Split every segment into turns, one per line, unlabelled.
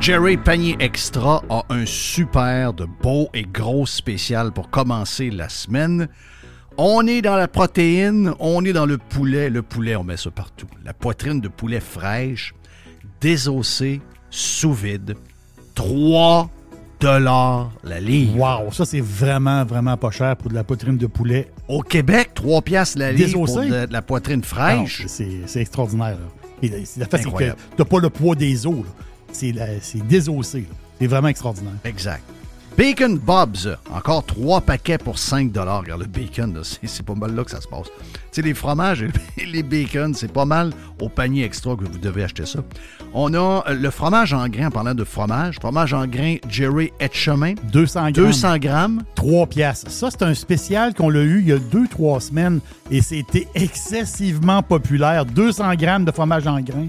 Jerry Panier Extra a un super de beau et gros spécial pour commencer la semaine. On est dans la protéine, on est dans le poulet. Le poulet, on met ça partout. La poitrine de poulet fraîche, désossée, sous vide. 3 dollars la livre.
Wow, ça c'est vraiment, vraiment pas cher pour de la poitrine de poulet.
Au Québec, 3 piastres la livre pour
Désossé?
de, de la poitrine
Non,
fraîche.
Ah, C'est c'est extraordinaire. là. Et la- c'est- la face, c'est que
Incroyable.
t'as pas le poids des os. là. C'est la- c'est désossé. là. C'est vraiment extraordinaire.
Exact. Bacon Bob's, encore 3 paquets pour 5 Regarde, le bacon, là, c'est c'est pas mal là que ça se passe. Tu sais, les fromages et les bacons, c'est pas mal au panier extra que vous devez acheter ça. On a euh, le fromage en grain, en parlant de fromage, fromage en grain Jerry Etchemin,
200 grammes.
200 grammes.
3 piastres. Ça, c'est un spécial qu'on l'a eu il y a 2-3 semaines et c'était excessivement populaire. 200 grammes de fromage en grain.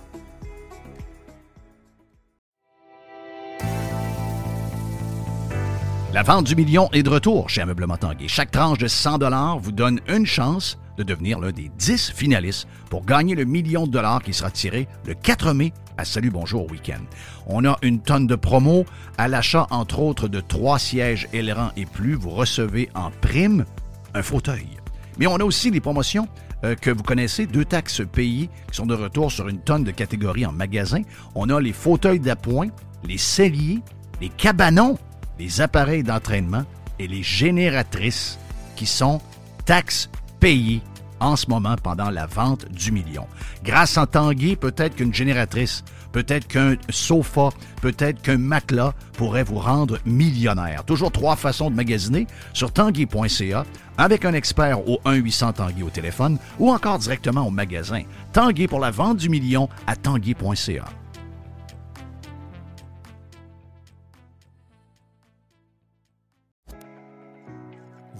La vente du million est de retour chez Ameublement Tanguay. Chaque tranche de 100 vous donne une chance de devenir l'un des 10 finalistes pour gagner le million de dollars qui sera tiré le 4 mai à Salut Bonjour Week-end. On a une tonne de promos à l'achat, entre autres, de trois sièges ailerons et plus. Vous recevez en prime un fauteuil. Mais on a aussi des promotions euh, que vous connaissez, deux taxes pays qui sont de retour sur une tonne de catégories en magasin. On a les fauteuils d'appoint, les celliers, les cabanons, les appareils d'entraînement et les génératrices qui sont taxes payées en ce moment pendant la vente du million. Grâce à Tanguy, peut-être qu'une génératrice, peut-être qu'un sofa, peut-être qu'un matelas pourrait vous rendre millionnaire. Toujours trois façons de magasiner sur tanguy.ca avec un expert au 1-800 Tanguy au téléphone ou encore directement au magasin. Tanguy pour la vente du million à tanguy.ca.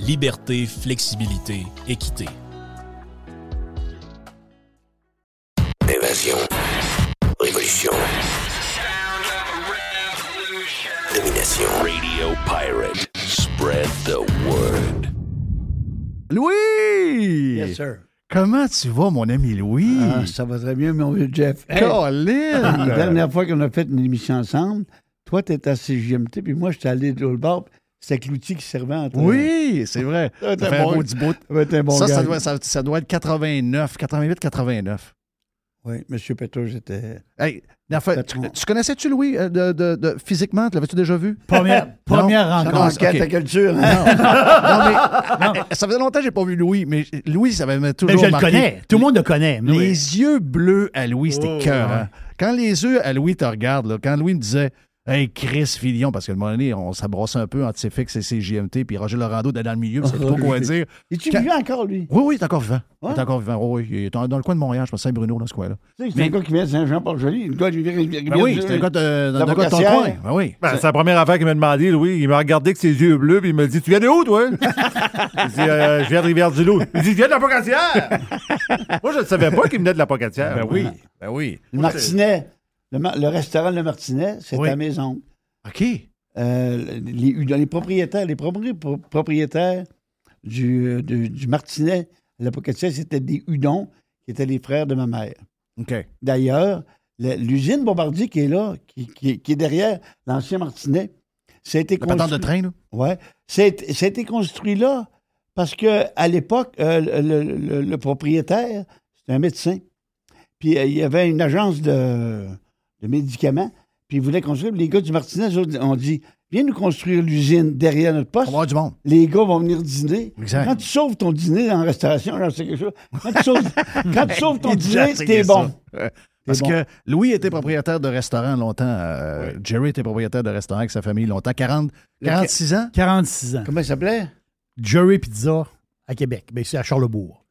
liberté, flexibilité, équité.
Évasion. Révolution. Domination. Radio Pirate. Spread the word.
Louis!
Yes, sir.
Comment tu vas, mon ami Louis?
Ah, ça va très bien, mon vieux Jeff. Hey, la
Colin!
dernière fois qu'on a fait une émission ensemble, toi, tu étais à CGMT, puis moi, j'étais allé de l'autre bord, puis c'était avec l'outil qui servait en train.
oui, c'est vrai.
Ça va être
Ça
un
fait un
Ah, bon-
beau petit bout.
Ça va être un bon
ça, ça
gag.
doit, ça- ça doit être 89, 88, 89.
Oui, M. Petro, j'étais.
Hey, la fois- tu,
Patron.
tu connaissais-tu Louis euh, de, de- de- physiquement? L'avais-tu déjà vu?
Première, première rencontre.
Commence-
Enquête
ok.
à culture. hein.
Non, non, mais eh, ça faisait longtemps que j'ai pas vu Louis, mais Louis, ça m'avait
Mais
toujours
je le
marqué.
connais. Tout le monde le connaît. Oh, mais-
Les yeux bleus à Louis, c'était cœur. hein. Quand les yeux à Louis te regardent, là, quand Louis me disait Hey, Chris Filion, parce qu'à un moment donné, on s'abrassait un peu entre CFX et CJMT, puis Roger Lorando était dans le milieu, puis c'est trop quoi dire.
Et tu
Quand-
vivais encore, lui?
Oui, oui, il est encore vivant. Il est
Ouais.
encore vivant. Oui, oui, il est dans dans le coin de Montréal, je pense, Saint-Bruno, dans ce coin-là.
Tu sais, c'est
Mais-
un gars qui vient de Saint-Jean-Port-Joli. Le gars, lui, il vient
Ben oui, c'était un gars de, dans-
la
un gars de ton coin.
Bocassière.
Ben oui.
Ben, c'est la première affaire qu'il m'a demandé, Louis. Il m'a regardé avec ses yeux bleus, puis il m'a dit Tu viens de où, toi J'ai dit Euh, Je viens de Rivière-du-Loup. Il dit Je viens de la Pocatière Moi, je ne savais pas qu'il venait de la Pocatière. Ben oui.
Ben oui.
Le Martinet, le, ma- le restaurant Le Martinet, c'est
Oui.
à maison.
OK.
Euh, les, les propriétaires, les propri- pro- propriétaires du, euh, du, du Martinet, à la Pocatière, c'était des Hudons qui étaient les frères de ma mère.
OK.
D'ailleurs, le- l'usine Bombardier qui est là, qui, qui- qui est derrière l'ancien Martinet, ça a été
La patente de
construit.
train, là?
Ouais. C'est- ça a été construit là parce que à l'époque, euh, le, le- le- le propriétaire, c'était un médecin. Puis euh, il y avait une agence de, de médicaments. Puis il voulait construire. Les gars du Martinet, eux autres, ont dit Viens nous construire l'usine derrière notre
On va
poste.
avoir du monde.
Les gars vont venir dîner.
Exact.
Quand tu sauves ton dîner en restauration, j'en sais quelque chose. Quand tu sauves, quand tu sauves ton dîner, t'es bon.
Parce
bon.
que Louis était propriétaire de restaurant longtemps. euh, Jerry était propriétaire de restaurant avec sa famille longtemps. 40, 46 ans?
46 ans.
Comment il s'appelait?
Jerry Pizza à Québec. Bien, c'est à Charlebourg.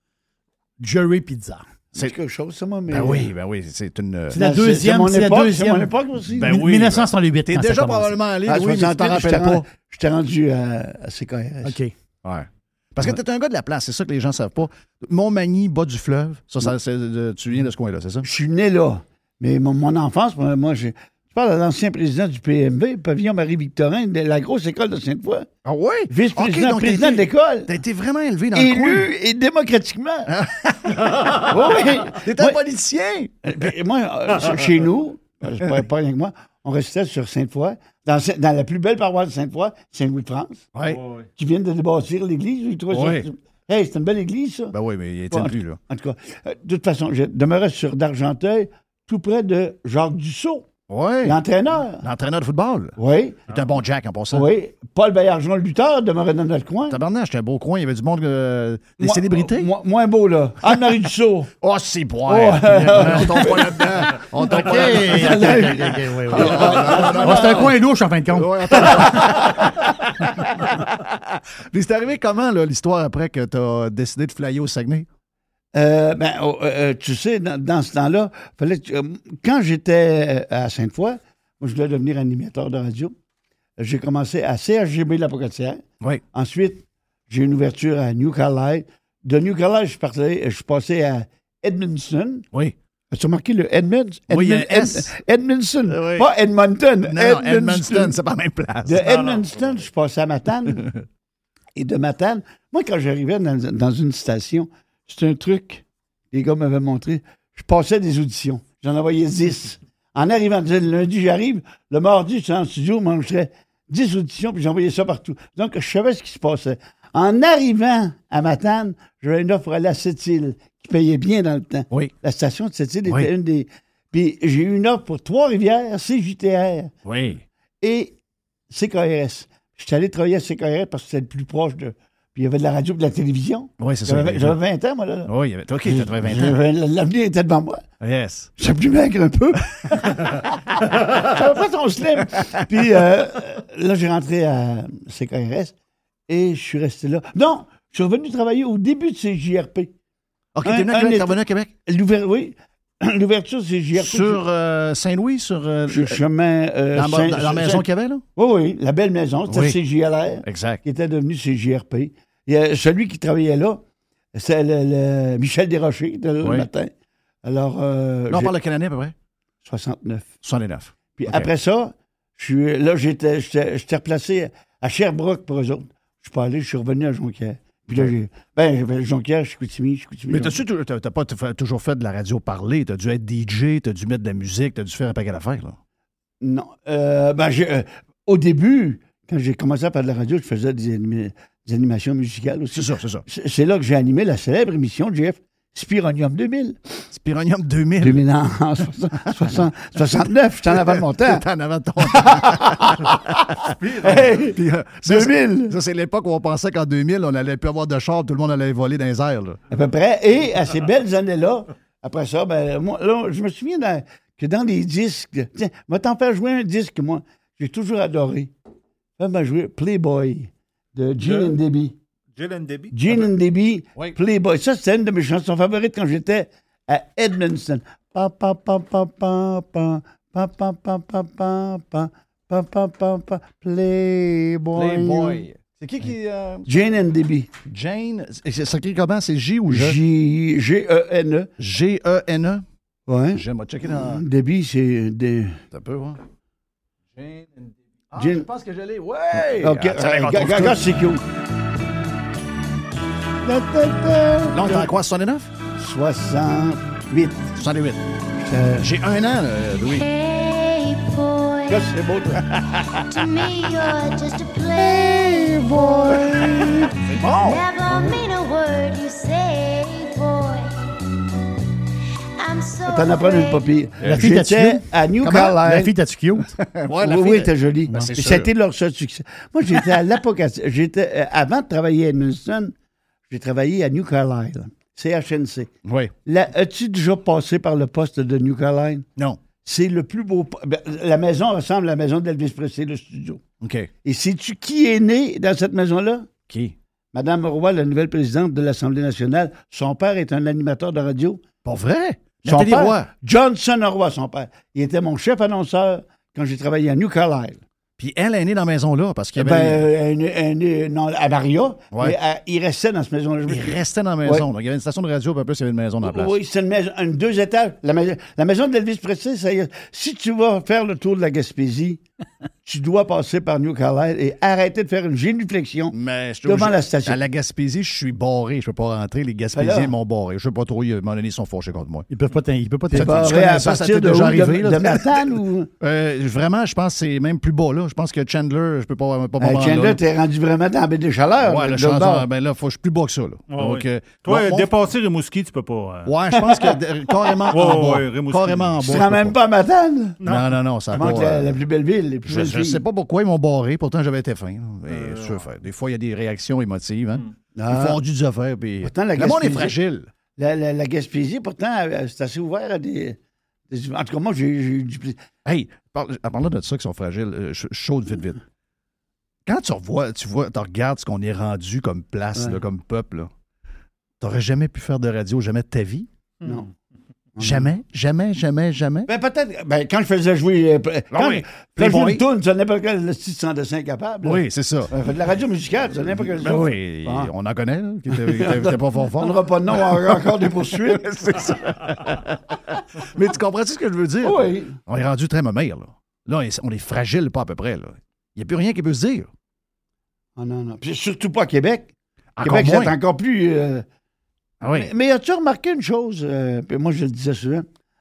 Jerry Pizza.
C'est quelque chose, ça, moi. Mais...
Ben oui, ben oui, c'est une... euh,
C'est la
Ben, c'est- c'est
deuxième.
mon
C'est la
époque, c'est
deuxième.
mon époque aussi.
Ben oui,
1908.
T'es
quand ça a
déjà
commencé.
probablement allé,
Ah,
Louis, mais tu te rappelles pas.
Je t'ai rendu euh, à, à CKRS.
Euh,
OK.
Ouais. Parce que t'es un gars de la place, c'est ça que les gens savent pas. Montmagny, bas du fleuve, ça, ça, c'est, euh, tu viens de ce coin-là, c'est ça?
Je suis né là. Mais mon, mon enfance, moi, moi, je, je parle à l'ancien président du PMV, Pavillon Marie-Victorin, de la grosse école de Sainte-Foy.
Ah ouais?
Vice-président,
donc t'as
président de
été-
l'école.
T'as été vraiment élevé dans le coin. Ah.
Élu et démocratiquement. oui.
T'es un
Moi-
politicien!
Ben, moi, euh, ch- chez nous, euh, pas, pas rien que moi, on restait sur Sainte-Foy, dans, Saint- dans la plus belle paroisse de Sainte-Foy, Saint-Louis-de-France,
Ouais.
qui viennent de débâtir l'église. ils trouvent ça-
Ouais.
Hey, c'est une belle église, ça.
Ben oui, mais il était
Ouais.
plus, là.
En tout cas, euh, de toute façon, je demeurais sur d'Argenteuil, tout près de Jacques Dussault,
Ouais.
l'entraîneur.
L'entraîneur de football.
Oui,
T'es un bon Jack en passant.
oui. Paul Baillargeon, le lutteur, demeurait dans notre coin.
Tabarnak, c'était un beau coin, il y avait du monde, euh, des
Moi-
célébrités.
moi- moins beau, là. Anne-Marie Dussault.
Oh, c'est bon.
Oh.
On tombe pas là-dedans. On tombe pas là-dedans.
Ah, c'est un coin louche, en fin de compte.
Ouais, Mais c'est arrivé comment, là, l'histoire après que t'as décidé de flyer au Saguenay?
Euh, ben, oh, euh, euh, tu sais, dans, dans ce temps-là, fallait que- euh, quand j'étais euh, à Sainte-Foy, moi, je voulais devenir animateur de radio. J'ai commencé à CHGB de la Pocatière.
Oui.
Ensuite, j'ai une ouverture à New Carlisle. De New Carlisle, je suis, parti- je suis passé à Edmondson.
Oui.
As-tu remarqué le Edmonds?
Oui, il y a un
Edmond- Ed-
S.
Edmondson.
Euh, oui.
Pas Edmonton.
Non, non, Edmundston, c'est pas la même place.
De Edmundston, je suis passé à Matane. Et de Matane, moi, quand j'arrivais dans, dans une station, c'était un truc, les gars m'avaient montré, je passais des auditions. J'en envoyais 10. En arrivant, je disais, le lundi, j'arrive, le mardi, je suis en studio, moi, je faisais 10 auditions, puis j'envoyais ça partout. Donc, je savais ce qui se passait. En arrivant à Matane, j'avais une offre pour aller à Sept-Îles, qui payait bien dans le temps.
Oui.
La station de Sept-Îles
Oui.
était une des... Puis j'ai eu une offre pour Trois-Rivières, CJTR
Oui.
et CKRS. J'étais allé travailler à CKRS parce que c'était le plus proche de. Puis il y avait de la radio et de la télévision.
Oui, c'est ça.
J'avais j'avais 20 ans, moi, là.
Oui, il y avait- OK, t'as trouvé 20 ans.
J'avais- L'avenir était devant moi.
Yes.
J'étais plus maigre un peu. J'avais pas ton slim. Puis euh, là, j'ai rentré à CKRS et je suis resté là. Non, je suis revenu travailler au début de CJRP.
OK,
Un-
t'es venu à
un
Québec,
été-
t'es revenu à Québec?
L'ouver- Oui, l'ouverture de CJRP.
Sur euh, Saint-Louis, sur... euh,
le chemin. euh,
dans,
Saint-
dans la maison
Saint-
qu'il y avait, là?
Oui, oui, la belle maison. C'était
Oui.
CJLR.
Exact.
qui était devenu CJRP. Il y a celui qui travaillait là, c'est le, le Michel Desrochers, de là
Oui.
le matin. Alors, euh,
Là, on
j'ai-
parle de quel année, à peu près?
69.
69.
Puis
OK.
après ça, je suis, là, j'étais, j'étais, j'étais replacé à Sherbrooke pour eux autres. Je suis pas allé, je suis revenu à Jonquière. Puis là, j'ai, ben, j'ai fait Jonquière, je suis Coutimi, je suis Coutimi.
Mais t'as-tu tou- t'as t'as pas t- fait- toujours fait de la radio parler? T'as dû être DJ, t'as dû mettre de la musique, t'as dû faire un paquet d'affaires, là.
Non. Euh, ben, j'ai, euh, au début, quand j'ai commencé à faire de la radio, je faisais des, anima- des animations musicales
C'est
aussi.
ça, c'est ça.
C'est, c'est là que j'ai animé la célèbre émission de GF Spironium 2000.
Spironium 2000.
2000 ans, en 60 60 69, j'étais en avant de mon temps.
T'es en avant de ton temps.
Hey,
Puis, euh, ça, c'est-
2000,
Ça, c'est l'époque où on pensait qu'en 2000, on allait plus avoir de char, tout le monde allait voler dans les airs. là.
à peu près. Et à ces belles années-là, après ça, ben, moi, là, je me souviens dans- que dans les disques, tiens, va t'en faire jouer un disque, moi, j'ai toujours adoré. Fais-moi jouer Playboy de Gene
Je-
and Debbie.
Jill and Debbie.
Gene and Debbie,
Oui.
Playboy. Ça, c'était une de mes chansons favorites quand j'étais à Edmundston. Pa, pa, pa, pa, pa, pa, pa, pa, pa, pa, pa, pa, pa, pa, pa, pa, Playboy.
C'est qui qui. euh,
Jane and Debbie.
Jane. c'est- c'est- Ça écrit comment C'est J ou G
J- G-E-N-E.
G-E-N-E.
Ouais.
Je vais checker dans.
Debbie, c'est. Des...
T'as peu, hein? Jane. Ah,
Jane- je
pense que j'allais. Ouais!
Ok, euh, ga- ga- ga- c'est cute. Ta- ta- ta.
Là, on est en quoi, 69?
68.
68. J'ai un an, euh, Louis.
Hey boy,
Là, c'est beau. toi.
to me you're just a playboy. Never mean a word you say, boy. I'm so
T'en apprends une
afraid.
pas pire.
La fille
J'étais
t'as-tu
à New
Comment? La
Carlisle.
fille, t'as-tu cute?
Ouais, la
oui,
fille,
oui,
euh,
t'es joli.
Ben, c'est
Mais
sûr.
C'était leur seul succès. Moi, j'étais à l'apocassie. J'étais euh, avant de travailler à Edmundston, j'ai travaillé à New Carlisle, CHNC.
Oui.
La- As-tu déjà passé par le poste de New Carlisle?
Non.
C'est le plus beau. po- ben, la maison ressemble à la maison d'Elvis Presley, le studio.
OK.
Et sais-tu qui est né dans cette maison-là?
Qui?
Madame Roy, la nouvelle présidente de l'Assemblée nationale, son père est un animateur de radio.
Pas vrai?
Son
Nathalie
père,
Roy.
Johnson Roy, son père. Il était mon chef annonceur quand j'ai travaillé à New Carlisle.
Puis elle est née dans la maison là parce qu'il y
Ben,
avait une-
euh, une- une- non, à Maria,
Eh Ouais.
mais à- il restait dans cette maison-là.
il restait dans la maison. Donc, il y avait une station de radio, puis en plus, il y avait une maison dans la place.
Oui, c'est une maison, une deux étages. La, maison- la maison de l'Elvis Presley, ça y est, si tu vas faire le tour de la Gaspésie, tu dois passer par New Carlisle et arrêter de faire une génuflexion.
Mais je suis
Devant
obligé-
la station.
À la Gaspésie, je suis barré. Je peux pas rentrer. Les Gaspésiens
Alors?
m'ont barré. Je sais pas trop. Ils m'ont donné son fâché contre moi.
Ils peuvent pas t'in- ils peuvent pas
T'es
Tu
t'in-
barré
connais
à
ça, ça
partir
t'est
de,
déjà
où?
arrivé,
de,
là?
de Matane ou...
Euh, vraiment, je pense que c'est même plus bas là. Je pense que Chandler, je peux pas pas, pas
Hey,
me rendre
Chandler,
là.
t'es rendu vraiment dans la baie des chaleurs.
Ouais, le
là, de l'autre bord.
chanteur, ben là, faut, je suis plus bas que ça. Là. Donc,
ouais.
euh,
Toi,
mon- mon-
dépasser Rimouski, tu peux pas. euh,
Ouais, je pense que euh, carrément en
Ouais,
bas.
ouais, Rimouski.
carrément en bas.
Tu
je
seras
peux
même pas à Matane.
Non, non, non, ça a
Il manque
pas,
la,
euh,
la plus belle ville, les plus
Je,
belles
je
filles.
sais pas pourquoi ils m'ont barré, pourtant j'avais été hein, faim. Et
Euh,
qu'est-ce que tu veux faire? Des fois, il y a des réactions émotives. Hein?
Hmm.
Ils font du des affaires. Puis...
Ah. Pourtant, la
le monde est
Gaspésie-
fragile.
La, la- la Gaspésie, pourtant, euh, c'est assez ouvert à des... des- hum, En tout cas, moi, j'ai j'ai eu du plaisir.
Hey, parle- en parlant de ça, qui sont fragiles, euh, ch- chaude vite, vite. Quand tu revois, tu vois, tu regardes ce qu'on est rendu comme place,
Ouais.
là, comme peuple, là, t'aurais jamais pu faire de radio, jamais de ta vie.
Hmm. Non.
Jamais, jamais, jamais, jamais.
Ben, peut-être. Ben, quand je faisais jouer. euh, quand
Ah oui.
quand je
Playboy.
jouais une tourne, ça n'importe quel style sans dessin capable.
Oui, c'est ça.
Ben, fait de la radio musicale, ça n'importe quel.
Ben oui,
Ah.
on en connaît, là, qui était- qui était qui était pas fort
On
fort.
n'aura pas de nom, on aura encore des poursuites.
Mais tu comprends ce que je veux dire?
Oui.
On est rendu très mamère, là. Là, on est- on est fragile, pas à peu près, là. Il n'y a plus rien qui peut se dire.
Ah non, non. Puis surtout pas à Québec.
Encore
Québec, c'est
moins.
encore plus. euh,
Ah oui.
Mais, mais as-tu remarqué une chose? euh, puis moi, je le disais souvent.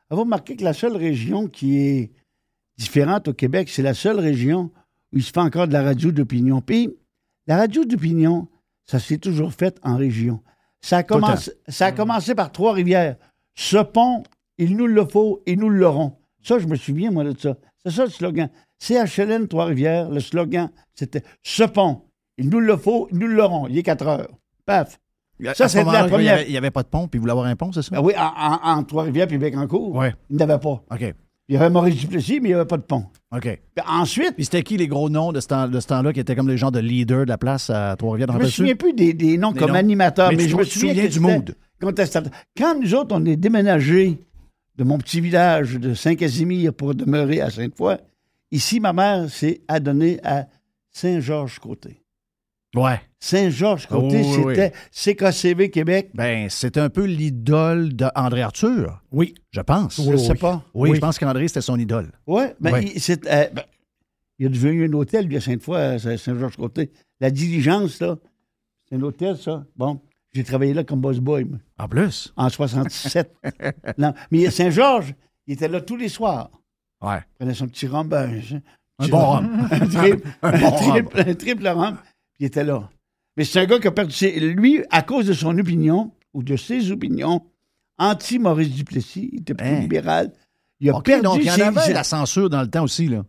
Avez-vous remarqué que la seule région qui est différente au Québec, c'est la seule région où il se fait encore de la radio d'opinion. Puis, la radio d'opinion, ça s'est toujours fait en région. Ça a,
le temps. Mm.
commencé, ça a commencé par Trois-Rivières. Ce pont, il nous le faut et nous l'aurons. Ça, je me souviens, moi, de ça. C'est ça le slogan. CHLN Trois-Rivières, le slogan, c'était Ce pont, il nous le faut, nous l'aurons. Il est 4 heures. Paf.
À
Ça,
ce
c'est
moment-là,
la première.
Il n'y avait pas de pont, puis il voulait avoir un pont, c'est ça?
Ben oui, en, en- en Trois-Rivières puis Bécancour.
Ouais.
Il n'y en avait pas.
OK.
Il y avait Maurice Duplessis, mais il n'y avait pas de pont.
OK.
Ben, ensuite,
Puis c'était qui les gros noms de ce, temps, de ce temps-là qui étaient comme les gens de leader de la place à Trois-Rivières?
je ne me souviens plus des, des noms
Des
comme
noms.
animateur,
Mais
mais,
tu
je
te
me souviens,
souviens
que
du
c'était
mood.
contestataire. Quand nous autres, on est déménagés de mon petit village de Saint-Casimir pour demeurer à Sainte-Foy, ici, ma mère s'est adonnée à Saint-Georges-Côté.
Ouais.
Saint-Georges-Côté,
Oh, oui,
c'était CKCV Québec.
Ben, c'est un peu l'idole d'André Arthur.
Oui.
Je pense.
je ne sais pas.
Oui,
Oui.
je pense qu'André, c'était son idole.
Ouais, ben,
Ouais.
Il, c'est, euh, ben, il a devenu un hôtel, lui, à Sainte-Foy, à Saint-Georges-Côté. La diligence, là, c'est un hôtel, ça. Bon, j'ai travaillé là comme boss boy, moi,
En plus.
en 67. non, mais Saint-Georges, il était là tous les soirs.
Ouais.
Il prenait son petit rhum, ben, je-
Un
petit
bon
rhum.
homme.
un triple,
Un
un,
bon
triple, un triple rhum, puis il était là. Mais c'est un gars qui a perdu... ses- Lui, à cause de son opinion, ou de ses opinions, anti-Maurice Duplessis, il était plus
Hein.
libéral. Il a
OK,
perdu
donc il y en
ses-
avait la censure dans le temps aussi, là.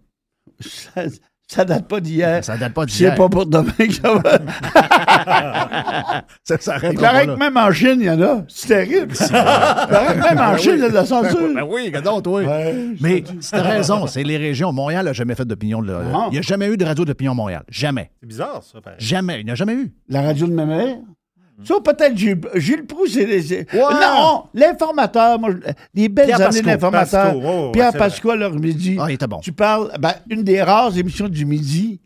ça, ça date pas d'hier.
Ça date pas
C'est
d'hier.
Euh, pas pour demain que ça va.
Ça s'arrête
Il paraît que même en Chine, il y en a. C'est terrible. Il paraît que même en Chine, il y a de la
Ben
censure.
oui, regarde toi. Mais t'as raison, c'est les régions. Montréal n'a jamais fait d'opinion. de-
Non.
Il n'y a jamais eu de radio d'opinion à Montréal. Jamais.
C'est bizarre, ça. ben. pareil.
Jamais. Il n'y en a jamais eu.
La radio de ma mère. Ça, peut-être Gilles, Gilles Proux, c'est... les- c'est-
Hmm. Ouais.
Non, l'informateur, moi, je- des belles
Pierre
années
Pascot.
d'informateur.
Pascot, oh, ouais,
Pierre
c'est vrai.
Pasqua, l'heure midi.
Ah, il était bon.
Tu parles, ben, une des rares émissions du midi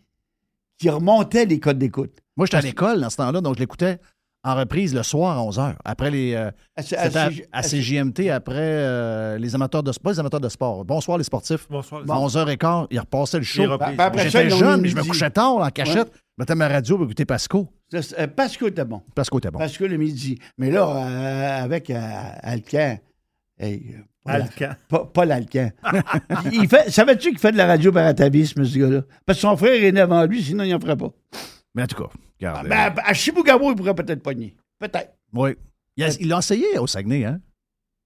qui remontait les codes d'écoute.
Moi, j'étais à l'école dans ce temps-là, donc je l'écoutais en reprise le soir à 11h. Après les. euh,
À- à-
c'était à,
à-
à CJMT, après euh, les amateurs de sport. les amateurs de sport. Bonsoir, les sportifs.
Bonsoir.
À 11h15, ils repassaient le show.
Les
Ben,
reprises.
ben, après ça,
J'étais
ils l'ont
jeune,
mis
mais je me
midi.
couchais tard en cachette. Mettais ma radio pour écouter Pasco.
Ça, c'est- euh, parce que t'es bon.
Pasco était bon.
Parce que le midi. Mais là, euh, avec euh, Alcan, hey, euh, pas la-
Alcan.
Pas, pas l'Alcan. il fait, savais-tu qu'il fait de la radio par atavisme, ce gars-là? Parce que son frère est né avant lui, sinon il n'en ferait pas.
Mais en tout cas, regarde.
Ben, à- à Chibougamau, il pourrait peut-être pogner. Peut-être.
euh, oui. Il a- Il l'a essayé au Saguenay, hein?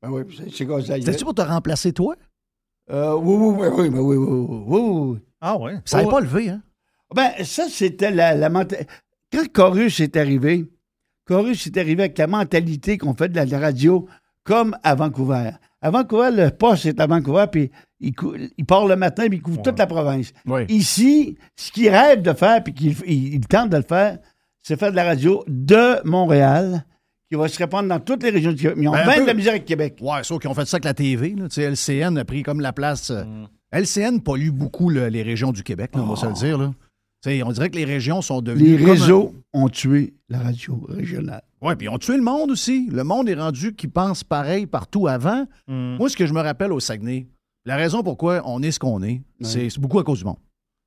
Ben oui, c'est- c'est quoi ça?
C'était-tu pour te remplacer, toi?
Euh, oui, oui, oui, oui, ben oui, oui, oui, oui, oui, oui.
Ah ouais.
Ça n'avait pas levé, hein?
Ben, ça, c'était la, la mentalité. Quand Corus est arrivé, Corus est arrivé avec la mentalité qu'on fait de la, de la radio comme à Vancouver. À Vancouver, le poste est à Vancouver, puis il, cou- il part le matin, puis il couvre toute la province.
Oui.
Ici, ce qu'il rêve de faire, puis qu'il il- il tente de le faire, c'est faire de la radio de Montréal, qui va se répandre dans toutes les régions du Québec. Mais on
Ben, un
même
peu.
de la misère avec Québec.
Ouais, sauf qu'ils ont fait ça avec la TV. Là. Tu sais, LCN a pris comme la place. euh,
Mm.
LCN pollue beaucoup là, les régions du Québec, là, on va se le dire. Là. Tu sais, On dirait que les régions sont
Ah. Les
devenues. comme un-
réseaux ont tué la radio régionale.
Ouais, puis ils ont tué le monde aussi. Le monde est rendu qui pense pareil partout avant. Moi, ce que je me rappelle au Saguenay, la raison pourquoi on est ce qu'on est, c'est c'est beaucoup à cause du monde.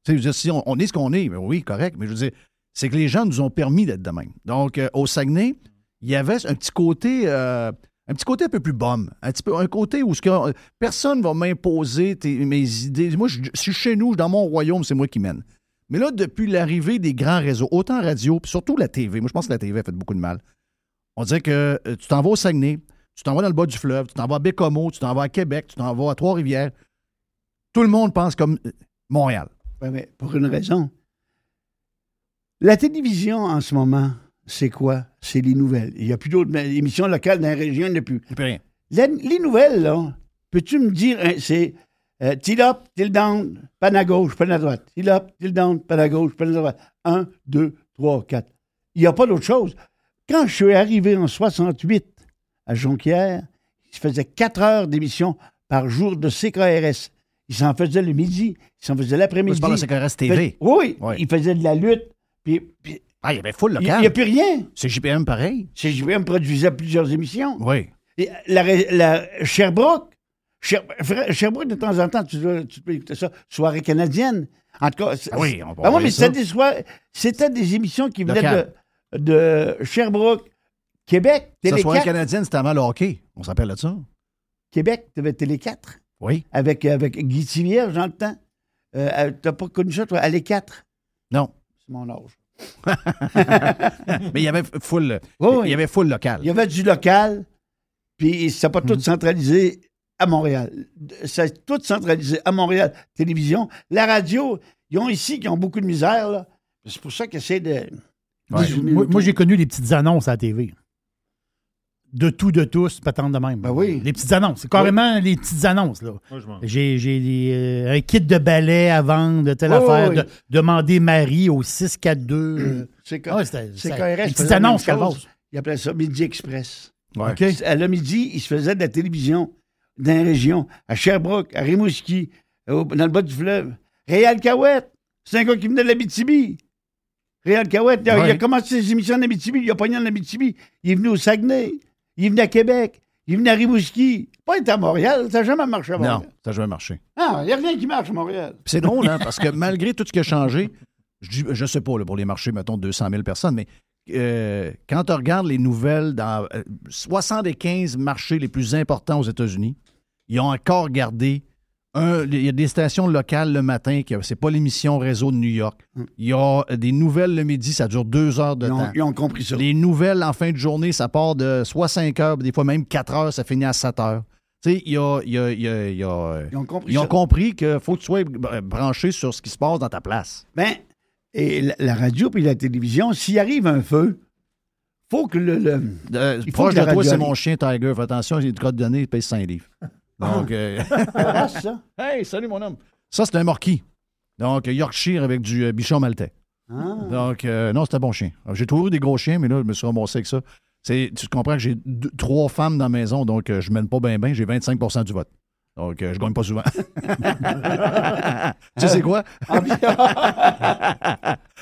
Tu sais, je veux dire, si on, on est ce qu'on est, mais oui, correct, mais je veux dire, c'est que les gens nous ont permis d'être de même. Donc, euh, au Saguenay, il y avait un petit côté, euh, un petit côté un peu plus bum, un petit peu, un côté où ce que, euh, personne va m'imposer tes- mes idées. Moi, je, je suis chez nous, dans mon royaume, c'est moi qui mène. Mais là, depuis l'arrivée des grands réseaux, autant radio, puis surtout la TV, moi je pense que la TV a fait beaucoup de mal. On dirait que euh, tu t'en vas au Saguenay, tu t'en vas dans le bas du fleuve, tu t'en vas à Bécomo, tu t'en vas à Québec, tu t'en vas à Trois-Rivières. Tout le monde pense comme euh, Montréal.
Oui, mais pour une raison. La télévision en ce moment, c'est quoi? C'est les nouvelles. Il n'y a plus d'autres mais- émissions locales dans la région, il n'y en a plus.
Il n'y a plus rien.
La- les nouvelles, là, peux-tu me dire, hein, c'est euh, til up, til down, pan à gauche, pan à droite. Til up, til down, pan à gauche, pan à droite. Un, deux, trois, quatre. Il n'y a pas d'autre chose. Quand je suis arrivé en 68 à Jonquière, il se faisait quatre heures d'émission par jour de CKRS. Il s'en faisait le midi, il s'en faisait l'après-midi.
Je parle de CKRS TV.
Fait- oui,
Ouais.
il faisait de la lutte. Puis, puis
Ah, il y avait full
il n'y
local.
a plus rien.
C'est JPM pareil.
CJVM produisait plusieurs émissions.
Oui.
Et la, ré- la- Sherbrooke, Sher- Fra- Sherbrooke, de temps en temps, tu, dois- tu peux écouter ça, soirée canadienne. En tout cas, c'est-
Ah oui, on va
Ah ouais,
voir
mais
ça.
c'était des, soirées- c'était des émissions qui venaient
Local.
de, de Sherbrooke, Québec,
Ça
Télé
soit
4.
canadienne, c'était avant le hockey. On s'appelle de ça.
Québec, tu avais Télé 4
Oui.
avec, avec Guy Thivière, j'entends. Euh, euh, T'as pas connu ça, toi, à les 4
Non.
C'est mon âge.
Mais il y avait full.
Oui, oui.
Il y avait full
Il y
local.
avait du local, puis c'était pas tout centralisé à Montréal. C'est tout centralisé à Montréal. Télévision, la radio, ils ont ici qui ont beaucoup de misère, là. C'est pour ça qu'ils essaient de.
Ouais.
Dix-
Moi, moi, j'ai connu les petites annonces à la TV. De tout, de tous, patente de même.
Ben oui.
Les petites annonces. C'est carrément les petites annonces, là.
Moi, je m'en.
J'ai j'ai des, euh, un kit de balai à vendre, de telle
Oui,
affaire,
oui,
de-
oui.
demander Marie au 642. euh,
C'est
Ah ouais, c'était-
c'est
ça-
KRS
les petites
faisait la
annonces,
même chose.
Calvas.
Ils appelaient ça Midi Express.
Ouais.
OK.
À le midi, ils se faisaient de la télévision dans les régions, à Sherbrooke, à Rimouski, au- dans le bas du fleuve. Réal Cahouette, c'est un gars qui venait de l'Abitibi. Réal Cahouette, il, a-
Ouais.
il a commencé ses émissions en Abitibi, il a pogné en Abitibi. Il est venu au Saguenay, il est venu à Québec, il est venu à Rimouski. Pas être à Montréal, ça n'a jamais marché à Montréal.
Non, ça n'a jamais marché.
Ah, il n'y a rien qui marche à Montréal.
Puis c'est drôle, hein, parce que malgré tout ce qui a changé, je, dis- je sais pas, là, pour les marchés, mettons 200 000 personnes, mais euh, quand tu regardes les nouvelles dans euh, 75 marchés les plus importants aux États-Unis, ils ont encore gardé. Un, il y a des stations locales le matin, qui c'est pas l'émission réseau de New York. Il y a des nouvelles le midi, ça dure deux heures de
Mm. Ils ont,
temps.
ils ont compris ça.
Les nouvelles en fin de journée, ça part de soit 5 heures, des fois même 4 heures, ça finit à 7 heures. Tu sais, il y a- il y a- il y a- il y a, euh,
Ils ont compris
ils ont
ça.
compris qu'il faut que tu sois br- branché sur ce qui se passe dans ta place.
Ben, et la, la radio puis la télévision, s'il arrive un feu, faut que le- le
Euh,
Il faut
proche de
que la
toi,
radio
c'est
arrive.
mon chien Tiger. Fais attention, j'ai du code donné, il pèse 5 livres. Donc, euh,
Ah, ça?
hey, salut mon homme. Ça, c'est un morquis. Donc, Yorkshire avec du euh, bichon maltais.
Ah.
Donc, euh, non, c'était un bon chien. Alors, J'ai toujours eu des gros chiens, mais là, je me suis remboursé avec ça. C'est- Tu comprends que j'ai deux- trois femmes dans la maison, donc euh, je mène pas bien bien. J'ai 25 du vote. Donc, euh, je gagne pas souvent. tu sais, c'est quoi?
Ah,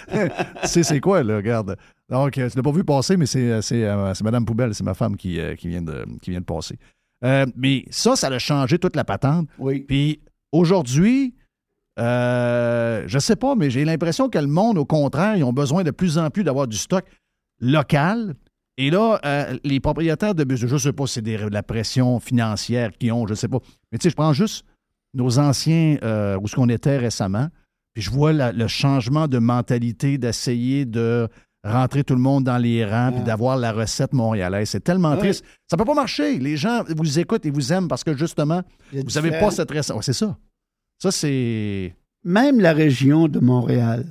tu sais, c'est quoi, là? Regarde. Donc, euh, tu l'as pas vu passer, mais c'est, euh, c'est, euh, c'est Madame Poubelle, c'est ma femme qui, euh, qui, vient, de, qui vient de passer. Euh, mais ça, ça a changé toute la patente.
Oui.
Puis aujourd'hui, Euh, je sais pas, mais j'ai l'impression que le monde, au contraire, ils ont besoin de plus en plus d'avoir du stock local. Et là, euh, les propriétaires de bus, je sais pas si c'est des- de la pression financière qu'ils ont, je sais pas. Mais tu sais, je prends juste nos anciens, euh, où ce qu'on était récemment, puis je vois la- le changement de mentalité d'essayer de rentrer tout le monde dans les rangs puis d'avoir la recette montréalaise. C'est tellement
Ouais.
triste. Ça peut pas marcher. Les gens vous écoutent et vous aiment parce que justement,
Il y a
vous n'avez
différents-
pas cette recette. Ouais, c'est ça. Ça, c'est...
Même la région de Montréal,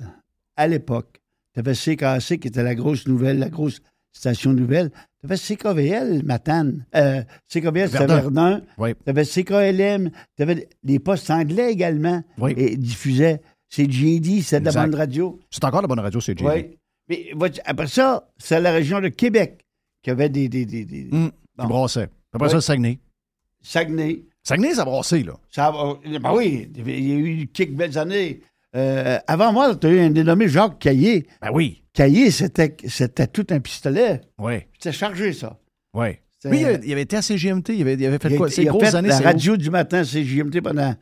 à l'époque, tu avais CKAC qui était la grosse nouvelle, la grosse station nouvelle. Tu avais CKVL, Matane. Euh, CKVL, c'était
Verdun.
Verdun.
Oui.
Tu avais CKLM. Tu avais les postes anglais également.
Oui.
Et diffusaient. C'est JD, c'est de la
Exact.
bande radio.
C'est encore la bonne radio, c'est
Oui. Mais vois-tu, après ça, c'est la région de Québec qui avait des. des, des, des-
Mmh,
Bon.
Qui brassait. Après ça,
Oui.
Saguenay.
Saguenay.
Saguenay, ça brassait, là.
Ça, va- ben oui, il y a eu quelques belles années. Euh, avant moi, tu as eu un dénommé Jacques Caillé.
Ben oui.
Caillé, c'était, c'était tout un pistolet.
Oui,
C'était chargé, ça.
oui.
C'est-
Lui, il avait, il avait été à CGMT, il avait, il avait fait
Il a-
quoi? Ces
il a
grosses
fait
années,
la
c'est
radio du matin, c'est JMT pendant.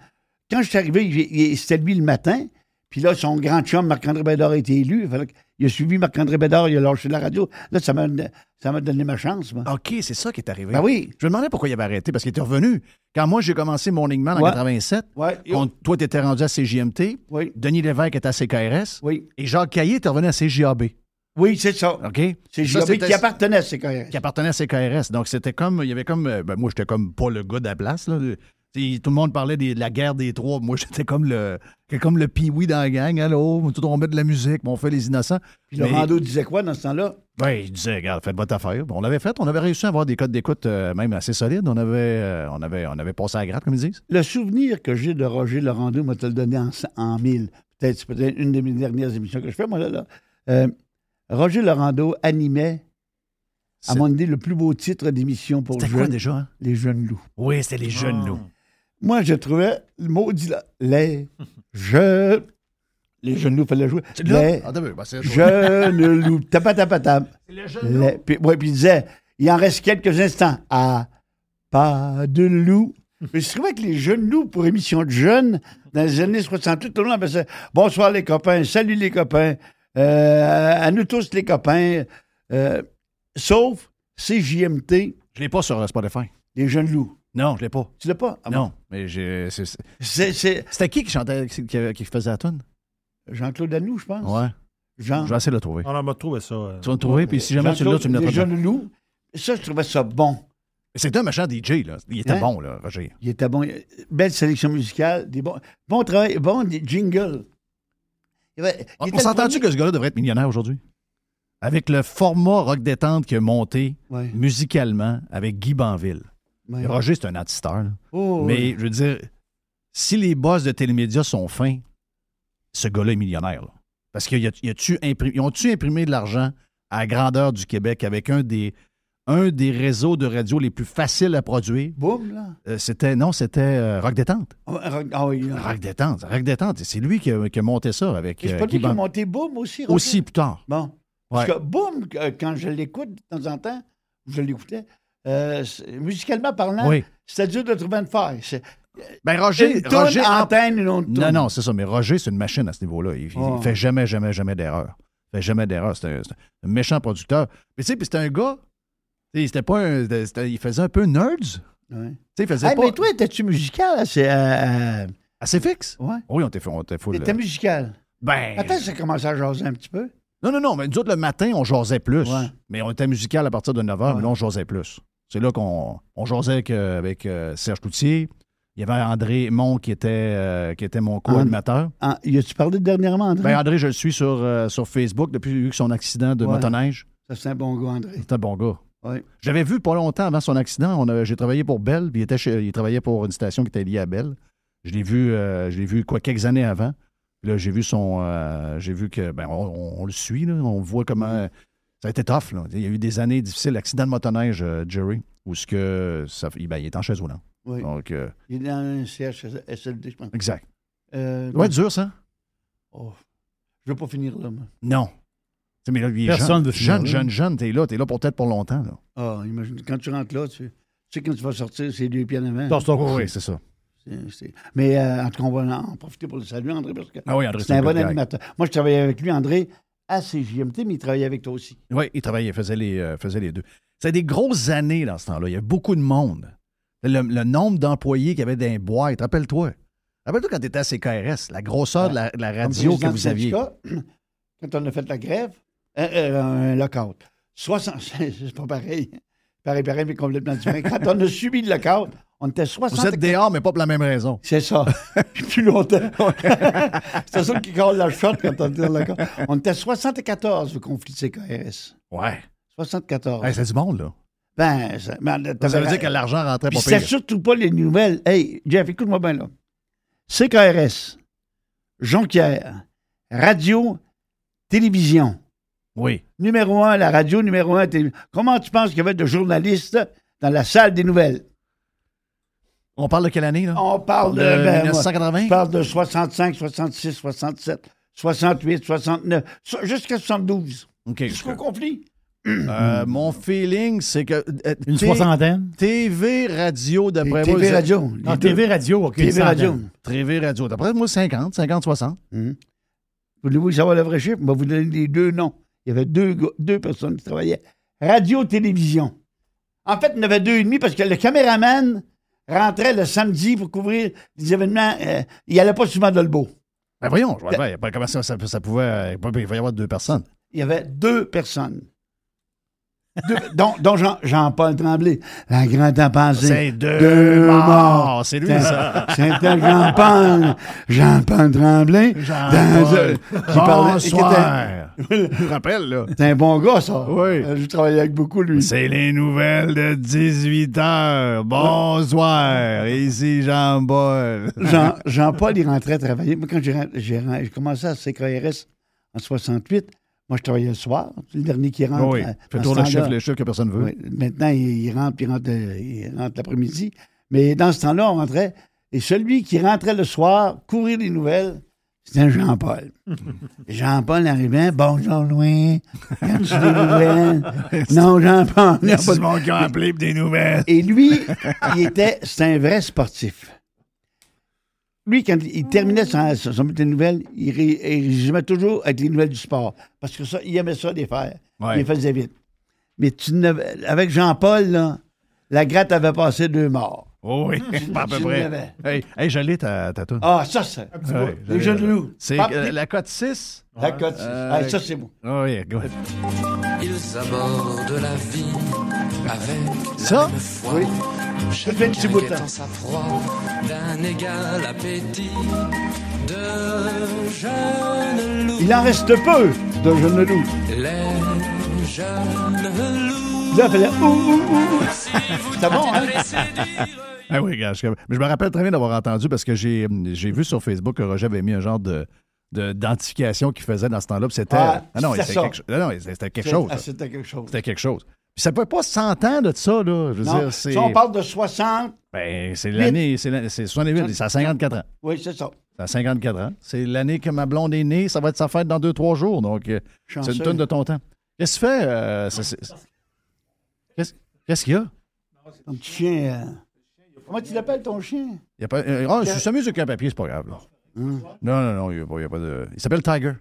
Quand je suis arrivé, il- il- c'était lui le matin. Puis là, son grand chum, Marc-André Bédard, a été élu. Fait que il a suivi Marc-André Bédard, il a lâché la radio. Là, ça m'a, ça m'a donné ma chance, moi.
où? OK, c'est ça qui est arrivé.
Ben oui.
Je me demandais pourquoi il avait arrêté, parce qu'il était revenu. Quand moi, j'ai commencé Morning Man en
Ouais.
87,
Ouais, il-
on- toi, tu étais rendu à CJMT,
Oui.
Denis Lévesque était à CKRS,
Oui.
et Jacques Caillé était revenu à CJAB.
Oui, c'est Ah. ça.
OK?
C'est
Ça,
JMT
c'était-
qui appartenait à CKRS.
qui appartenait à CKRS. Donc, c'était comme. Il y avait comme. euh, ben, moi, j'étais comme pas le gars de la place. Là. Tu sais, Tout le monde parlait des- de la guerre des trois. Moi, j'étais comme le j'étais comme le pee-wee dans la gang. Allô, tout on met de la musique, bon, on fait les innocents.
Puis le
Mais-
rando disait quoi dans ce temps-là?
ben, il disait, regarde, faites votre affaire. Bon, on l'avait fait. On avait réussi à avoir des codes d'écoute euh, même assez solides. On avait, euh, on, avait, on avait passé à la gratte, comme ils disent.
Le souvenir que j'ai de Roger Laurando, moi, te le donné en, en mille. Peut-être, c'est peut-être une de mes dernières émissions que je fais, moi, là. là. Euh, Roger Laurando animait, à
C'est-
mon idée, le plus beau titre d'émission pour
C'était quoi
jeunes-
déjà? hein?
les jeunes loups.
Oui, c'était les
Ah.
jeunes loups.
Moi, je trouvais le mot dit là, les jeunes... Les jeunes loups, fallait jouer. Les
Ah, t'as vu, ben, c'est-
jeunes loups. Tapatapatap.
Les jeunes loups.
Les- Puis, ouais, puis il disait, il en reste quelques instants. Ah, pas de loup. Mais je trouvais que les jeunes loups, pour émission de jeunes, dans les années 68, tout le monde appelait ça Bonsoir les copains, salut les copains, euh, à nous tous les copains, euh, sauf CJMT,
Je l'ai pas sur euh, Spotify.
les jeunes loups.
Non, je l'ai pas.
Tu l'as pas? Ah bon.
non, mais j'ai- c'est- c'est-
C'est, c'est
c'était qui qui chantait, qui, qui faisait la tune?
Jean-Claude Anou, je pense.
Ouais,
Jean.
je vais essayer de le trouver.
On en m'a trouvé ça. euh.
Tu vas me trouver, puis si jamais tu l'as,
Jean-Claude,
tu me le
les
donnes.
jeunes loups. Ça, je trouvais ça bon.
C'était un machin DJ, là. Il était
Hein?
bon, là, Roger.
Il était bon. Belle sélection musicale, des bons, bon travail, bon jingle. Il avait- il
On,
était
on
le
s'entend-tu que
premier-
ce gars-là devrait être millionnaire aujourd'hui? Avec le format rock détente qui a monté
Ouais.
musicalement avec Guy Banville.
Ouais.
Roger, c'est un antistar, là.
Oh,
Mais
ouais.
je veux dire, si les boss de télémédia sont fins, ce gars-là est millionnaire. là. Parce qu'ils ont-tu imprimé de l'argent à la grandeur du Québec avec un des, un des réseaux de radio les plus faciles à produire?
Boum, là.
Euh, c'était, non, c'était euh, Rock Détente.
Ah, ah, ah oui, là.
Rack détente, rack détente. C'est lui qui a, qui a monté ça avec
Et C'est
euh,
pas
Guy
lui qui a
Ban-
monté Boum aussi. Roger?
Aussi plus tard.
Bon. Parce
Ouais.
que Boum, euh, quand je l'écoute de temps en temps, je l'écoutais, euh, c'est- musicalement parlant,
Oui.
c'était dur de trouver une faille. C'est
Ben Roger,
Hein? une tourne,
Roger-
antenne, une autre
non,
tourne.
non, c'est ça. Mais Roger, c'est une machine à ce niveau-là. Il, il
Oh.
fait jamais, jamais, jamais d'erreur. Il fait jamais d'erreur. C'est un, c'est un méchant producteur. Mais tu sais, puis c'était un gars. tu sais, C'était pas un. c'était- c'était- il faisait un peu nerds. Tu sais,
Ouais.
il faisait
Hey,
pas.
mais toi, étais-tu musical? là, C'est, euh, euh,
assez fixe.
ouais.
Oui, on était on était full.
T'étais
euh,
musical.
Ben.
Attends, ça commençait à jaser un petit peu.
Non, non, non. Mais nous autres, le matin, on jasait plus.
Ouais.
Mais on était musical à partir de 9 h,
Ouais.
mais là, on jasait plus. C'est là qu'on on jasait avec, euh, avec, euh, Serge Coutier. Il y avait André Mon qui était, euh, qui était mon co-animateur.
Ah, y a-tu parlé dernièrement, André?
Ben, André, je le suis sur, euh, sur Facebook depuis qu'il y a eu son accident de
Ouais.
motoneige.
Ça, c'est un bon gars, André.
C'est un bon gars.
Ouais.
J'avais vu pas longtemps avant son accident. on avait- J'ai travaillé pour Bell, puis il, était chez- il travaillait pour une station qui était liée à Bell. Je l'ai vu, euh, je l'ai vu quoi, quelques années avant. Là, j'ai vu son. euh, j'ai vu que. Ben, on, on- on le suit, là. On voit comment.
Mm-hmm.
Ça a été tough, là. Il y a eu des années difficiles. Accident de motoneige, euh, Jerry, où ce que. Ça, il- ben, il est en chaise roulante.
Oui.
Donc, euh,
Il est dans un CHSLD, je pense.
exact.
Euh,
Ça doit être dur, ça?
oh, je veux pas finir là, moi.
Non. Tu sais, Mais là, lui, il est
Personne
jeune,
veut finir
jeune,
là.
jeune, jeune, t'es là, t'es là pour peut-être pour longtemps. Là.
Ah, imagine, quand tu rentres là, tu, tu sais quand tu vas sortir, c'est deux pieds en avant.
Torse-toi
Oui,
couché.
oui, c'est ça.
C'est- c'est- Mais euh, en tout cas, on va en profiter pour le saluer, André, parce que
Ah oui, André,
c'est un bon
gars.
animateur. Moi, je travaillais avec lui, André, à CJMT, mais il travaillait avec toi aussi.
Oui, il travaillait, il faisait les, euh, faisait les deux. C'était des grosses années dans ce temps-là. Il y avait beaucoup de monde. Le, le nombre d'employés qu'il y avait dans les boîtes, rappelle-toi. Rappelle-toi quand tu étais à CKRS, la grosseur de la, de la radio
Comme
que
président
vous
du
aviez.
syndicat, Quand on a fait la grève, euh, euh, un lockout. 60, c'est pas pareil. Pareil, pareil, mais complètement différent. Quand on a subi le lockout, on était 60.
Vous êtes dehors, mais pas pour la même raison.
C'est ça. Puis plus longtemps. c'est ça qui colle la shot quand on était dans le lockout. On était 74 au conflit de CKRS.
Ouais.
74.
Hey, c'est du monde, là.
ben, ça, mais
Ça
t'avais-
veut dire que l'argent rentrait
Puis
pas
c'était
pire.
surtout pas les nouvelles. Hey, Jeff, écoute-moi bien là. CKRS, Jonquière, radio, télévision.
Oui.
Numéro un, la radio, numéro un, télévision. Comment tu penses qu'il y avait de journalistes dans la salle des nouvelles?
On parle de quelle année, là? Euh,
On parle de.
De
ben, moi,
1980?
je parle de 65, 66, 67, 68, 69, so- jusqu'à 72.
OK.
Jusqu'au Hmm. conflit.
Euh, mon feeling, c'est que. euh,
Une
T-
soixantaine?
TV radio,
Et
d'après moi.
TV
c'est-
radio. les
Ah,
deux.
TV radio, OK. une
TV radio.
centaine.
TV radio. D'après moi, 50, 50, 60.
Voulez-vous savoir le vrai chiffre? Je vais vous donner les deux noms. Il y avait deux, gars- deux personnes qui travaillaient. Radio-télévision. En fait, il y en avait deux et demi parce que le caméraman rentrait le samedi pour couvrir les événements. euh, il n'allait pas souvent dans le beau.
Ben voyons, je vois pas, il y a pas- comment ça, ça, ça pouvait. euh, Il va y avoir deux personnes.
Il y avait deux personnes. Deux- dont dont Jean- Jean-Paul Tremblay. La grande impensée.
C'est deux,
Deux
morts.
morts.
C'est lui, ça.
C'était Jean-Paul. Jean-Paul Tremblay. dans- euh, qui parlait- qui était-
Bonsoir. Je rappelle, là.
C'est un bon gars, ça.
Oui.
Euh, Je travaillais avec beaucoup, lui.
C'est les nouvelles de 18 h Bonsoir. Ici Jean-Paul.
Jean- Jean-Paul, il rentrait travailler. Moi, quand j'ai ren- j'ai ren- j'ai commencé à CKRS en 68, moi, je travaillais le soir. C'est le dernier qui rentre.
Oui.
à-
Fais
dans
tour
ce
le
temps-là.
chiffre, le chiffre que personne ne veut.
Ah, Oui. Maintenant, il, il rentre, puis il rentre, euh, il rentre l'après-midi. Mais dans ce temps-là, on rentrait. Et celui qui rentrait le soir, courir les nouvelles, c'était Jean-Paul. Jean-Paul arrivait, bonjour, loin. Quand tu des nouvelles? non, Jean-Paul. il y a pas de-
mon qui a appelé pour des nouvelles.
et lui, il était, c'est un vrai sportif. Lui, quand il terminait son, son, son bulletin de nouvelles, il, ré- il résumait toujours avec les nouvelles du sport. Parce que ça, il aimait ça les faire.
Ouais.
Il les faisait vite. Mais tu n'avais- avec Jean-Paul, là, la gratte avait passé deux morts.
Oh oui, pas à peu
tu
près.
l'avais.
Hey, hey j'allais ta, ta toune.
Ah, ça, c'est.
Ouais,
les jeunes
j'allais.
loups.
C'est
Pap-
euh, la cote 6.
la cote.
Euh,
Ah, ça, c'est bon.
Oh oui, good.
Ils abordent la vie avec
Ça?
la même foi.
fais un petit bout de temps.
Chacun sa proie d'un égal appétit de jeunes loups.
Il en reste peu de jeunes loups.
Les jeunes loups.
Là, il fallait ouh, ouh, ouh. C'était bon, hein?
Ah oui, gars, je, mais je me rappelle très bien d'avoir entendu parce que j'ai hum, j'ai vu sur Facebook que Roger avait mis un genre de de- d'identification qu'il faisait dans ce temps-là. puis C'était
Ah,
non,
c'était
c'était
ça.
quelque, cho- non, non, c'était quelque chose.
Ah,
là.
C'était quelque chose.
C'était quelque chose. Puis ça peut pas s'entendre de ça, là. Je veux
Non,
dire, c'est
si on parle de 60,
ben, c'est l'année, c'est l'année- c'est 68, c'est à 54 ans.
oui, c'est ça.
C'est à 54 ans. C'est l'année que ma blonde est née. Ça va être sa fête dans 2-3 jours. Donc, euh, c'est
Chanceux.
une tonne de ton temps. Qu'est-ce que tu fais? euh, c'est- c'est- Qu'est-ce qu'est-ce qu'il y a?
Ton petit chien. euh, Comment tu l'appelles ton chien?
Il y a pas, euh, ah, je suis s'amuse avec un papier, c'est pas grave. là.
Hein?
Non, non, non, il n'y a, pas- il y a pas de. Il s'appelle Tiger.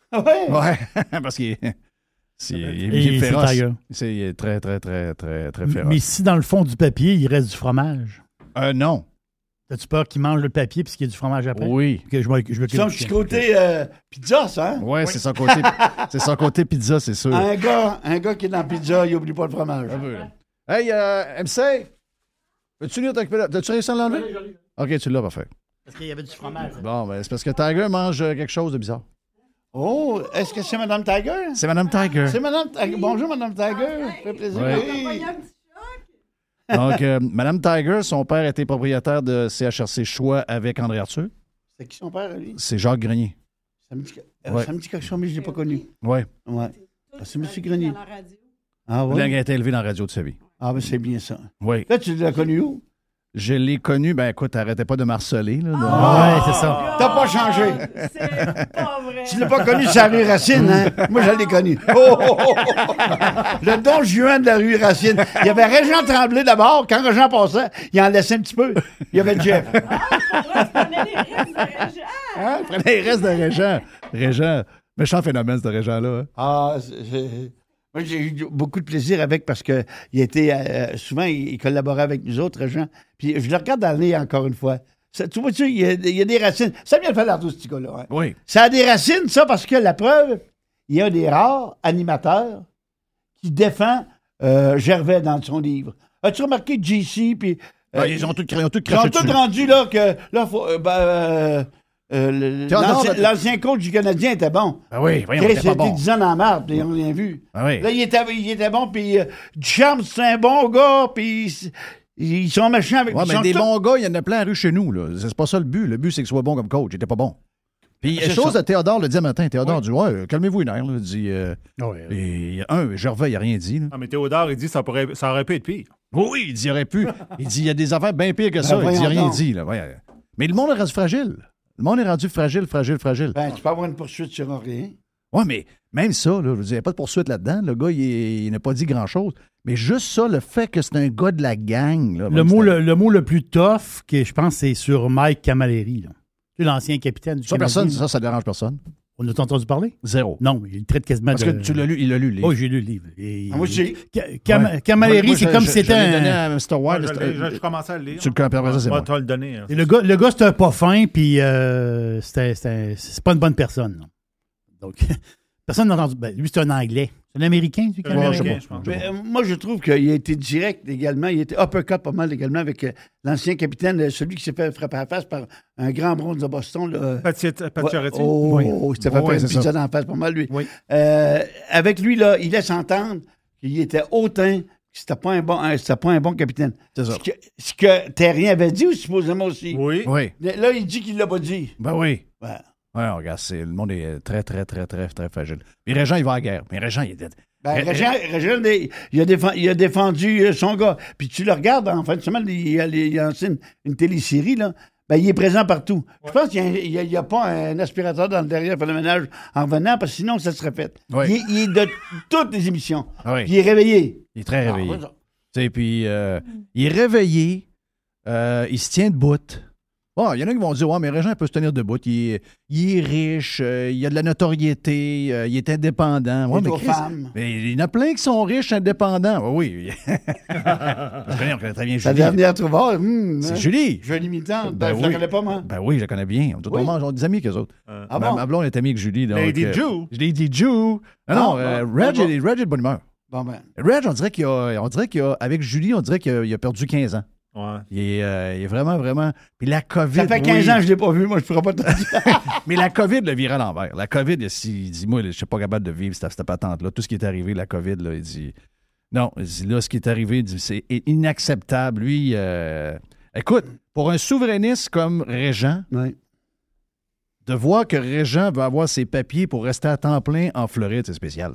Ah Ouais.
Ouais, parce qu'il est. c'est- il, est- il
Et
est
c'est
féroce.
Tiger.
C'est- il est très, très, très, très, très féroce.
Mais si dans le fond du papier, il reste du fromage,
Euh, non.
as-tu peur qu'il mange le papier puis qu'il y ait du fromage après?
Oui.
Que je, m'oc- je m'occupe
C'est un
du
petit
chien.
côté euh, pizza, ça, hein?
Ouais, c'est son côté. c'est son côté pizza, c'est sûr.
Hein?
Un gars, un gars qui est dans la pizza, il oublie pas le fromage.
Un peu, là. Hey, euh, MC, peux-tu lire ta T'as-tu réussi à l'enlever? Ok, tu l'as, parfait.
Parce qu'il y avait du fromage.
Bon, ben, c'est parce que Tiger mange euh, quelque chose de bizarre.
Oh, est-ce que c'est Mme Tiger?
C'est Madame Tiger.
C'est Mme Tiger. Bonjour, Mme Tiger. Ça fait plaisir.
Ouais.
Oui.
Donc, euh, Madame Tiger, son père était propriétaire de CHRC Choix avec André Arthur.
C'est qui son père, lui?
C'est Jacques Grenier.
Ça me dit, que- euh,
Ouais.
ça me dit quelque chose, mais je ne l'ai pas connu.
Ouais.
Ouais. Ah, c'est M. Grenier. Ah
Il a
ouais?
été élevé dans la radio de sa vie.
Ah, ben c'est bien ça.
Oui.
Là, tu l'as connu où?
Je l'ai connu, ben écoute, arrêtez pas de marceler. Là, donc-
Ouais, c'est ça.
T'as pas changé.
Oh, C'est pas vrai.
Tu l'as pas connu sur la rue Racine, hein? Moi, je l'ai connu. Oh, oh, oh, oh. Le don Juan de la rue Racine. Il y avait Régent Tremblay d'abord. Quand Régent passait, il en laissait un petit peu. Il y avait Jeff.
Hein? Prenez les restes de Régent. Régent. Méchant phénomène, ce Régent-là. hein.
Ah, c'est- c'est- moi, j'ai eu beaucoup de plaisir avec parce que il était euh, souvent, il, il collaborait avec nous autres, gens. Puis je le regarde aller encore une fois. Ça- tu vois, tu il y, a- il y a des racines. Ça vient de faire l'ardo, ce petit gars-là. hein.
Oui.
Ça a des racines, ça, parce que la preuve, il y a des rares animateurs qui défend euh, Gervais dans son livre. As-tu remarqué JC puis euh,
Ben,
Ah,
ils ont tout créé, ils ont tout
ils ont
craché
tous
dessus.
rendu là que là faut, euh, ben, euh, euh, le-
Théodore,
l'ancien-
ben-
l'ancien coach du Canadien était bon.
Ben oui, voyons,
Chris,
c'était pas
il était
bon.
10 ans dans la marde, puis on l'a vu.
Ah oui.
Là, il était, il était bon, puis euh, Ducharme, c'est un bon gars, puis ils- ils sont méchants avec
Ouais,
ils
mais
sont
des
tous-
bons gars, il y en a plein à la rue chez nous. là. C'est pas ça le but. Le but, c'est qu'il soit bon comme coach. Il était pas bon. Puis,
C'est
chose
ça.
à Théodore le dit un matin. Théodore dit Ouais, calmez-vous une heure. là. Il dit euh,
Ah!
et, Un, Gervais, il a rien dit. là.
Non, Ah, mais Théodore, il dit ça, pourrait, ça aurait pu être pire.
Oui, oui, il dit, il aurait pu. Il dit, il y a des affaires bien pires que ça. il dit, il a
voyons
rien
donc.
dit. Là. Ouais. Ah, Mais le monde est rendu fragile. Le monde est rendu fragile, fragile, fragile.
Ben, tu peux avoir une poursuite sur hein. un rien.
Oui, mais même ça, là, je veux dire, il n'y a pas de poursuite là-dedans. Le gars, il, est- il n'a pas dit grand-chose. Mais juste ça, le fait que c'est un gars de la gang. là,
Le
même
mot
si
le, le mot le plus tough, que je pense, c'est sur Mike Camilleri, là. Tu sais, l'ancien capitaine du
Ça,
Canadien,
personne,
là.
ça, ça dérange personne.
On a entendu parler?
Zéro.
Non, il traite quasiment
Parce
de...
que tu l'as lu, il l'a lu. les-
Oh, j'ai lu le livre. Et-
Ah, moi, j'ai-
Ca- Cam-
Ouais.
Camilleri,
Moi, moi,
c'est
je-
comme
je-
si
je
c'était
l'ai donné
un...
à Mr.
Moi,
Wild.
je, l'ai- je- je
euh,
commençais à le lire.
Tu le comprends, ça, c'est
Moi,
bon.
t'as le donné. hein.
Et Le gars, le gars c'est un pas fin, puis euh, c'était- c'était- c'est pas une bonne personne. là. Donc, personne n'a entendu. ben, lui, c'est un Anglais. C'est un Américain, du
C'est un
Canada.
Américain,
bon,
je pense.
je
Mais, euh, moi, je trouve qu'il a été direct également. Il a été uppercut pas mal également avec euh, l'ancien capitaine, euh, celui qui s'est fait frapper à la face par un grand bronze de Boston. là, euh,
Pati-
ouais,
Pacioretty?
oh,
Oui.
oh, il s'était fait
Oui,
faire
c'est
une
ça.
pizza dans la face pas mal, lui.
Oui.
Euh, avec lui, là, il laisse entendre qu'il était hautain, que c'était pas un bon, un- c'était pas un bon capitaine.
C'est ça.
Ce que, ce que Terrien avait dit, ou supposément aussi.
Oui.
Oui.
Mais Là, il dit qu'il l'a pas dit.
Ben oui.
Ouais.
Ouais, regarde, c'est- le monde est très, très, très, très, très fragile. Mais Régent, il va à la guerre. Mais Régent, il est.
Ben,
eh.
Régent, Régent, il, il a défendu, il a défendu euh, son gars. Puis tu le regardes, en fin de semaine, il, il, il lance une, une télésérie, là. Ben, il est présent partout. Je pense qu'il n'y a, pas un aspirateur dans le derrière pour le ménage en venant, parce que sinon, ça serait fait.
Oui.
Il, est- il est de toutes les émissions.
Ah oui.
Puis Il est réveillé.
Il est très réveillé.
Ah,
Tu sais, puis euh, il est réveillé, euh, il se tient debout. Bon, il y en a qui vont dire Ouais, mais Régent il peut se tenir debout. Il est, il est riche, euh, il a de la notoriété, euh, il est indépendant. Ouais,
Il est
mais,
aux
Christ,
femmes.
mais il y en a plein qui sont riches, indépendants. Oui, oui. je connais, on connaît très bien
Sa
Julie.
dernière trouvaille, hum, hein,
C'est Julie.
jolie mi-temps.
Ben
Ben, je
oui.
la connais pas, moi.
Ben oui, je la connais bien. On,
Oui.
on mange, on est des amis qu'eux autres.
Ah
Ma-
bon?
Ma blonde est amie avec Julie. Donc,
Lady
euh,
Jew.
Lady Jew. Non, non, euh,
bon,
Reg,
Ah, bon.
il est- Reg est de bonne humeur.
Bon, ben.
Reg, on dirait qu'il a, on dirait qu'il a, avec Julie, on dirait qu'il a- il a perdu 15 ans.
Ouais.
Il est, euh, il est vraiment, vraiment. Puis la COVID.
Ça fait 15 ans que je l'ai pas vu, moi, je pourrais pas te dire.
Mais la COVID le vira à l'envers. La COVID, il s'est- il dit Moi, je ne suis pas capable de vivre cette, cette patente-là. Tout ce qui est arrivé, la COVID, là, il dit Non, il dit, là, ce qui est arrivé, il dit, c'est inacceptable. Lui, euh, écoute, pour un souverainiste comme Régent,
Ouais.
de voir que Régent veut avoir ses papiers pour rester à temps plein en Floride, c'est spécial.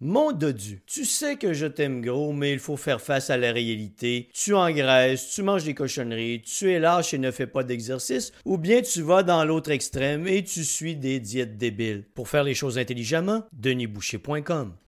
Mon dodu, tu sais que je t'aime gros, mais il faut faire face à la réalité. Tu engraisses, tu manges des cochonneries, tu es lâche et ne fais pas d'exercice, ou bien tu vas dans l'autre extrême et tu suis des diètes débiles. Pour faire les choses intelligemment, denisboucher.com.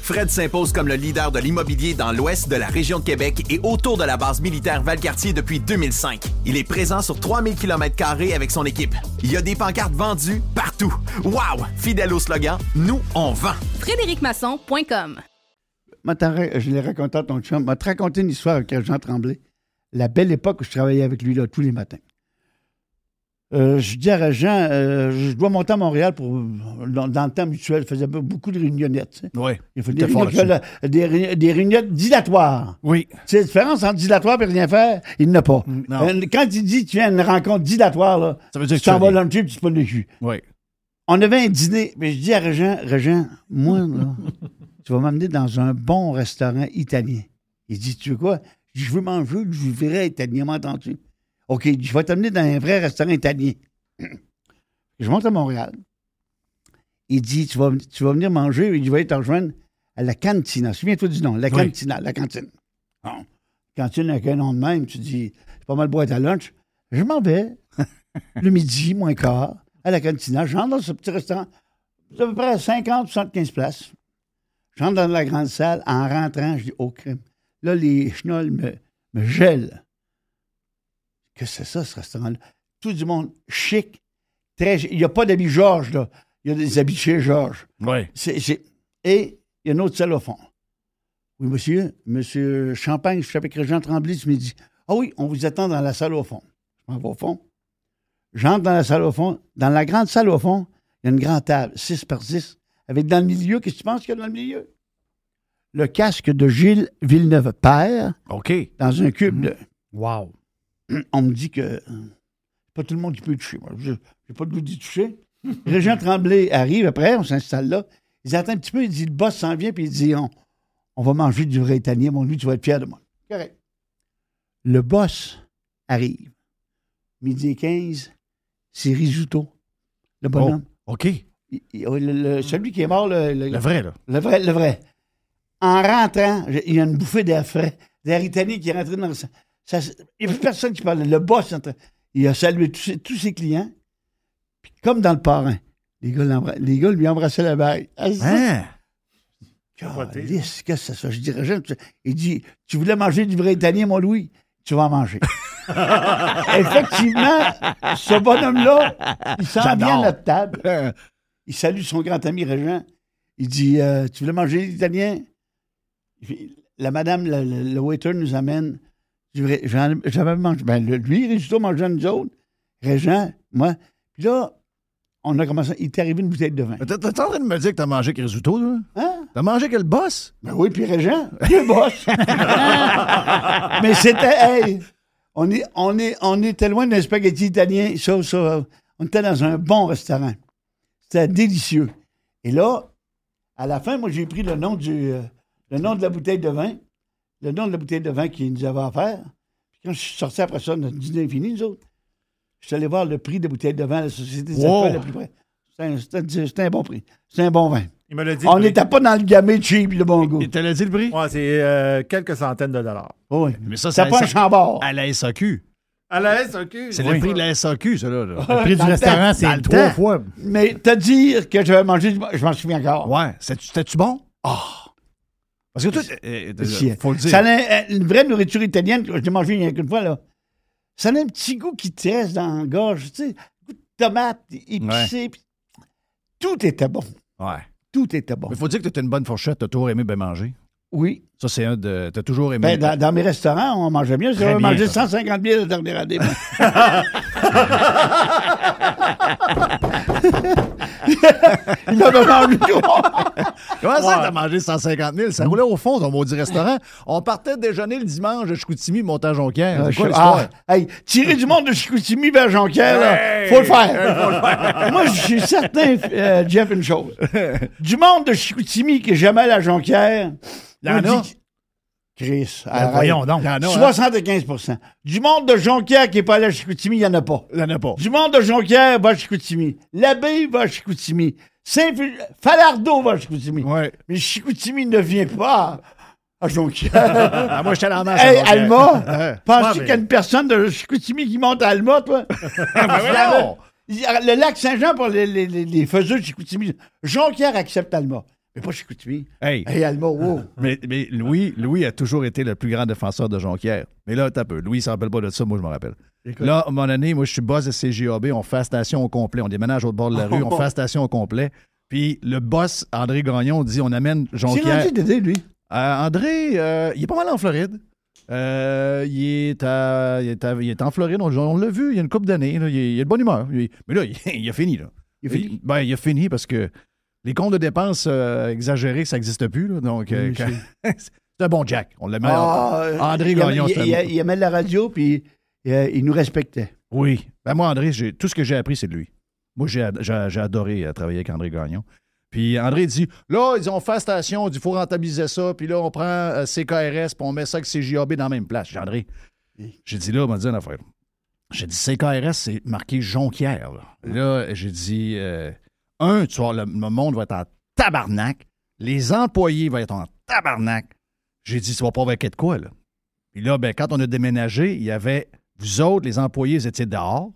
Fred s'impose comme le leader de l'immobilier dans l'ouest de la région de Québec et autour de la base militaire Valcartier depuis 2005. Il est présent sur 3000 km avec son équipe. Il y a des pancartes vendues partout. Wow! Fidèle au slogan, nous, on vend.
FrédéricMasson.com
Moi, t'en ra- je l'ai raconté à ton chum. M'a raconté une histoire avec Jean Tremblay. la belle époque où je travaillais avec lui là tous les matins. Euh, je dis à Régent, euh, je dois monter à Montréal pour. Dans, dans le temps mutuel, je faisais beaucoup de réunionnettes. tu sais.
Oui.
Il faut
T'es
des,
fort
réunions, des réuni- des réunions dilatoires.
Oui. Mm,
C'est la différence entre dilatoire et rien faire, il n'a pas.
non.
Euh, Quand il dit tu viens à une rencontre dilatoire, là,
Ça veut dire
tu
que tu
t'en vas
as-
luncher et tu te pognes le cul.
Oui.
On avait un dîner, mais je dis à Régent, Régent, moi, là, tu vas m'amener dans un bon restaurant italien. Il dit, tu veux quoi? Je dis, je veux manger du vrai italien, m'entends-tu? OK, je vais t'amener dans un vrai restaurant italien. Je monte à Montréal. Il dit, tu vas, tu vas venir manger, il dit, je vais te rejoindre à la cantina. Souviens-toi du nom, la cantina, la cantine. Bon. Cantine avec un nom de même, tu dis, c'est pas mal boîte à lunch. Je m'en vais, le midi, moins quart, à la cantina. J'entre dans ce petit restaurant, c'est à peu près 50, 75 places. J'entre dans la grande salle, en rentrant, je dis, oh crime. Là, les chenolles me, me gèlent. Que c'est ça, ce restaurant-là? Tout du monde chic, très chic. Il n'y a pas d'habits Georges, là. Il y a des habits chez Georges.
Oui.
C'est- c'est- Et il y a un autre salle au fond. Oui, monsieur, monsieur Champagne, je suis avec Régent Tremblay ce midi. Ah oui, on vous attend dans la salle au fond. Je m'en vais au fond. J'entre dans la salle au fond. Dans la grande salle au fond, il y a une grande table, 6 par 10, avec dans le milieu, qu'est-ce que tu penses qu'il y a dans le milieu? Le casque de Gilles Villeneuve Père
OK.
dans un cube de
Wow.
on me dit que euh, pas tout le monde qui peut y toucher. Moi, je n'ai pas le goût d'y toucher. Régent Tremblay arrive après, on s'installe là. Ils attendent un petit peu, il dit le boss s'en vient, puis il dit on, on va manger du vrai italien, mon lui, tu vas être fier de moi. Correct. Le boss arrive. Midi et 15, c'est Risuto, le bonhomme.
Oh, OK.
Il- il- oh, le- le- celui qui est mort, le, le-
Le vrai, là.
le vrai, le vrai. En rentrant, je- il y a une bouffée d'air frais, d'air italien qui est rentré dans le sa- ça- Il n'y a plus personne qui parlait. Le boss, est entré. il a salué tous ses, tous ses clients. Puis comme dans le parrain, les gars, l'embra- les gars lui embrassaient la bague. Ah,
Hein?
Calice, qu'est-ce que c'est ça? Je dirais, jeune, tu- il dit, tu voulais manger du vrai italien, mon Louis? Tu vas en manger. Effectivement, ce bonhomme-là, il s'en vient à notre table. Il salue son grand ami Régent. Il dit, euh, tu voulais manger l'italien? Puis La madame, le, le- le waiter nous amène. du vrai- j'en- J'avais mangé. Ben, le- lui, Régito mangeait nous autres. Régent, moi. Puis là, on a commencé. Il est arrivé une bouteille de vin.
Mais T'es t'es en train de me dire que t'as mangé avec Risuto, là?
Hein?
T'as mangé avec le boss?
Ben oui, puis Régent, le boss. Mais c'était, hey, on, est, on, est, on était loin d'un spaghetti italien, ça, ça. On était dans un bon restaurant. C'était délicieux. Et là, à la fin, moi, j'ai pris le nom, du, euh, le nom de la bouteille de vin, le nom de la bouteille de vin qu'il nous avait offert. Puis quand je suis sorti après ça, notre dîner est fini, nous autres, je suis allé voir le prix de bouteille de vin à la Société des
Wow.
alcools la plus près. C'était un- C'était c'était un bon prix. C'était un bon vin.
Il me l'a dit.
On
le prix.
n'était pas dans le gamay cheap, le bon goût.
Il te l'a dit le prix?
Ouais, c'est euh, quelques centaines de dollars.
Oh oui.
Mais Ben, ça,
Ça
c'est
prend un
la-
chambord.
à la SAQ.
À la SAQ.
C'est le prix de la SAQ, ça, là. là.
Le prix
Dans
du
le
restaurant,
temps, dans
c'est
le
trois
temps.
fois.
Mais te dire que j'avais mangé du je m'en souviens encore.
Ouais. C'est- C'était-tu bon? Ah! Parce que toi, euh, euh,
Chier.
faut le dire.
Ça a un- une vraie nourriture italienne que je l'ai mangée il n'y a qu'une fois, là. Ça a un petit goût qui te reste dans la gorge, tu sais. Goût de tomate, épicé. puis Tout était bon.
Ouais.
Tout était bon.
Mais faut dire que t'as une bonne fourchette, t'as toujours aimé bien manger.
Oui.
Ça, c'est un de. T'as toujours aimé.
Ben, dans, dans mes restaurants, on mangeait bien. J'avais
bien,
mangé
ça.
150 000 la dernière année. moi. Il m'avait mangé
Comment ça, t'as mangé 150 000? Ça roulait au fond, ton maudit restaurant. On partait déjeuner le dimanche de Chicoutimi, montage jonquière C'est quoi l'histoire?
Ah, hey, tirer du monde de Chicoutimi vers Jonquière, là, faut le faire. Moi, je suis certain, euh, Jeff, une chose. Du monde de Chicoutimi qui est jamais allé à Jonquière,
y en
on
a.
dit- Chris,
Ben,
arrête.
ah,
voyons donc.
hein.
75 Du monde de Jonquière qui est pas allé à Chicoutimi, il n'y en a pas.
Il y en a pas.
Du monde de Jonquière va à Chicoutimi. L'abbé va à Chicoutimi. Saint Falardeau va à Chicoutimi.
Ouais.
Mais Chicoutimi ne vient pas à Jonquière.
Ah, moi, j'étais dans la marche.
Hey,
à Jonquière.
Alma, penses-tu
Ouais, mais-
qu'il y a une personne de Chicoutimi qui monte à Alma, toi? Ah, ben
voyons!
Il y a Le lac Saint-Jean pour les, les, les, les faiseux de Chicoutimi. Jonquière accepte Alma. Mais pas Chicoutimi.
Hey.
Hey, Alma, wow.
Mais, mais Louis, Louis a toujours été le plus grand défenseur de Jonquière. Mais là, t'as peu. Louis, il s'en rappelle pas de ça, moi, je m'en rappelle. Là, à un moment donné, moi, je suis boss de CJAB, on fait la station au complet. On déménage au bord de la
Oh,
rue, on fait la station au complet. Puis le boss, André Gagnon, dit on amène
C'est
Jonquière.
rendu d'aider, lui.
Euh, André, euh, il est pas mal en Floride. Euh, il, est à- il, est à- il est en Floride, on, on l'a vu il y a une couple d'années. là. Il, est- il est de bonne humeur. lui. mais là, il, il a fini. Là.
Il a fini?
ben, il a fini parce que les comptes de dépenses euh, exagérés, ça n'existe plus. là. Donc, euh,
Oui,
quand- c'est un bon Jack. On le met
Ah,
André
il-
Gagnon.
il-
c'est un-
Il il aimait la radio, puis euh, il nous respectait.
Oui. Ben, moi, André, j'ai- tout ce que j'ai appris, c'est de lui. Moi, j'ai ad- j'ai j'ai adoré euh, travailler avec André Gagnon. Puis André dit là, ils ont fait station, il faut rentabiliser ça, puis là, on prend euh, CKRS, puis on met ça avec CJAB dans la même place. J'ai dit, André, j'ai dit là, on m'a dit une affaire. J'ai dit CKRS, c'est marqué Jonquière. Là, Là, j'ai dit euh, un, tu vois, le, le monde va être en tabarnak, les employés vont être en tabarnak. J'ai dit tu vas pas vaquer de quoi, là. Puis là, ben, quand on a déménagé, il y avait vous autres, les employés, vous étiez dehors,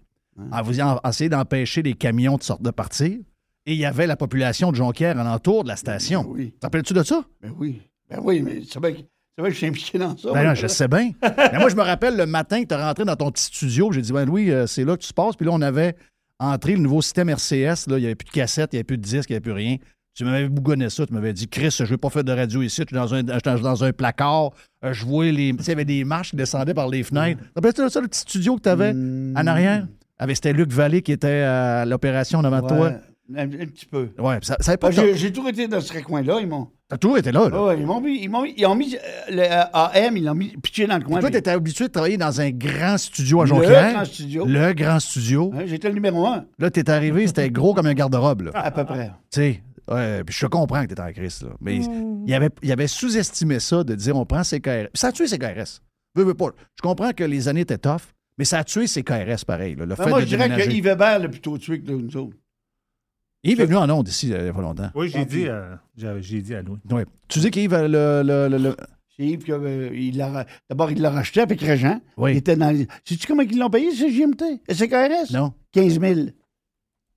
à vous en- à essayer d'empêcher les camions de sortir de partir. Et il y avait la population de Jonquière alentour de la station. T'appelles-tu de ça?
Ah Ben oui. Ben oui, mais c'est vrai que c'est vrai que je suis impliqué dans ça.
Ben
oui.
non, je sais bien. Mais moi, je me rappelle le matin que tu es rentré dans ton petit studio, j'ai dit, ben Louis, euh, c'est là que tu passes. Puis là, on avait entré le nouveau système RCS. Là, il n'y avait plus de cassette, il n'y avait plus de disque, il n'y avait plus rien. Tu m'avais bougonné ça, tu m'avais dit, Chris, je ne veux pas faire de radio ici, je suis dans un, je suis dans- dans un placard, Euh, je voyais les. Tu sais, il y avait des marches qui descendaient par les fenêtres. T'appelles-tu de ça le petit studio que tu avais
Mm. Hmm,
en arrière? Avec- C'était Luc Vallée qui était à l'opération devant toi.
Ouais, Un, un petit peu.
Ouais, puis ça, ça avait pas
Ben,
de temps.
j'ai, Oh, j'ai toujours été dans ce coin-là. Ils m'ont.
T'as toujours été là, là.
Ah Ouais, ils m'ont mis. Ils, m'ont, ils ont mis euh, le euh, AM, ils l'ont mis pitché dans le coin.
Toi,
puis-
tu étais habitué de travailler dans un grand studio à
Le
Jonquière.
grand studio.
Le grand studio.
Hein, j'étais le numéro un,
Là, t'es arrivé, c'était gros comme un garde-robe. là.
à peu près.
Tu sais, ouais, puis je comprends que t'étais en crise, là. Mais il, avait, il avait sous-estimé ça de dire on prend CKRS. Ça a tué CKRS. Veux, veux pas. Je comprends que les années étaient tough, mais ça a tué CKRS pareil. là, le
Ben,
fait
moi,
de
je dirais que
déménager.
Yves Hébert l'a plutôt tué que nous autres.
Yves est venu en onde ici euh, il y a pas longtemps.
Oui, j'ai dit, euh, j'avais- j'ai dit à Louis.
Ouais. Tu dis qu'Yves, euh, le. le- le- le-
C'est Yves qui avait- il l'a, ra- d'abord, il l'a racheté avec Régent.
Oui.
Il était dans les... Sais-tu comment ils l'ont payé, ce JMT? SKRS?
Non.
15 000.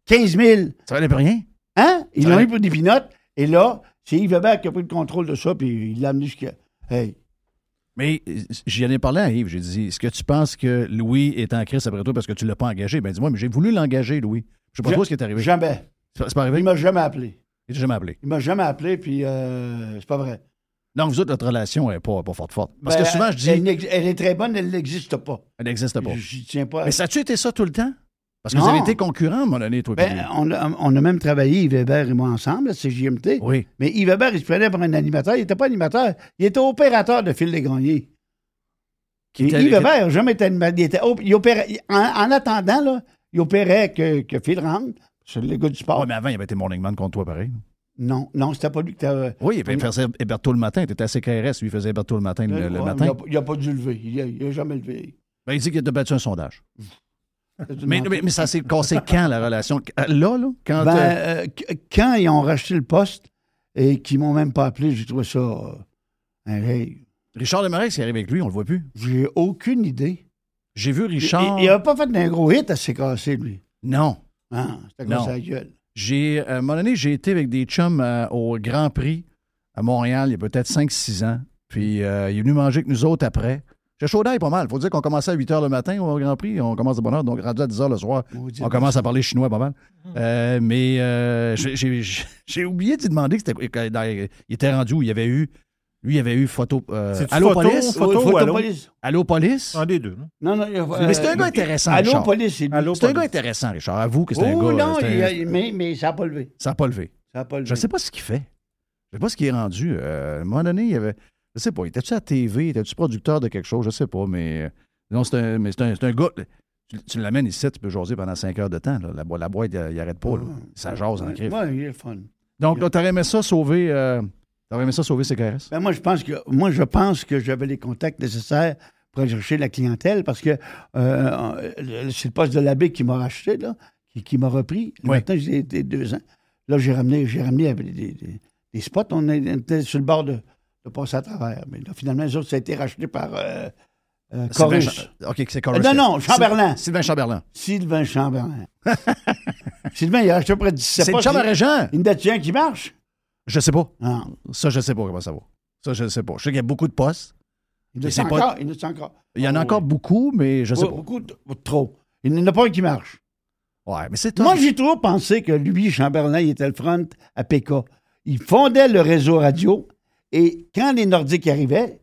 15 000.
Ça valait pas rien?
Hein? Ils l'ont
Ouais.
eu pour des pinottes. Et là, c'est Yves Hébert qui a pris le contrôle de ça, puis il l'a amené jusqu'à. Hey.
Mais euh, j'y en ai parlé à Yves. J'ai dit Est-ce que tu penses que Louis est en crise après toi parce que tu l'as pas engagé Ben dis-moi, mais j'ai voulu l'engager, Louis. Je sais pas
Ja-
trop ce qui est arrivé.
Jamais.
C'est c'est pas
Il
arrivé?
m'a jamais appelé.
Il t'a jamais appelé.
Il m'a jamais appelé, puis euh, c'est pas vrai.
Donc, vous autres, notre relation n'est pas, pas forte, forte. Parce
Ben,
que souvent, je dis,
Elle,
elle
n'ex- elle est très bonne, elle n'existe pas.
n'existe pas.
J'y tiens pas. à-
Mais ça a-tu été ça tout le temps? Parce que
Non.
vous avez été concurrents, à un moment donné, toi. et
Ben,
lui.
on, a, on a même travaillé, Yves Hébert et moi, ensemble, à CJMT.
Oui.
Mais Yves Hébert, il se prenait pour un animateur. Il n'était pas animateur. Il était opérateur de fil des gagnés.
Qui était-
Yves
qui-
Hébert n'a jamais été animateur. Il était op- il opérait, il- en, en attendant, là, il opérait que, que Phil rentre. C'est le gars du sport.
Ouais, mais avant, il y avait été Morning Man contre toi, pareil.
Non, non, c'était pas lui que euh, t'avais.
Oui, il faisait Héberto le matin. Tu étais à CKRS, lui, il faisait Héberto le matin. Le, le
Ben, Ouais,
matin.
euh, Il a- Il n'a pas dû lever. Il a, il a jamais levé.
Ben, il dit qu'il a battu un sondage.
C'est une
Mais,
menteuse.
mais, mais ça, c'est conséquent, la relation. Euh, Là, là, quand.
Ben,
euh,
euh, qu- quand ils ont racheté le poste et qu'ils m'ont même pas appelé, j'ai trouvé ça euh, un rêve.
Richard Lemarec, s'est arrivé avec lui, on le voit plus.
J'ai aucune idée.
J'ai vu
Il-
Richard.
Il n'a pas fait d'un gros hit à s'écrasser, lui.
Non.
Ah, c'était
Non.
comme sa gueule.
J'ai, euh, à un moment donné, j'ai été avec des chums euh, au Grand Prix à Montréal il y a peut-être 5-6 ans. Puis euh, il est venu manger avec nous autres après. J'ai chaud d'ail pas mal. Faut dire qu'on commençait à 8 h le matin au Grand Prix. On commence de bonne heure, donc rendu à 10 h le soir.
Maudit.
On commence à parler chinois pas mal. Euh, mais euh, j'ai- j'ai- j'ai j'ai oublié d'y demander que c'était- que dans- il était rendu où il y avait eu. Lui, il y avait eu photo. euh,
C'est-tu
Allo
photo,
Police?
photo
Photo
ou Allo?
Police? Allo Police?
Un des deux. hein.
Non, non, il a-
Mais c'est un
euh,
gars intéressant,
Allô,
Richard.
police, c'est lui.
Allô,
C'est un gars
police.
intéressant, Richard. Avoue que c'est un
Oh,
gars.
non,
c'est un-
il a- mais, mais ça n'a pas levé.
Ça n'a pas levé.
Ça a pas levé.
Je ne sais pas ce qu'il fait. Je ne sais pas ce qu'il est rendu. Euh, à un moment donné, il y avait. Je sais pas, était-tu à la TV? Était-tu producteur de quelque chose? Je ne sais pas, mais. euh, non, c'est un, mais c'est un, c'est un gars. Tu, tu l'amènes ici, tu peux jaser pendant 5 heures de temps. là. La, bo- la boîte, il n'arrête pas. là. Ça jase en
Ah. Ouais,
crif.
ouais, il est fun.
Donc, là, t'aurais aimé ça sauver. euh, t'aurais aimé ça sauver CKRS?
Ben, moi, je pense que moi, je pense que j'avais les contacts nécessaires pour aller chercher la clientèle parce que euh, le- c'est le poste de l'abbé qui m'a racheté, là, qui, qui m'a repris.
Oui.
Maintenant, j'ai des deux ans. Là, j'ai ramené, j'ai ramené avec des, des- des spots. On était sur le bord de, de passer à travers. Mais là, finalement, les autres, ça a été racheté par euh, euh,
Sylvain
Corus.
Cha- OK, c'est Chorus.
Euh, non, non, Chamberlain.
Sylvain Chamberlain.
Sylvain Chamberlain. Sylvain, il a racheté près de 17
C'est le
postes.
chum à Régent.
Il y en a-tu un qui marche?
Je sais pas.
Non.
Ça, je sais pas comment ça va. Ça, je sais pas. Je sais qu'il y a beaucoup de postes.
Il y
Mais
en
c'est
a
pas-
encore. Il y en a encore.
Il y en a
Oh,
encore
oui.
beaucoup, mais je sais
Ouais,
pas.
beaucoup de- trop. Il n'y en a pas un qui marche.
Ouais, mais c'est
Moi, j'ai toujours pensé que lui, Chamberlain, il était le front à PK. Il fondait le réseau radio et quand les Nordiques arrivaient,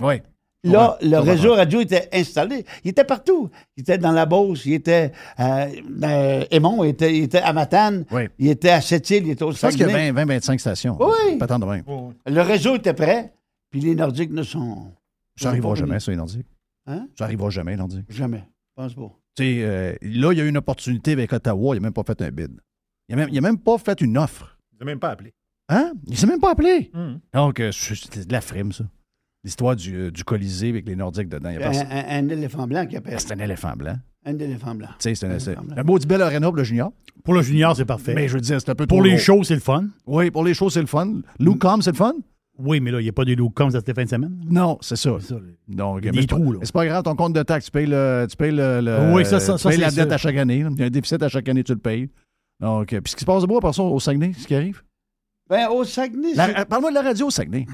Ouais.
Là,
Ouais,
le
ça va
réseau
faire.
radio était installé. Il était partout. Il était dans la Beauce, il était à euh, Aymon, il était, il était à Matane,
Oui.
il était à Sept-Îles, il était au
Je pense qu'il y a
Saguenay.
20, 20, 25 stations.
Oui.
Pas tant de même.
Le réseau était prêt, puis les Nordiques ne sont
Ça n'arrivera jamais, ça, les Nordiques.
Hein?
Ça n'arrivera jamais, les Nordiques.
jamais. Je pense pas.
Tu sais, euh, là, il y a eu une opportunité avec Ottawa, il n'a même pas fait un bid. Il n'a même, il a même pas fait une offre.
Ils ont même pas appelé.
Hein? Il s'est même pas appelé.
Hmm.
Donc, euh, c'est- c'était de la frime, ça. L'histoire du, euh, du Colisée avec les Nordiques dedans. Il y a
Un,
personne-
un- un éléphant blanc qui appelle.
C'est un éléphant blanc.
Un éléphant blanc.
Tu sais, c'est un, c'est un beau petit bel arena pour le junior.
Pour le junior, c'est parfait.
Mais je veux dire, c'est un peu
pour
trop
les
gros.
shows, c'est le fun.
Oui, pour les shows, c'est le fun. Lucom, c'est le fun?
Oui, mais là, il n'y a pas des loups comme ça cette fin de semaine.
Non, c'est ça.
C'est ça, là.
Donc,
Il y a
mais
des
c'est pas-
trous, là.
C'est pas grave, ton compte de taxe, tu payes, le, tu payes, le, le-
Oui, ça, ça,
tu
ça,
payes
c'est
la dette
sûr.
à chaque année. là. Il y a un déficit à chaque année, tu le payes. Donc, euh, puis ce qui se passe de bois, par ça, au Saguenay, ce qui arrive.
Ben, au Saguenay,
La-
c'est-
euh, Parle-moi de la radio au Saguenay.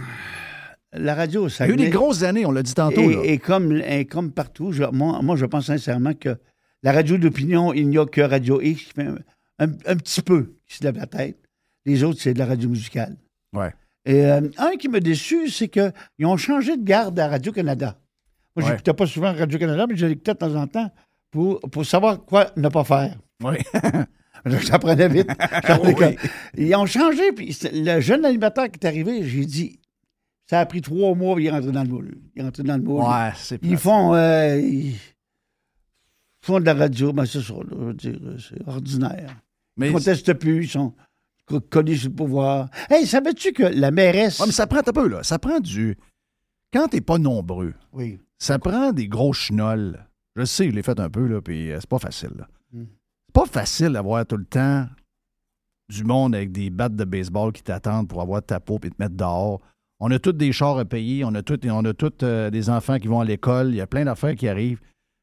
la, radio au
Il y a eu
Saguenay.
des grosses années, on l'a dit tantôt. là.
et, et comme, et comme partout, je- moi, moi, je pense sincèrement que la radio d'opinion, il n'y a que Radio X qui fait un, un- un petit peu qui se lève la tête. Les autres, c'est de la radio musicale.
Ouais.
Et euh, un qui m'a déçu, c'est qu'ils ont changé de garde à Radio-Canada. Moi, je
Ouais.
n'écoutais pas souvent Radio-Canada, mais je l'écoutais de temps en temps pour, pour savoir quoi ne pas faire.
Oui.
J'apprenais vite. J'apprenais que- Ils ont changé, puis c'est- le jeune animateur qui est arrivé, j'ai dit, ça a pris trois mois, puis il est rentré dans le moule. Il est rentré dans le moule.
Ouais, c'est
Ils font, euh, ils font de la radio, mais c'est ça, là, je veux dire, c'est ordinaire. Ils
mais,
ne
ouais,
contestent plus, ils sont co- collés sur le pouvoir. Hey, savais-tu que la mairesse...
mais ça prend un peu, là. Ça prend du. Quand t'es pas nombreux,
Oui.
ça prend des gros chenolles. Je sais, je l'ai fait un peu, là, puis euh, c'est pas facile. là.
Hmm.
C'est pas facile d'avoir tout le temps du monde avec des battes de baseball qui t'attendent pour avoir ta peau et te mettre dehors. On a tous des chars à payer, on a tous on a toutes, euh, des enfants qui vont à l'école, il y a plein d'affaires qui arrivent.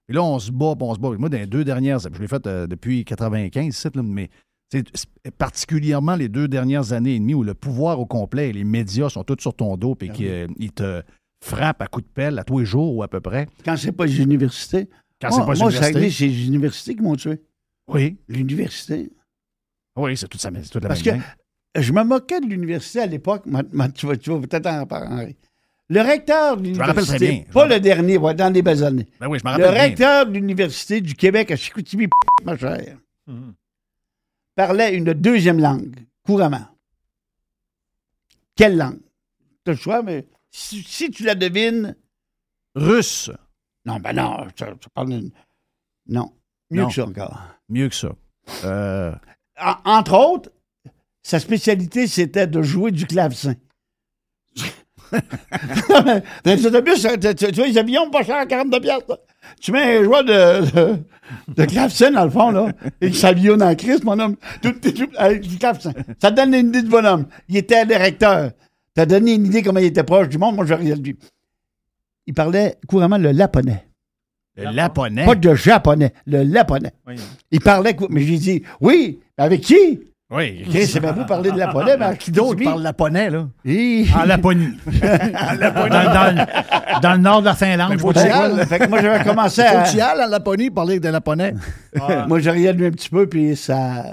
Et là, on se bat, puis on se bat. Moi, dans les deux dernières, je l'ai fait euh, depuis 95, c'est, là, mais c'est- c'est particulièrement les deux dernières années et demie où le pouvoir au complet et les médias sont tous sur ton dos et
Ah
qu'ils euh, ils te frappent à coups de pelle à tous les jours ou à peu près.
Quand c'est pas les universités.
Quand
moi,
c'est pas
moi,
sur
Saguenay, c'est les universités qui m'ont tué.
Oui,
L'université.
oui, c'est toute, sa, c'est toute la
Parce
même
que
gang.
je me moquais de l'université à l'époque. Ma- ma- Tu vas, tu vas peut-être en parler. Le recteur de
rappelle très bien.
l'université,
Je
pas
me-
le dernier, ouais, dans les belles années.
Ben oui, je me
Le
rappelle bien.
recteur de l'université du Québec à Chicoutimi, p- ma chère,
Hmm.
parlait une deuxième langue, couramment. Quelle langue? T'as le choix, mais si, si tu la devines...
Russe,
Non, ben non, tu, tu parles d'une... Non, mieux
Non.
que ça encore.
mieux que ça. Euh,
En- entre autres, sa spécialité, c'était de jouer du clavecin. Dans les autobus, tu, tu- tu vois, les avions pas chers, 42 piastres. là. Tu mets un joueur de, de, de clavecin, dans le fond, là, et qui s'habille dans la crise, mon homme, tout, tout- tout- avec du clavecin. Ça te donne une idée du bonhomme. Il était directeur. Ça donné une idée comment il était proche du monde. Moi, je rien dit. Il parlait couramment le laponais.
le Laponais.
Pas de japonais, le laponais. Il parlait, cou- mais j'ai dit, oui, mais avec qui?
Oui,
Chris, c'est bien beau parler de la hein, polème, mais
qui d'autre parle Laponais, là?
Hi.
En Laponie. Ah, dans, dans- dans le nord de la Finlande. je vois
Fait
pas quoi,
que-
là.
fait que moi, j'avais commencé
Faut que tu y
à.
ailles en Laponie parler de Laponais.
moi, j'ai regardé un petit peu, puis ça,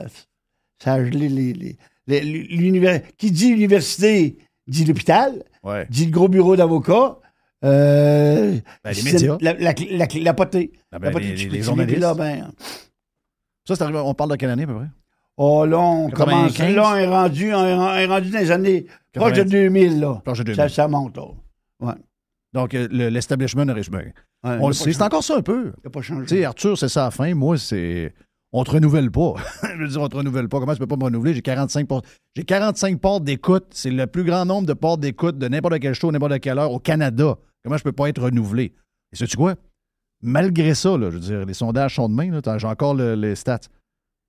ça a gelé les. les- les- l'univers- qui dit université dit l'hôpital,
Ouais.
dit le gros bureau d'avocats. euh,
Ben, les
c'est
médias.
La, la, la, la potée.
Ah ben,
la potée
les- les-
de
les
Chicoutimi,
journalistes.
puis là, ben,
Ça, c'est arrivé, on parle de quelle année, à peu près?
oh, là, on commence.
95.
Là, on est rendu, on est ren- on est rendu dans les années proches de
90.
2000, là.
Proche de 2000.
Ça, ça monte, là. Ouais.
Donc, euh, le- l'establishment de Richmond.
Ouais,
On
il a
le
pas
sait, c'est
changé.
encore ça un peu.
Il a pas
Tu sais,
changé.
Arthur, c'est ça à la fin. Moi, c'est. On te renouvelle pas. je veux dire, on te renouvelle pas. Comment tu peux pas me renouveler? J'ai 45 por- J'ai 45 portes d'écoute. C'est le plus grand nombre de portes d'écoute de n'importe quel show, n'importe quelle heure au Canada. Comment je peux pas être renouvelé? Et sais-tu quoi? Malgré ça, là, je veux dire, les sondages sont de main. là. T'as- J'ai encore le- les stats.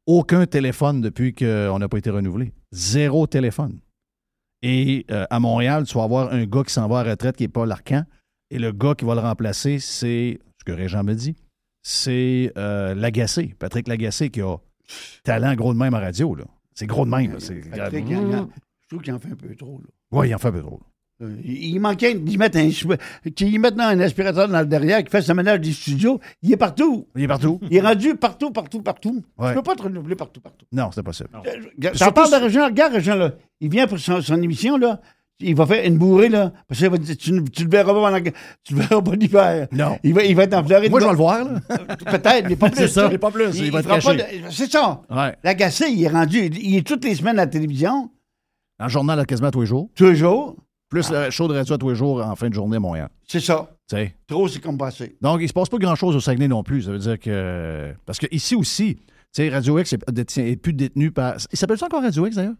Aucun téléphone depuis qu'on n'a pas été renouvelé. Zéro téléphone. Et euh, à Montréal, tu vas avoir un gars qui s'en va à la retraite qui n'est pas l'arcan. Et le gars qui va le remplacer, c'est ce que Régent me dit c'est euh, Lagacé, Patrick Lagacé, qui a talent gros de même en radio. là. C'est gros de même. là. C'est-
Patrick, il en a- Je trouve qu'il en fait un peu trop, là.
Ouais, il en fait un peu drôle.
Euh, Il il manquait d'y mettre un chou- qu'il y mette un aspirateur dans le derrière, qui fasse le ménage des studios. Il est partout.
Il est partout?
Il est rendu partout, partout, partout.
Ouais.
Tu peux pas te renouveler partout, partout.
Non, c'est pas ça.
Euh, J'en parle de Régent. Regarde, Régent, là. Il vient pour son, son émission, là. Il va faire une bourrée, là. Parce que ça, il va dire, tu, ne- tu le verras pas pendant que- Tu le verras pas l'hiver.
Non.
Il va, il va être en Floride.
Moi, je vais le voir, là.
Peut-être, mais pas plus.
C'est ça.
tu sais.
Pas plus, il va être
fera pas
caché.
de- C'est ça.
Ouais.
L'agacé, il est rendu. Il est toutes les semaines à la télévision.
Dans le journal, là, quasiment à tous les jours.
Toujours.
Plus le show de radio à tous les jours en fin de journée à Montréal.
C'est ça.
Tu sais.
Trop, c'est comme passé.
Donc, il se passe pas grand-chose au Saguenay non plus. Ça veut dire que. Parce que ici aussi, tu sais, Radio X est, détient- est plus détenu par. Il s'appelle ça encore Radio X d'ailleurs?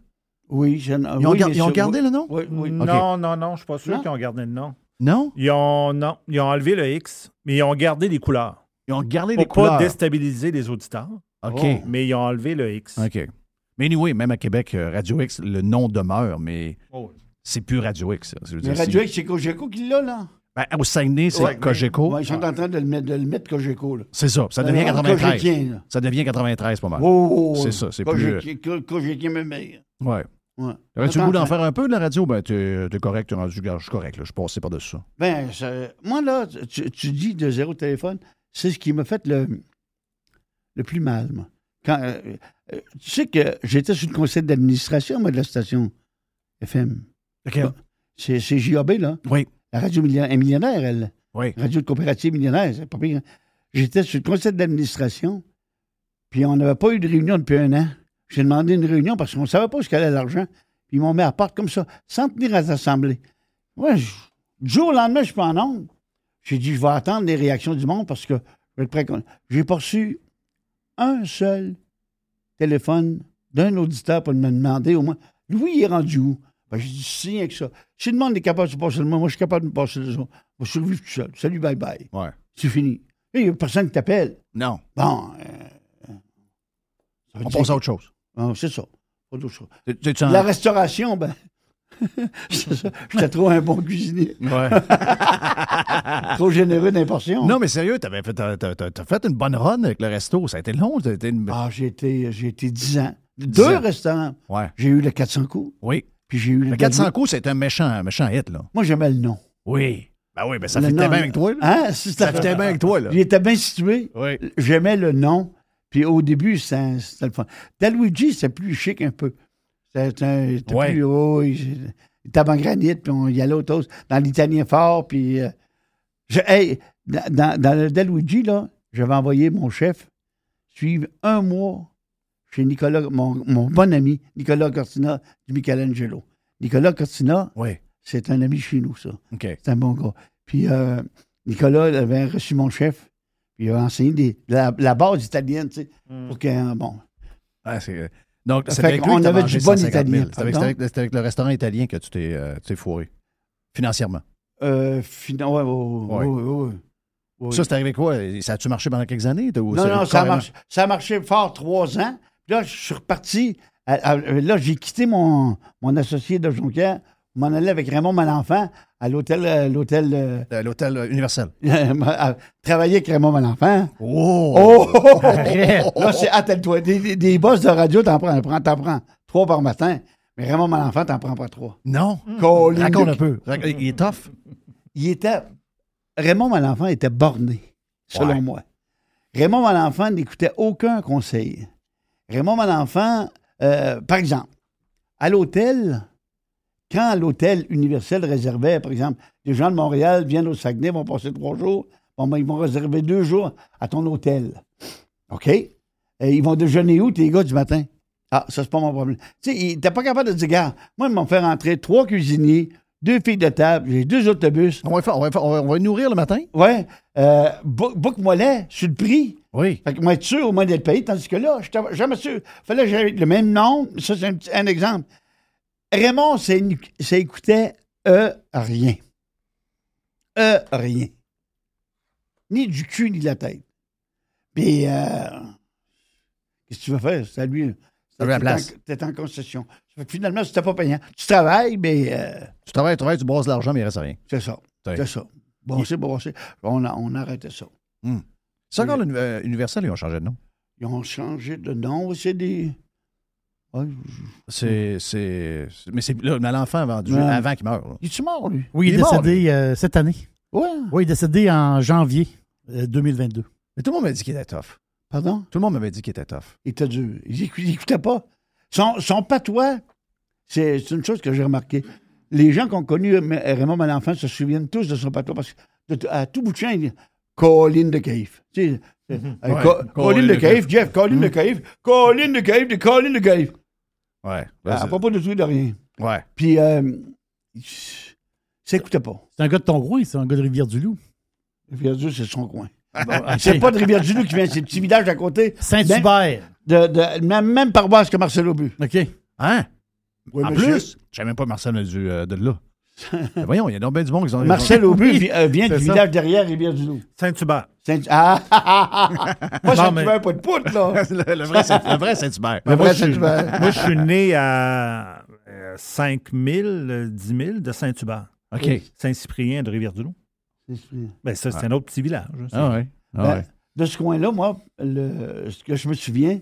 Oui, je...
Ils ont, gar- ils ont gardé le nom?
Oui, oui.
Ok.
Non, non, non, je suis pas sûr
Non.
qu'ils ont gardé le nom.
Non?
Ils ont, non, ils ont enlevé le X, mais ils ont gardé les couleurs.
Ils ont gardé
Pour
les
pas
couleurs.
déstabiliser les auditeurs,
OK.
Oh.
mais ils ont enlevé le X.
OK. Mais anyway, même à Québec, euh, Radio X, le nom demeure, mais
Oh oui.
c'est plus Radio X. ça. Ça veut
Mais
dire,
Radio
si-
X, c'est Cogeco qui l'a, là.
Ben, au Saguenay, c'est
Ouais, mais-
Cogeco. Ah,
Ouais, ils sont en train de le mettre, de le mettre Cogeco, là.
C'est ça. Ça devient
Euh,
93.
Cogetien, là.
Ça devient 93 pas mal.
Oh,
C'est ça, c'est euh,
Cogetien- Co- Cogetien, mais meilleur.
Ouais.
Ouais.
Aurais-tu le goût d'en
Attends,
faire un peu de la radio? Ben, t'es t'es correct, t'es rendu je suis correct. là, Je suis passé par-dessus ça.
Ben, ça- moi, là, tu, tu dis de zéro téléphone, c'est ce qui m'a fait le, le plus mal, moi. Quand, euh, euh, tu sais que j'étais sur le conseil d'administration, moi, de la station FM. Bon, C'est c'est JAB, là.
Oui.
La radio million- est millionnaire, elle.
Oui.
Radio de coopérative millionnaire, c'est pas pire. hein. J'étais sur le conseil d'administration, puis on n'avait pas eu de réunion depuis un an. J'ai demandé une réunion parce qu'on ne savait pas où allait l'argent. Puis ils m'ont mis à part comme ça, sans tenir à l'Assemblée. Moi, je- du jour au lendemain, je suis pas en onde. J'ai dit, je vais attendre les réactions du monde parce que je vais être prêt. quand- J'ai pas reçu un seul téléphone d'un auditeur pour me demander au moins, lui, il est rendu où? Ben, j'ai dit, signe avec ça. Si le monde est capable de se passer le moi, moi, je suis capable de me passer le son. Je vais survivre tout seul. Salut, bye bye.
Ouais.
C'est fini. Là, Il n'y a personne qui t'appelle.
Non.
Bon. euh, ça veut
On
dire
passe à
que-
autre chose.
Ah, c'est ça. Pas d'autre chose.
Tu- tu- tu en-
La restauration, ben. c'est ça. J'étais trop un bon cuisinier.
Ouais.
Trop généreux d'importion.
non, mais sérieux, t'avais fait, t'as, t'as- t'as fait une bonne run avec le resto. Ça a été long. ça a été une-
Ah, j'ai été, j'ai été 10 ans. Deux
ans.
restaurants.
Ouais.
J'ai eu le 400 coups,
Oui.
puis j'ai eu le.
Le 400
dernier.
coups, c'est un méchant, un méchant hit, là.
Moi, j'aimais le nom.
Oui. Ben oui, ben ça
Le
fitait
nom,
bien avec toi, là.
Hein? Si
Ça fitait bien avec toi, là.
Il était bien situé.
Oui.
J'aimais le nom. Puis au début, ça- c'était le fun. Daluigi, c'était plus chic un peu. C'était un- il était
Ouais.
plus haut. Il il était en granit, puis on y allait autre chose. Dans l'italien fort, puis... euh, je- hey, dans, dans- dans le Daluigi, là, j'avais envoyé mon chef suivre un mois chez Nicolas, mon, mon bon ami, Nicolas Cortina du Michelangelo. Nicolas Cortina,
Oui.
c'est un ami chez nous, ça.
OK.
C'est un bon gars. Puis euh, Nicolas il avait reçu mon chef. Puis il a enseigné des- la, la base italienne, tu sais.
Hmm.
Pour que, euh, bon.
Ah, c'est- Donc,
Fait
c'était avec lui
qu'on
que t'as
avait
mangé
du bon
150 000.
italien,
C'était avec,
pardon?
c'était avec- c'était avec le restaurant italien que tu t'es, euh, tu t'es fourré. Financièrement.
Euh, fina- ouais, ouais, ouais,
Ouais.
ouais, ouais, ouais. Oui.
Ça, c'est arrivé quoi? Ça a-tu marché pendant quelques années? ou
Non,
c'est
non, ça a,
carrément-
marché, ça a marché fort trois ans. Puis là, je suis reparti. à- à- là, j'ai quitté mon, mon associé de Jonquière. Je m'en allais avec Raymond Malenfant à l'hôtel. euh, l'hôtel euh,
Euh, L'hôtel euh, universel.
à travailler avec Raymond Malenfant.
Oh!
Oh! là, c'est attelle-toi. Des, des, des boss de radio, t'en prends, prends, t'en prends trois par matin. Mais Raymond Malenfant, t'en prends pas trois.
Non!
Colin
Raconte
de-
un peu. Rac- Il est tough.
Il était. Raymond Malenfant était borné, selon
Ouais.
moi. Raymond Malenfant n'écoutait aucun conseil. Raymond Malenfant, euh, par exemple, à l'hôtel, quand l'hôtel universel réservait, par exemple, les gens de Montréal viennent au Saguenay, vont passer trois jours, bon, ben, ils vont réserver deux jours à ton hôtel. OK? Et ils vont déjeuner où, tes gars, du matin? Ah, ça, c'est pas mon problème. Tu sais, il- t'es pas capable de dire, gars, moi, ils m'ont fait rentrer trois cuisiniers, deux filles de table, j'ai deux autobus.
On va, faire- on va faire- on va- on va nourrir le matin?
Ouais, euh, bou- book-moi là, sur le prix.
Oui.
Fait que moi, être sûr au moins d'être payé, tandis que là, je n'étais jamais sûr. Fallait que j'aie le même nom. Ça, c'est un, petit- un exemple. Raymond, ça, n- ça écoutait euh, rien. Euh, rien. Ni du cul, ni de la tête. Puis, euh, qu'est-ce que tu veux faire? C'est à lui.
À lui la
T'es en-
place.
T'es en concession. Fait que finalement, c'était pas payant. Tu travailles, mais euh,
Tu travailles, tu travailles, tu brosses de l'argent, mais il reste rien.
c'est ça.
Oui.
C'est ça. Bon, c'est bon, c'est. On, a- on arrêtait ça.
C'est encore l'uni- euh, universel, ils ont changé de nom.
Ils ont changé de nom. C'est des. Ouais,
C'est. c'est- c'est- Mais c'est là, mais l'enfant a vendu
Ouais.
avant qu'il meure. là.
Il est mort, lui?
Oui, il,
Il
est
est mort,
décédé euh, cette année.
Ouais. hein.
Oui, il est décédé en janvier euh, 2022.
Mais tout le monde m'a dit qu'il était tough.
Pardon?
Tout le monde m'avait dit qu'il était tough.
Il était dur. Il n'écoutait pas. Son, son patois, c'est c'est une chose que j'ai remarqué. les gens qui ont connu M- Raymond Malenfant se souviennent tous de son patron parce que de- à tout bout de champ, il dit Colin de Caïf. Tu sais, euh,
Mhm.
euh,
Ouais,
Co-
Colin
Colin de
de Caïf.
Caïf, Jeff, Colin de Caïf, Colin de Caïf, de Colin de Caïf.
Ouais. ben,
À, à propos de tout et de rien.
c'est- ouais.
Puis, euh, ça n'écoutait pas.
C'est un gars de ton coin, c'est un gars de Rivière-du-Loup.
Rivière-du-Loup, c'est son coin.
Ah, ok.
C'est pas de Rivière-du-Loup qui vient, c'est le petit village à côté. Ben,
Ben,
Saint-Hubert.
De, de- même, même paroisse que Marcel Aubu.
OK.
Hein?
Oui,
en
monsieur.
plus, je savais même pas Marcel a du, euh, de là. Mais voyons, il y a donc bien du monde qui ont
Marcel Aubu
Oui,
vi- euh, vient du
c'est ça.
village derrière Rivière-du-Loup.
Saint-Hubert.
Saint- ah, ah, ah, ah, ah. Moi,
Non,
ça
mais-
ne pas de poutre, là.
le, le vrai Saint- le vrai Saint-Hubert.
Le
Moi,
vrai
je suis-
Saint-Hubert.
moi, je suis né à euh, 5000, 10 000 de Saint-Hubert.
OK.
Saint-Cyprien de Rivière-du-Loup. Ben, ça, c'est un autre petit village. hein, ça.
Ah ouais. Ah
Ben,
ouais.
De ce coin-là, moi, le- ce que je me souviens,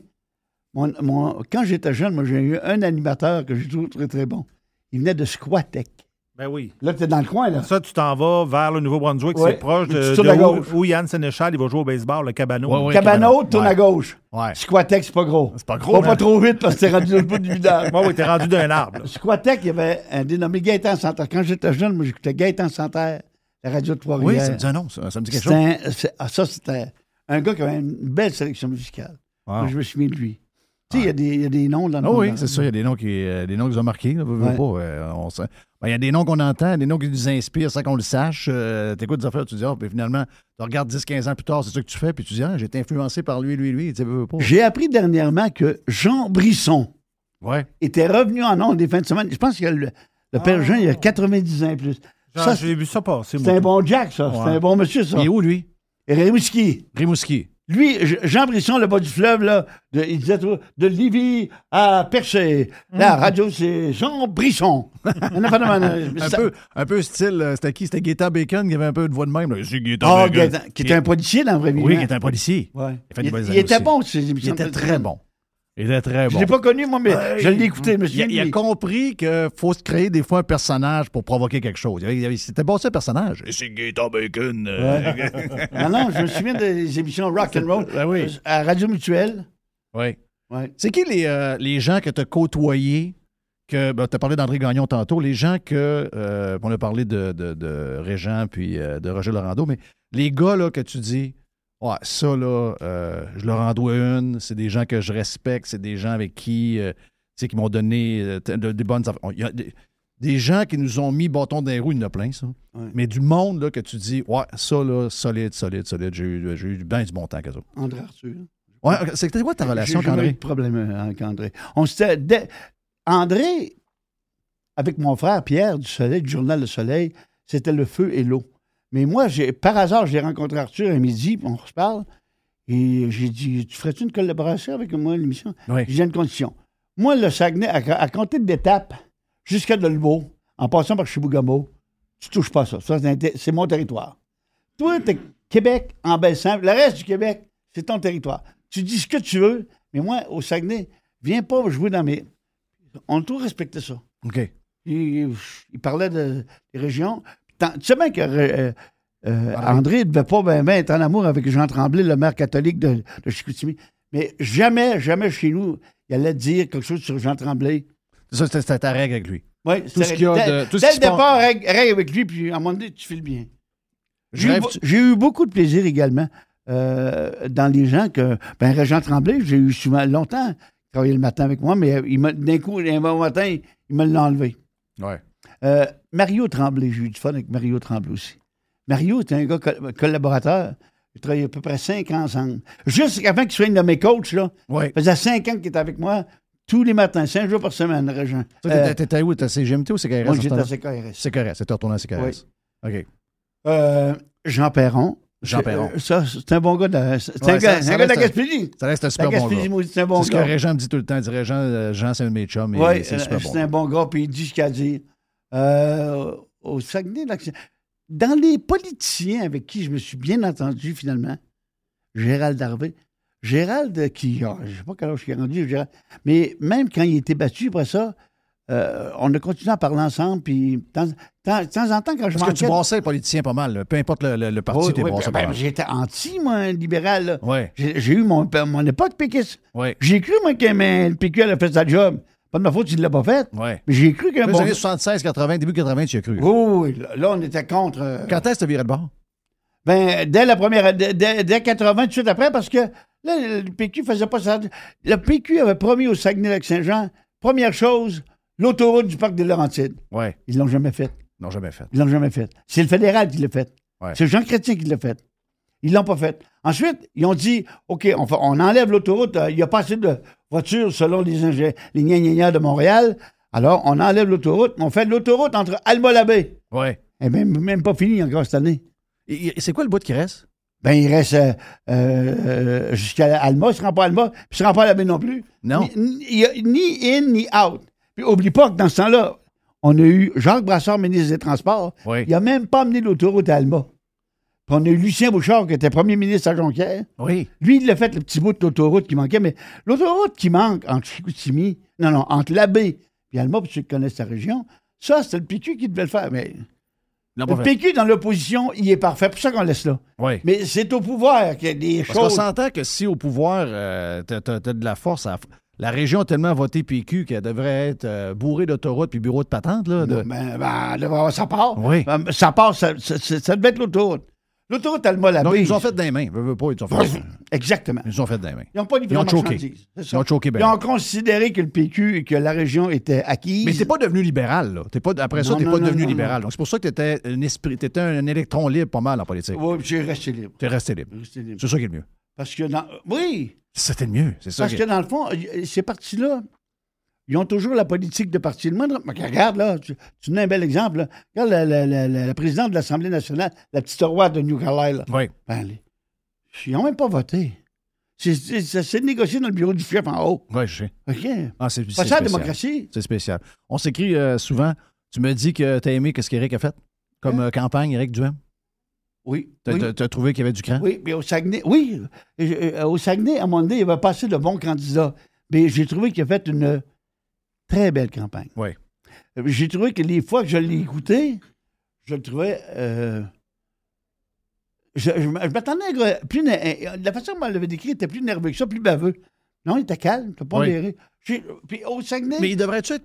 mon- mon- quand j'étais jeune, moi, j'ai eu un animateur que j'ai toujours trouvé très bon. Il venait de Squatec.
Ben oui.
Là, t'es dans le coin, là.
Ça, tu t'en vas vers le Nouveau-Brunswick,
Ouais.
c'est proche
Tu
de,
tournes
de
à
où,
gauche.
où Yann Sénéchal, il va jouer au baseball, le Cabano.
Ouais, ouais.
Cabano,
Cabano,
tourne
ouais.
à gauche.
Ouais.
Squatec, c'est pas gros.
C'est pas gros.
Va pas
hein.
trop vite parce que t'es rendu au bout du village.
Moi, oui, t'es rendu d'un arbre. là.
Squatec, il y avait un dénommé Gaëtan Santerre. Quand j'étais jeune, moi, j'écoutais Gaëtan Santerre, la radio de
Oui,
Trois-Rivières.
ça me dit un nom, ça, ça me dit quelque
C'était
chose.
un- c'est- ah, ça, c'était un gars qui avait une belle sélection musicale.
Wow.
Moi, Je me souviens de lui. Tu sais, il y a des- il y, a des noms dans le hein.
Ah oui,
dans-
c'est ça. Il y a des noms qui, euh, des noms qui nous ont marqués. là, veux, veux
Ouais.
pas, euh, on sait. Ben, Il y a des noms qu'on entend, des noms qui nous inspirent, sans qu'on le sache. Euh, T'écoutes des affaires, tu dis, ah, puis finalement, tu regardes 10-15 ans plus tard, c'est ça que tu fais, puis tu dis, ah, j'ai été influencé par lui, lui, lui. Tu sais, veux, veux pas.
J'ai appris dernièrement que Jean Brisson
Ouais.
était revenu en ondes des fins de semaine. Je pense que le, le
Ah.
père Jean, il a 90 ans et plus.
Genre,
Ça,
J'ai vu ça passer.
C'est
moi.
un bon Jack, ça. C'est
Ouais.
un bon monsieur, ça.
Il est où, lui?
Rimouski.
Rimouski.
Lui, Je- Jean Brisson, le bas du fleuve, là, de- il disait toujours, de Livy à Percé.
Mmh.
La radio, c'est Jean Brisson. un affaire de man-
Un,
ça-
peu, un peu style, euh, c'était qui? C'était Gaétan Bacon qui avait un peu de voix de même. là. C'est Gaétan
Ah,
Bacon.
Gaétan, qui était un policier dans la vraie vie.
Oui,
hein.
qui était un policier.
Ouais.
Il fait des
Il,
belles
il
années
était
aussi.
bon, ces
Il
émissions.
était très bon. Il était très
Je
bon. Ah
ne l'ai pas connu, moi, mais je l'ai écouté,
Il
monsieur.
a, il a compris qu'il faut se créer des fois un personnage pour provoquer quelque chose. Il avait- il avait- C'était bon, ce personnage. Et c'est Gaëtan Bacon. euh,
Non, non, je me souviens des émissions rock and roll
Ben oui.
euh, à Radio Mutuelle.
Oui.
Ouais.
C'est qui les, euh, les gens que tu as côtoyés, que ben, tu as parlé d'André Gagnon tantôt, les gens que, euh, on a parlé de, de, de Régent puis euh, de Roger Laurando, mais les gars là, que tu dis, ouais, ça là, euh, je leur en dois une, c'est des gens que je respecte, c'est des gens avec qui, euh, tu sais, qui m'ont donné euh, t- de- des bonnes affaires. Il y a des, des gens qui nous ont mis bâton dans les roues, il y en a plein, ça.
Ouais.
Mais du monde là, que tu dis, ouais, ça là, solide, solide, solide, j'ai eu, j'ai eu bien du bon temps que ça.
André Arthur.
Ouais, c'était quoi ta relation
J'ai jamais
avec
eu
André?
de problème euh, avec André. On s'était- dès- André, avec mon frère Pierre du Soleil, du journal Le Soleil, c'était le feu et l'eau. Mais moi, j'ai- par hasard, j'ai rencontré Arthur à midi, puis on se parle, et j'ai dit Tu ferais-tu une collaboration avec moi à l'émission
Oui.
J'ai une condition. Moi, le Saguenay, à, à compter d'étapes, jusqu'à Delvaux, en passant par Chibougamau, tu touches pas ça. Ça, c'est un ter- c'est mon territoire. Toi, t'es Québec en baissant. Le reste du Québec, c'est ton territoire. Tu dis ce que tu veux, mais moi, au Saguenay, viens pas jouer dans mes. On a tout respecté ça.
OK.
Il, il parlait de, des régions. Tant- Tu sais bien que euh, euh,
André.
André ne devait pas ben, ben être en amour avec Jean Tremblay, le maire catholique de, de Chicoutimi. Mais jamais, jamais chez nous, il allait dire quelque chose sur Jean Tremblay.
Ça, c'était c'était ta règle avec lui.
Oui,
Tout ce qu'il y a de- tout ce
dès
qui
le
se passe-
départ, règle, règle avec lui, puis à un moment donné, tu files bien.
Je
J'ai eu,
rêve-
beau- j'ai eu beaucoup de plaisir également euh, dans les gens que. Ben, Régent Tremblay, j'ai eu souvent longtemps travaillé le matin avec moi, mais il m'a- d'un coup, un bon matin, il me l'a enlevé.
Ouais.
Euh, Mario Tremblay, j'ai eu du fun avec Mario Tremblay aussi. Mario était un gars col- collaborateur. J'ai travaillé à peu près cinq ans ensemble. Juste avant qu'il soit un de mes coachs, là.
Ouais.
Ça faisait cinq ans qu'il était avec moi tous les matins, cinq jours par semaine, Régent.
Toi,
Euh,
t'étais- T'étais où? T'étais CGMT ou CKRS?
moi,
en ce
j'étais
temps-là?
à CKRS.
CKRS. C'était retourné à CKRS.
Oui.
OK.
Euh, Jean Perron.
Jean Perron.
Euh, Ça, c'est un bon gars de la, c'est un
Ouais,
gars,
ça- ça
un gars de la
reste
Gaspésie.
Ça reste un
La
super bon
Gaspésie,
gars.
moi, c'est un bon
C'est ce que
gars.
Régent me dit tout le temps. Il dirait Jean, euh, Jean c'est un de mes chums.
Ouais,
et c'est
euh,
super bon.
c'est un
gars.
bon gars, puis il dit ce qu'il a à dire. Euh, au Saguenay, là, c'est- dans les politiciens avec qui je me suis bien entendu finalement, Gérald Darvé, Gérald, euh, qui, ah, je ne sais pas quel âge il est rendu, Gérald, mais même quand il était battu, après ça, euh, on a continué à parler ensemble, puis de temps, temps- de temps en temps, quand je
Parce que tu
manquais-
brassais les politiciens pas mal. là. Peu importe le, le- le parti,
Ouais,
t'es
ouais,
brassé
ben,
pas mal.
J'étais anti, moi, libéral. là.
Ouais,
J'ai j'ai eu mon, mon époque péquiste.
ouais.
J'ai cru, moi, que mais, le PQ, elle a fait sa job. Pas de ma faute, il ne l'a pas fait.
Ouais.
Mais j'ai cru qu'un
Les
bon.
années 76, 80, début 80, tu y as cru.
Oui, oui, oui. Là, on était contre. euh,
Quand est-ce que tu as viré le bord?
Ben, dès la première, dès, dès- dès 80, tout de suite après, parce que là, le PQ faisait pas ça. Le PQ avait promis au Saguenay-Lac-Saint-Jean, première chose, l'autoroute du parc des Laurentides.
Ouais.
Ils l'ont jamais faite.
Ils l'ont jamais fait.
Ils l'ont jamais faite. C'est le fédéral qui l'a faite.
Ouais.
C'est Jean Chrétien qui l'a faite. Ils l'ont pas faite. Ensuite, ils ont dit, OK, on, fa- on enlève l'autoroute. euh, Il n'y a pas assez de voitures selon les, ingé- les gna gna gna de Montréal. Alors, on enlève l'autoroute. mais On fait l'autoroute entre Alma-Labé.
Ouais.
Et même, ben, même pas fini encore cette année.
Et- et C'est quoi le bout qui reste?
Ben, il reste euh, euh, jusqu'à Alma, il ne se rend pas à Alma, puis il ne se rend pas à la baie non plus.
Non.
Ni- Ni, il y a ni in, ni out. Puis oublie pas que dans ce temps-là, on a eu Jacques Brassard, ministre des Transports.
Oui.
Il n'a même pas amené l'autoroute à Alma. Puis on a eu Lucien Bouchard, qui était premier ministre à Jonquière.
Oui.
Lui, il a fait le petit bout de l'autoroute qui manquait, mais l'autoroute qui manque entre Chicoutimi, non, non, entre l'abbé et Alma, pour ceux qui connaissent la région, ça, c'est le PQ qui devait le faire. Mais
Ils l'ont
le
pas fait.
PQ dans l'opposition, il est parfait. C'est pour ça qu'on laisse là.
Oui.
Mais c'est au pouvoir qu'il y a des
Parce qu'on
choses.
s'entend que si au pouvoir, euh, tu as, de la force, à- la région a tellement voté PQ qu'elle devrait être euh, bourrée d'autoroutes puis bureaux de patentes. Là, de-
Ben, ben, elle devrait avoir sa part.
Oui.
Ben, sa part, ça, ça, ça- ça devait être l'autoroute. L'autoroute, elle m'a la
Donc, ils
bise.
nous ont fait des mains. Veux, veux pas, ils nous ont fait,
Exactement.
ils nous ont fait des mains.
Ils n'ont pas livré
Ils ont
la
choqué.
marchandise. C'est ça.
Ils ont choqué, ben.
Ils ont considéré que le PQ et que la région était acquise.
Mais t'es pas devenu libéral, là. T'es pas, après ça,
Non,
t'es
non,
pas
non,
devenu
non,
libéral. Donc, c'est pour ça que t'étais un esprit, t'étais un électron libre pas mal en politique.
Oui, puis j'ai resté libre.
T'es resté libre.
Resté libre.
C'est ça qui est le mieux.
Parce que dans... Oui,
C'était le mieux. C'est ça.
parce
qui-
que dans le fond, y- ces partis-là, ils ont toujours la politique de parti. Le moindre- Mais Regarde, là, tu, tu donnes un bel exemple. là. Regarde la, la- la- la- la présidente de l'Assemblée nationale, la petite roi de New Carlisle. là.
Oui.
Ben, les- ils n'ont même pas voté. C'est- c'est- Ça s'est négocié dans le bureau du chef en haut.
Oui, je sais.
OK.
Ah, c'est c'est
Pas ça, la
spécial.
démocratie.
C'est spécial. On s'écrit euh, souvent. Tu me dis que t'as aimé ce qu'Éric a fait
Hein?
comme euh, campagne, Éric Duhem.
Oui.
T'as
oui.
t'as- t'as trouvé qu'il y avait du cran?
Oui, mais au Saguenay, oui. euh, euh, Au Saguenay, à un moment donné, il va passer de bons candidats. Mais j'ai trouvé qu'il a fait une très belle campagne.
Oui.
Euh, J'ai trouvé que les fois que je l'ai écouté, je le trouvais. euh, je je m- je m'attendais à. gr- Plus, na- euh, la façon dont on l'avait décrit était plus nerveux que ça, plus baveux. Non, il était calme, il pas
Oui.
l'air. Puis au Saguenay.
Mais il devrait-tu être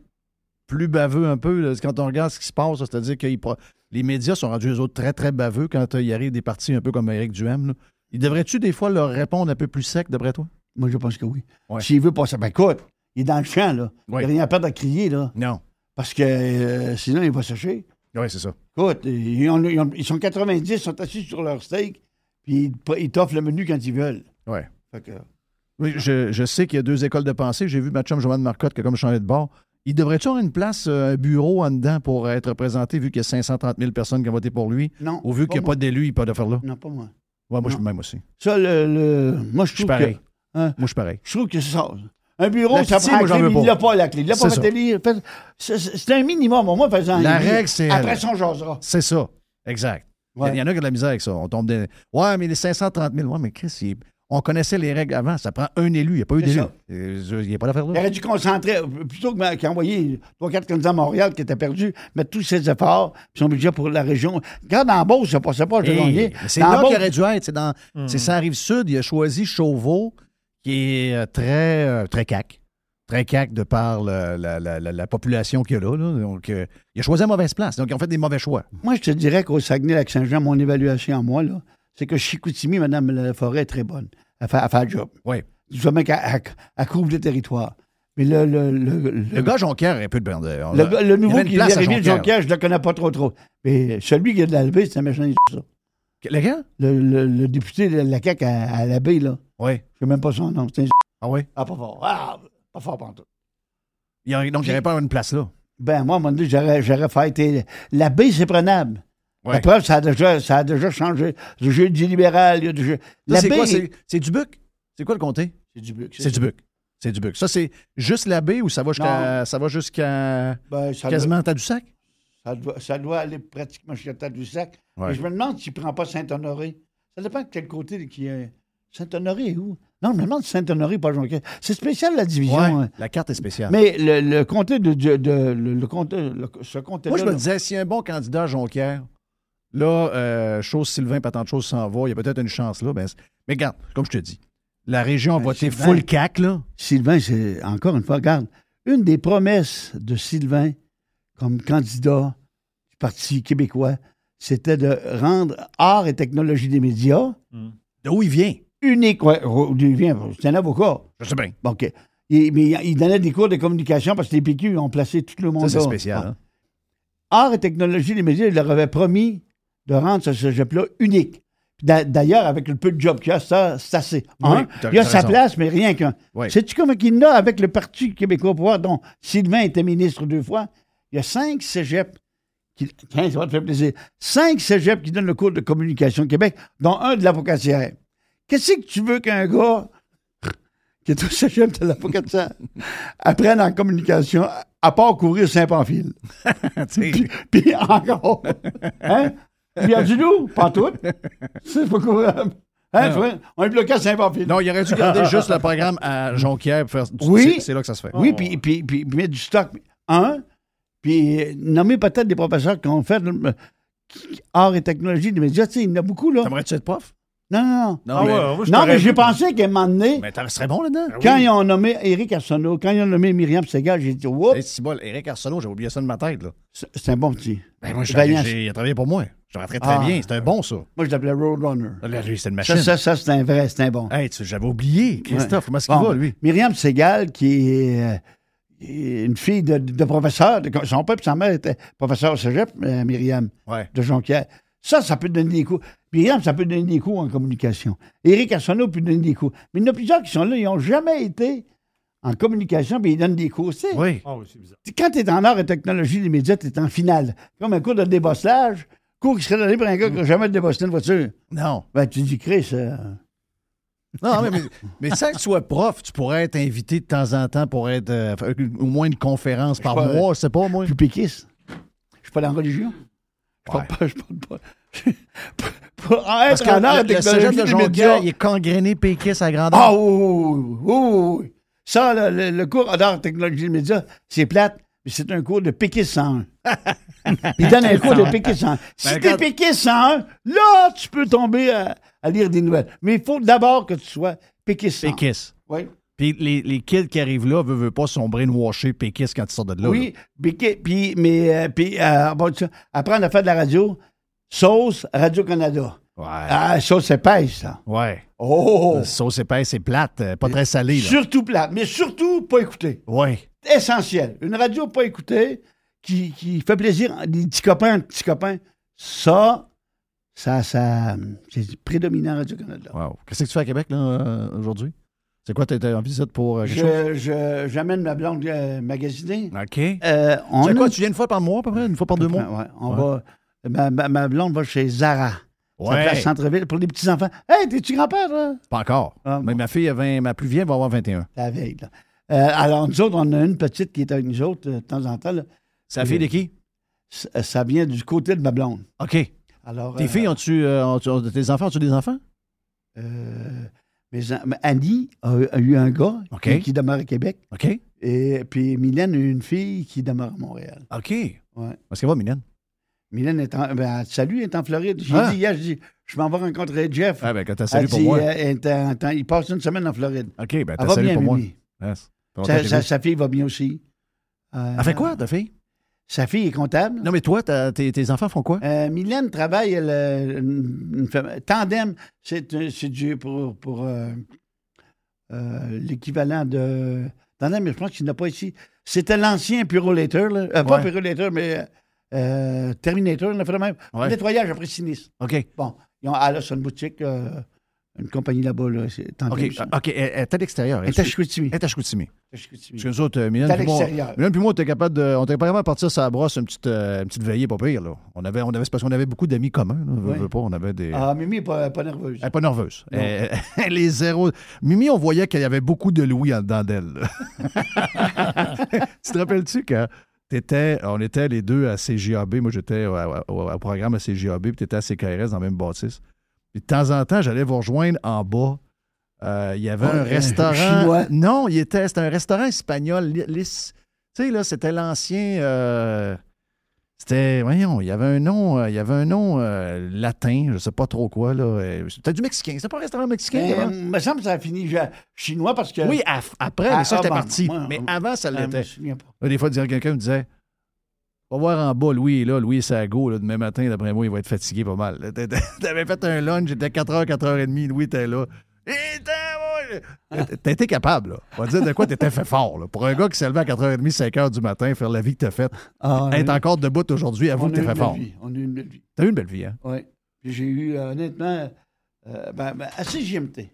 plus baveux un peu là, quand on regarde ce qui se passe? là, C'est-à-dire que il pro- les médias sont rendus, eux autres, très, très baveux quand euh, il arrive des partis un peu comme Éric Duhem. là. Il devrait-tu, des fois, leur répondre un peu plus sec, d'après toi?
Moi, je pense que oui.
Ouais.
S'il veut passer, ben écoute, il est dans le champ, là.
Oui.
Il n'y a rien à perdre à crier, là.
Non.
Parce que euh, sinon, il va sécher.
Oui, c'est ça.
Écoute, ils, ont- ils ont- ils sont 90, ils sont assis sur leur steak, puis ils pr- ils t'offrent le menu quand ils veulent.
Oui.
Fait que,
Oui, je, je sais qu'il y a deux écoles de pensée. J'ai vu ma chum Joanne Marcotte qui a comme changé de bord. Il devrait-tu avoir une place, euh, un bureau en dedans pour être représenté, vu qu'il y a 530 000 personnes qui ont voté pour lui?
non.
Ou vu qu'il n'y a pas
moi.
d'élu, il peut le faire là?
Non, pas moi.
Ouais, moi, je suis
Non.
même aussi.
Ça, le. le- moi, je
Je suis
trouve que.
pareil.
hein?
Moi, je suis pareil.
Je trouve que ça. Un bureau,
La
ça
pitié,
prend la
moi, j'en
clé,
veux
mais il
pas.
l'a pas, la clé. Il l'a pas
C'est
fait élire. Fait- C'est c'est un minimum, au moins, faisant
La
élire.
règle, c'est
Après
elle.
ça, on jasera.
C'est ça. Exact. Il y-
Ouais.
Il y en a qui ont de la misère avec ça. On tombe des... Ouais, mais les 530 000. Ouais, mais Chris, il- on connaissait les règles avant. Ça prend un élu. Il n'y a pas eu
C'est
d'élu.
ça.
Euh, je- Il n'y a pas d'affaire
Il
là.
aurait dû concentrer, euh, plutôt que m'a- qu'envoyer 3-4 candidats à Montréal qui étaient perdus, mettre tous ses efforts, puis son budget pour la région. Regarde, en Beauce, ça passait pas, je
Hey,
gagné.
C'est
Dans Hmm.
là
Beauce-
qu'il aurait dû être. C'est dans... c'est sur la rive sud. Il a choisi Chauveau, qui est euh, très, euh, très cac. Très cac de par le- la, la- la- la population qu'il y a là. là. Donc, euh, il a choisi la mauvaise place. Donc, ils ont fait des mauvais choix.
Moi, je te dirais qu'au Saguenay-Lac-Saint-Jean, mon évaluation à moi, là, c'est que Chicoutimi, Mme Laforêt, est très bonne. Elle fait, elle fait le job.
Oui.
Du mec, elle, elle- elle couvre le territoire. Mais le, le, le,
Le gars Jonquière aurait pu de
Hmm. le gars- le nouveau qui est arrivé de
Jonquière.
Jonquière, je le connais pas trop trop. Mais celui qui est de l'Albé, c'est un méchant. ça.
Le gars?
Le, le- le député de la CAQ à, à l'Abbé, là.
Oui.
Je sais même pas son nom. C'est un
Ah oui?
Ah, pas fort. Ah, pas fort pantoute.
Il aurait- donc, il n'aurait pas avoir une place là.
Ben, moi, à un moment donné, j'aurais, j'aurais fait. La baie, c'est prenable.
Ouais.
La preuve, ça a déjà, ça a déjà changé. Le jeu du libéral, il y a du jeu.
Ça,
La
c'est
baie,
quoi? C'est c'est Dubuc? C'est quoi le comté?
c'est du buc.
C'est Dubuc. C'est Dubuc. Ça, c'est juste la baie ou ça va jusqu'à ça va jusqu'à
Ben, ça, doit,
quasiment Tadoussac?
ça, doit, ça doit aller pratiquement jusqu'à Tadoussac.
Ouais.
Mais je me demande s'il ne prend pas Saint-Honoré. Ça dépend de quel côté qui est. Saint-Honoré est où? Non, je me demande si Saint-Honoré, est pas Jonquière. C'est spécial, la division.
Ouais,
hein.
La carte est spéciale.
Mais le, le comté de, de- de- le, le comté, le- ce comté-là.
Moi, je me
là,
disais, s'il y a un bon candidat à Jonquière, là, euh, chose Sylvain, pas tant de choses s'en va, il y a peut-être une chance là. ben, c'est- mais regarde, comme je te dis, la région a
Ben,
voté
Sylvain-
full cac, là.
Sylvain, c'est encore une fois, regarde, une des promesses de Sylvain comme candidat du Parti québécois, c'était de rendre art et technologie des médias.
D'où Hum. il vient?
Unique. Ouais, oh, d'où il vient? C'est un avocat.
Je sais bien.
Bon, OK. Il, mais il- il donnait des cours de communication parce que les PQ ont placé tout le monde
Ça, c'est
là.
spécial.
Bon.
hein?
Art et technologie des médias, il leur avait promis de rendre ce cégep-là unique. Puis d'a- D'ailleurs, avec le peu de job qu'il y a, ça, c'est assez.
Oui,
Hein?
t'as-
il y a
t'as
sa
raison.
place, mais rien qu'un.
Oui.
Sais-tu comment il y en a avec le Parti québécois au pouvoir, dont Sylvain était ministre deux fois? Il y a cinq cégeps qui. Tiens, ça va te faire plaisir. Cinq cégeps qui donnent le cours de communication au Québec, dont un de l'avocatière. Qu'est-ce que tu veux qu'un gars qui est au cégep de l'avocatière apprenne en communication, à part courir Saint-Pamphile? puis, puis encore. Hein? Il y a du loup, pas tout. C'est pas courable. Hein, tu vois, on est bloqué à Saint-Pamphile.
Non, il aurait dû garder juste le programme à Jonquière. pour faire-
Oui.
C'est- C'est là que ça se fait.
Oui, puis, puis, puis, puis mettre du stock. Un, puis euh, nommer peut-être des professeurs qui ont fait euh, qui- art et technologie des médias. Tu sais, il y en a beaucoup, là.
T'aimerais-tu être prof?
Non, non, non.
Non, mais,
ouais, moi, je
Ah, Non,
t'aurais-
mais j'ai pensé qu'à un moment donné,
mais t'en serais bon là-dedans.
quand ils ont nommé Éric Arsenault, quand ils ont nommé Myriam Segal, j'ai dit,
Hey,
oups,
c'est bon, Eric Arsenault, j'ai oublié ça de ma tête. Là.
c'est c'est un bon petit.
Ben, moi, j'ai,
Vaillant.
j'ai- il a travaillé pour moi. Je rentrais très
Ah.
bien. C'était un bon, ça.
Moi, je l'appelais Roadrunner.
Là, lui, c'était une machine.
Ça, ça, ça, c'est un vrai, c'est un bon.
Hey, tu- j'avais oublié. Christophe, comment est-ce qu'il
Bon,
va, lui?
Myriam Segal, qui est euh, une fille de, de professeur, de- son père et sa mère étaient professeurs au cégep, euh, Myriam,
Ouais.
de Jonquière. Ça, ça peut donner des coups. Myriam, ça peut donner des coups en communication. Éric Arsenault peut donner des coups. Mais il y en a plusieurs qui sont là, ils n'ont jamais été en communication, puis ils donnent des coups aussi.
Oui.
Ah oui, c'est bizarre.
Quand tu es en art et technologie des médias, tu es en finale. Comme un cours de débosselage, cours qui serait donné par un gars qui n'a jamais débosselé une voiture.
Non.
Ben, tu dis, Chris, euh,
Non, mais, mais, mais sans que tu sois prof, tu pourrais être invité de temps en temps pour être euh, faire une- au moins une conférence par
pas-
mois, je sais pas, moi.
Je suis péquiste. Je suis pas dans la religion. Je
Ouais.
parle pas, je parle pas. Pour en
Parce
être
que
en art et
le, le
technologie,
cégep de
des
Jonquière,
médias-
il est congréné péquiste à grandeur.
Ah oui, oui, oui, oui, oui. Ça, là, le, le cours en art et technologie des médias, c'est plate, mais c'est un cours de péquiste 101. Il donne un cours de péquiste
Ben,
101. Si t'es
quand-
péquiste 101, là, tu peux tomber à, à lire des nouvelles. Mais il faut d'abord que tu sois péquiste 101.
péquiste.
Oui.
Puis les, les kids qui arrivent là veulent, veulent pas sont brainwashés péquistes quand ils sortent de là.
Oui, puis, que- puis- mais, euh, puis, euh, bon, tu sais, apprendre à faire de la radio, sauce Radio-Canada.
là.
Ah, sauce épaisse, ça.
Ouais. Ouais.
Oh!
Sauce épaisse et plate, euh, pas très salée. Là.
Surtout plat, mais surtout pas écouter.
Ouais.
Essentiel. Une radio pas écoutée qui, qui fait plaisir, à des petits copains, petits copains, ça, ça, ça, c'est prédominant à Radio-Canada.
Wow. Qu'est-ce que tu fais à Québec, là, euh, aujourd'hui? C'est quoi, t'es t'es en visite pour euh, quelque chose?
Je- je- J'amène ma blonde euh, magasiner.
OK. Tu
Euh, on
sais quoi,
a-
tu viens une fois par mois, à peu près? Une fois par deux mois?
Ouais, on va. Ma, ma- ma blonde va chez Zara. Ça
Ouais.
fait à centre-ville pour les petits-enfants. Hey, t'es-tu grand-père, là?
Pas encore.
Ah,
Mais
bon.
ma fille, a 20 ma plus vieille, va avoir 21.
La veille, là. Euh, alors, nous autres, on a une petite qui est avec nous autres euh, de temps en temps. là.
Sa fille de qui?
S- euh, Ça vient du côté de ma blonde.
OK. Tes
Alors, euh,
filles, ont-tu, euh, ont-tu- ont- tes enfants, ont-tu des enfants?
euh, mes en- mais Annie a, a eu un gars
OK.
qui, qui demeure à Québec.
OK.
Et puis Mylène a eu une fille qui demeure à Montréal.
OK.
Ouais.
Est-ce qu'elle va, Mylène?
Mylène est en, ben, elle- salut, elle est en Floride. J'ai
Ah.
dit hier, je dis, je m'en vais rencontrer Jeff.
Ah, ben, quand t'as
Elle
salué pour
dit,
moi.
euh, elle est en- en- il passe une semaine en Floride.
OK, ben,
Elle
t'as
va
salué
bien,
pour moi.
Mimi.
Yes. Ça fait longtemps que
Sa,
j'ai
sa-
vu.
sa fille va bien aussi. Euh,
Elle fait quoi, ta fille?
Sa fille est comptable.
Non, mais toi, t'as- tes, tes enfants font quoi?
Euh, Mylène travaille, elle, euh, une, une femme- tandem, c'est un- c'est du pour, pour euh, euh, l'équivalent de. Tandem, je pense qu'il n'y en a pas ici. C'était l'ancien Purolator, là. Euh, pas
Ouais.
Purolator, mais euh, Terminator, on a fait le même.
Ouais.
Nettoyage après sinistre.
OK.
Bon, ils ont, elle a son boutique, euh, une compagnie là-bas, là. c'est Tandem.
OK.
ça.
OK. Elle elle est à l'extérieur.
Elle est à Chicoutimi.
Elle est à Chicoutimi.
Elle est à Chicoutimi.
Parce que nous autres, euh, Mylène,
T'es à
puis moi-
l'extérieur.
Mylène puis moi, on était capable de, on était capable de partir sur la brosse une petite, euh, une petite veillée, pas pire. Là. On avait, on avait, c'est parce qu'on avait beaucoup d'amis communs. Là, Veux,
Oui.
veux pas, on avait des.
Ah, Mimi n'est pas, pas nerveuse.
Elle n'est pas nerveuse. Elle, elle est zéro. Mimi, on voyait qu'il y avait beaucoup de Louis en dedans d'elle. là. tu te rappelles-tu quand t'étais, on était les deux à CJAB, moi j'étais au, au- au programme à CJAB, puis t'étais à CKRS dans le même bâtisse. Puis de temps en temps, j'allais vous rejoindre en bas. Euh, il y avait
Ah,
un
euh,
restaurant.
chinois.
Non, il était, c'était un restaurant espagnol. Li- Lis- Tu sais, là, c'était l'ancien. euh, C'était, voyons, il y avait un nom, euh, il y avait un nom euh, latin, je sais pas trop quoi, là. euh, C'était du Mexicain, c'était pas un restaurant mexicain?
Mais,
avant?
euh, me semble que ça a fini ja- chinois parce que.
Oui, af- après, mais
Ah,
ça,
ah,
j'étais
bon,
parti.
moi,
mais
euh,
avant, ça
euh, je me
l'était.
souviens pas.
Là, des fois, dire- quelqu'un me disait Va voir en bas, Louis, est là, Louis, c'est à go, là, demain matin, d'après moi, il va être fatigué pas mal. Là, t'étais- T'avais fait un lunch, j'étais 4h, 4h30, Louis était là. Et t'as- moi, j'ai- T'as été capable, là. On va dire de quoi t'étais fait fort, là. Pour un gars qui s'est levé à 4h30, 5h du matin, faire la vie que t'as faite,
Ah,
être
on a-
encore debout aujourd'hui, avoue
Ah, on
que
a eu
t'es
une
fait
belle
fort.
vie, On a eu une belle vie.
T'as eu une belle vie, hein?
Oui. Puis j'ai eu, euh, honnêtement, euh, ben, ben, assez JMT.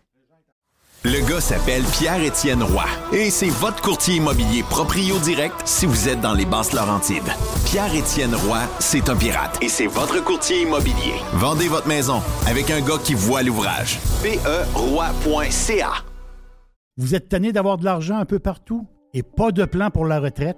Le gars s'appelle Pierre-Étienne Roy et c'est votre courtier immobilier proprio direct si vous êtes dans les basses Laurentides. Pierre-Étienne Roy, c'est un pirate et c'est votre courtier immobilier. Vendez votre maison avec un gars qui voit l'ouvrage. PERoy.ca
Vous êtes tanné d'avoir de l'argent un peu partout et pas de plan pour la retraite?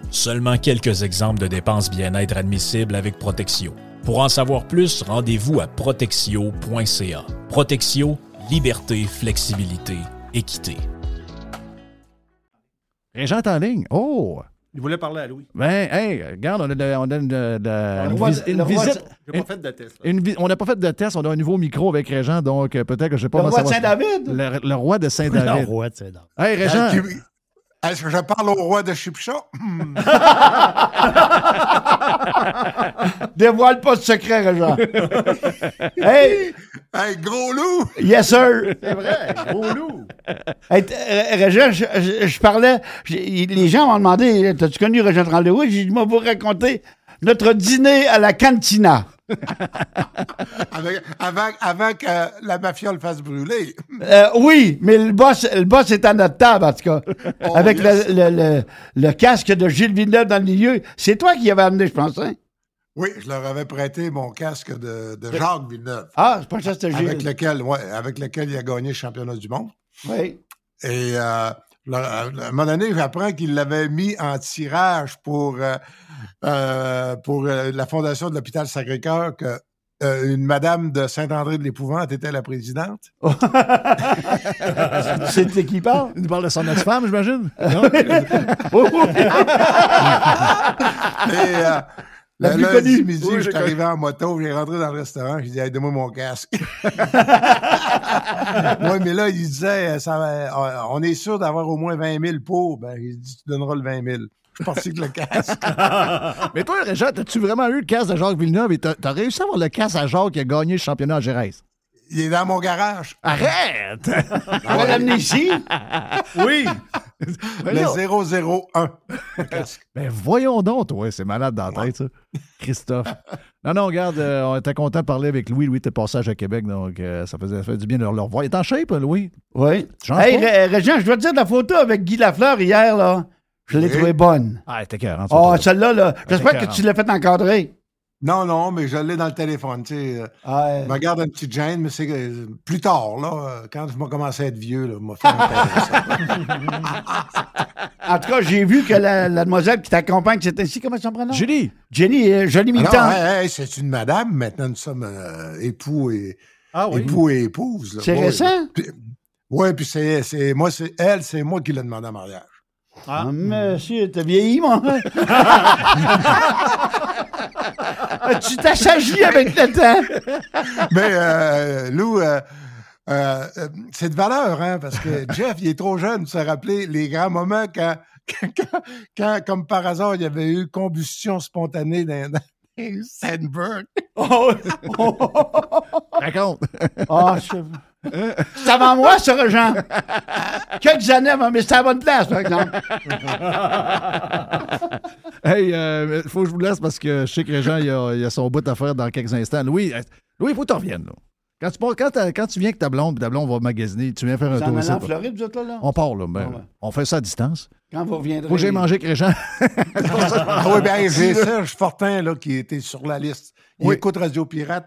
seulement quelques exemples de dépenses bien-être admissibles avec Protexio. Pour en savoir plus, rendez-vous à protexio.ca. Protexio, liberté, flexibilité, équité.
Régent est en ligne. Oh!
Il voulait parler à Louis.
Ben, hey, regarde, on a, de- on a de- de- de-
Le
une,
roi-
vis-
le
une
roi-
visite.
J'ai pas fait de test. là.
Une vi- on n'a pas fait de test, on a un nouveau micro avec Régent, donc euh, peut-être que je sais pas.
Le
comment
roi
ça
de
va se-
Saint-David? Ah,
Le, le roi de Saint-David.
roi, tu sais, donc.
Hey, Régent!
Est-ce que je parle au roi de Chipcha? Hmm.
Dévoile pas de secret, Réjean. hey,
hey, gros loup!
yes, sir.
C'est vrai, gros loup.
Hey, t- euh, Régent, je, je- je parlais, j'ai- les gens m'ont demandé T'as-tu connu Régent Tremblay? Oui, j'ai dit Moi, vous raconter notre dîner à la cantina.
Avec- avant, avant que la mafia le fasse brûler.
Euh, oui, mais le boss, le boss est à notre table, en tout cas. Avec
yes.
le, le- le- le casque de Gilles Villeneuve dans le milieu. C'est toi qui l'avais amené, je pense. Hein?
Oui, je leur avais prêté mon casque de, de Jacques Villeneuve,
Ah, je pense que c'était Gilles.
avec lequel, ouais, avec lequel il a gagné le championnat du monde.
Oui.
Et euh, là, à un moment donné, j'apprends qu'il l'avait mis en tirage pour, euh, euh, pour euh, la fondation de l'hôpital Sacré-Cœur que euh, une madame de Saint-André de l'Épouvante était la présidente.
C'était Oh. qui parle?
Il nous parle de son ex-femme, j'imagine? Non?
Oh, oh.
Et, euh, le
La plus
lundi
connue.
midi, je suis arrivé en moto, j'ai rentré dans le restaurant, j'ai dit, Hey, donne-moi mon casque. oui, mais là, il disait, euh, ça va- on est sûr d'avoir au moins 20 000 pour. Ben, il dit, tu donneras le 20 000. Je suis parti avec le casque.
Mais toi, Régent, as-tu vraiment eu le casque de Jacques Villeneuve et t'as Euh, t'as réussi à avoir le casque à Jacques qui a gagné le championnat à Gérès?
Il est dans mon garage.
Arrête!
On va l'amener ici.
oui!
Le
voyons.
001.
Ben voyons donc, toi, c'est malade dans la tête, ça. Christophe. Non, non, regarde, euh, on était content de parler avec Louis. Louis était passage à Québec, donc euh, ça faisait ça fait du bien de le revoir. Il est en shape, hein, Louis?
Oui.
Tu changes
Hey,
pas?
Ré- euh, Régent, je dois te dire la photo avec Guy Lafleur hier, là. Je l'ai
Oui.
trouvée bonne.
Ah, t'es 40.
Oh, celle-là, là. J'espère que
écœurante.
tu l'as fait encadrer.
Non, non, mais je l'ai dans le téléphone. Tu sais, euh,
Ouais.
je me garde un petit gêne, mais c'est que plus tard, là, euh, quand je m'ai commencé à être vieux, là, je m'ai fait un peu ça.
En tout cas, j'ai vu que la, la demoiselle qui t'accompagne, c'est ainsi, comment son prénom?
Julie!
Jenny, euh, jolie
Ah
militante.
Non, hey, hey, c'est une madame. Maintenant, nous sommes euh, époux et
Ah oui.
époux et épouse. là.
C'est
Ouais.
récent?
Puis- Ouais, puis c'est, c'est moi, c'est elle, c'est moi qui l'ai demandé en mariage.
Ah, monsieur, t'as vieilli, moi. Ah, tu t'assagis avec le temps.
Mais euh, Lou, euh, euh, euh, c'est de valeur, hein, parce que Jeff, il est trop jeune de se rappeler les grands moments quand, quand, quand- quand, comme par hasard, il y avait eu combustion spontanée dans, dans- Sandberg.
Raconte.
Ah, je... C'est avant moi, ce Jean. Quelques années avant, mais c'était à la bonne place, par exemple.
hey, euh, faut que je vous laisse parce que je sais que Régent, il a, il a son bout à faire dans quelques instants. Louis, euh, Louis, il faut que tu reviennes. Là. Quand, tu, pars- quand, t'as- quand tu viens avec ta blonde, puis ta blonde va magasiner, tu viens faire un
Vous en
tour
allez
ici.
en Floride, vous êtes là, là?
On part, là. ben,
Ah ouais.
On fait ça à distance.
Quand vous reviendrez.
Faut que j'aille manger avec Régent.
Ah oui, bien, c'est Serge Fortin là, qui était sur la liste. Il écoute Radio Pirate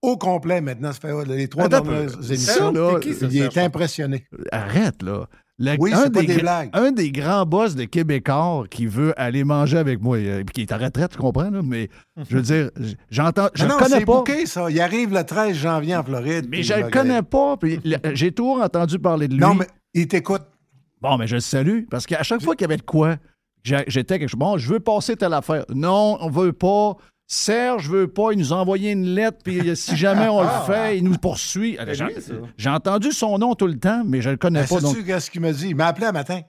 au complet maintenant. Ça fait euh, les trois
Attends un
dernières
peu. Ça,
émissions.
là, c'est qui, ça,
il
Serge
est
Fortin?
impressionné.
Arrête, là. Le-
Oui, c'est pas des
gra-
blagues.
un des grands boss de Québécois qui veut aller manger avec moi, euh, puis qui est à retraite, tu comprends, là, mais je veux dire, j- j'entends, je
Ah non,
le connais
c'est
pas.
booké, ça. Il arrive le 13 janvier en Floride.
Mais
puis
je
il
le
va
connais pas. puis le- euh, J'ai toujours entendu parler de lui.
Non, mais il t'écoute.
Bon, mais je le salue. Parce qu'à chaque fois qu'il y avait de quoi, j'a- j'étais quelque chose. Bon, je veux passer telle affaire. Non, on veut pas. Serge veut pas. Il nous a envoyé une lettre. Puis euh, si jamais on le
Ah.
fait, il nous poursuit. Alors, J'ai j'ai entendu son nom tout le temps, mais je le connais
Ben,
pas. Donc...
Sais-tu qu'est-ce qu'il me dit? Il m'a appelé un matin.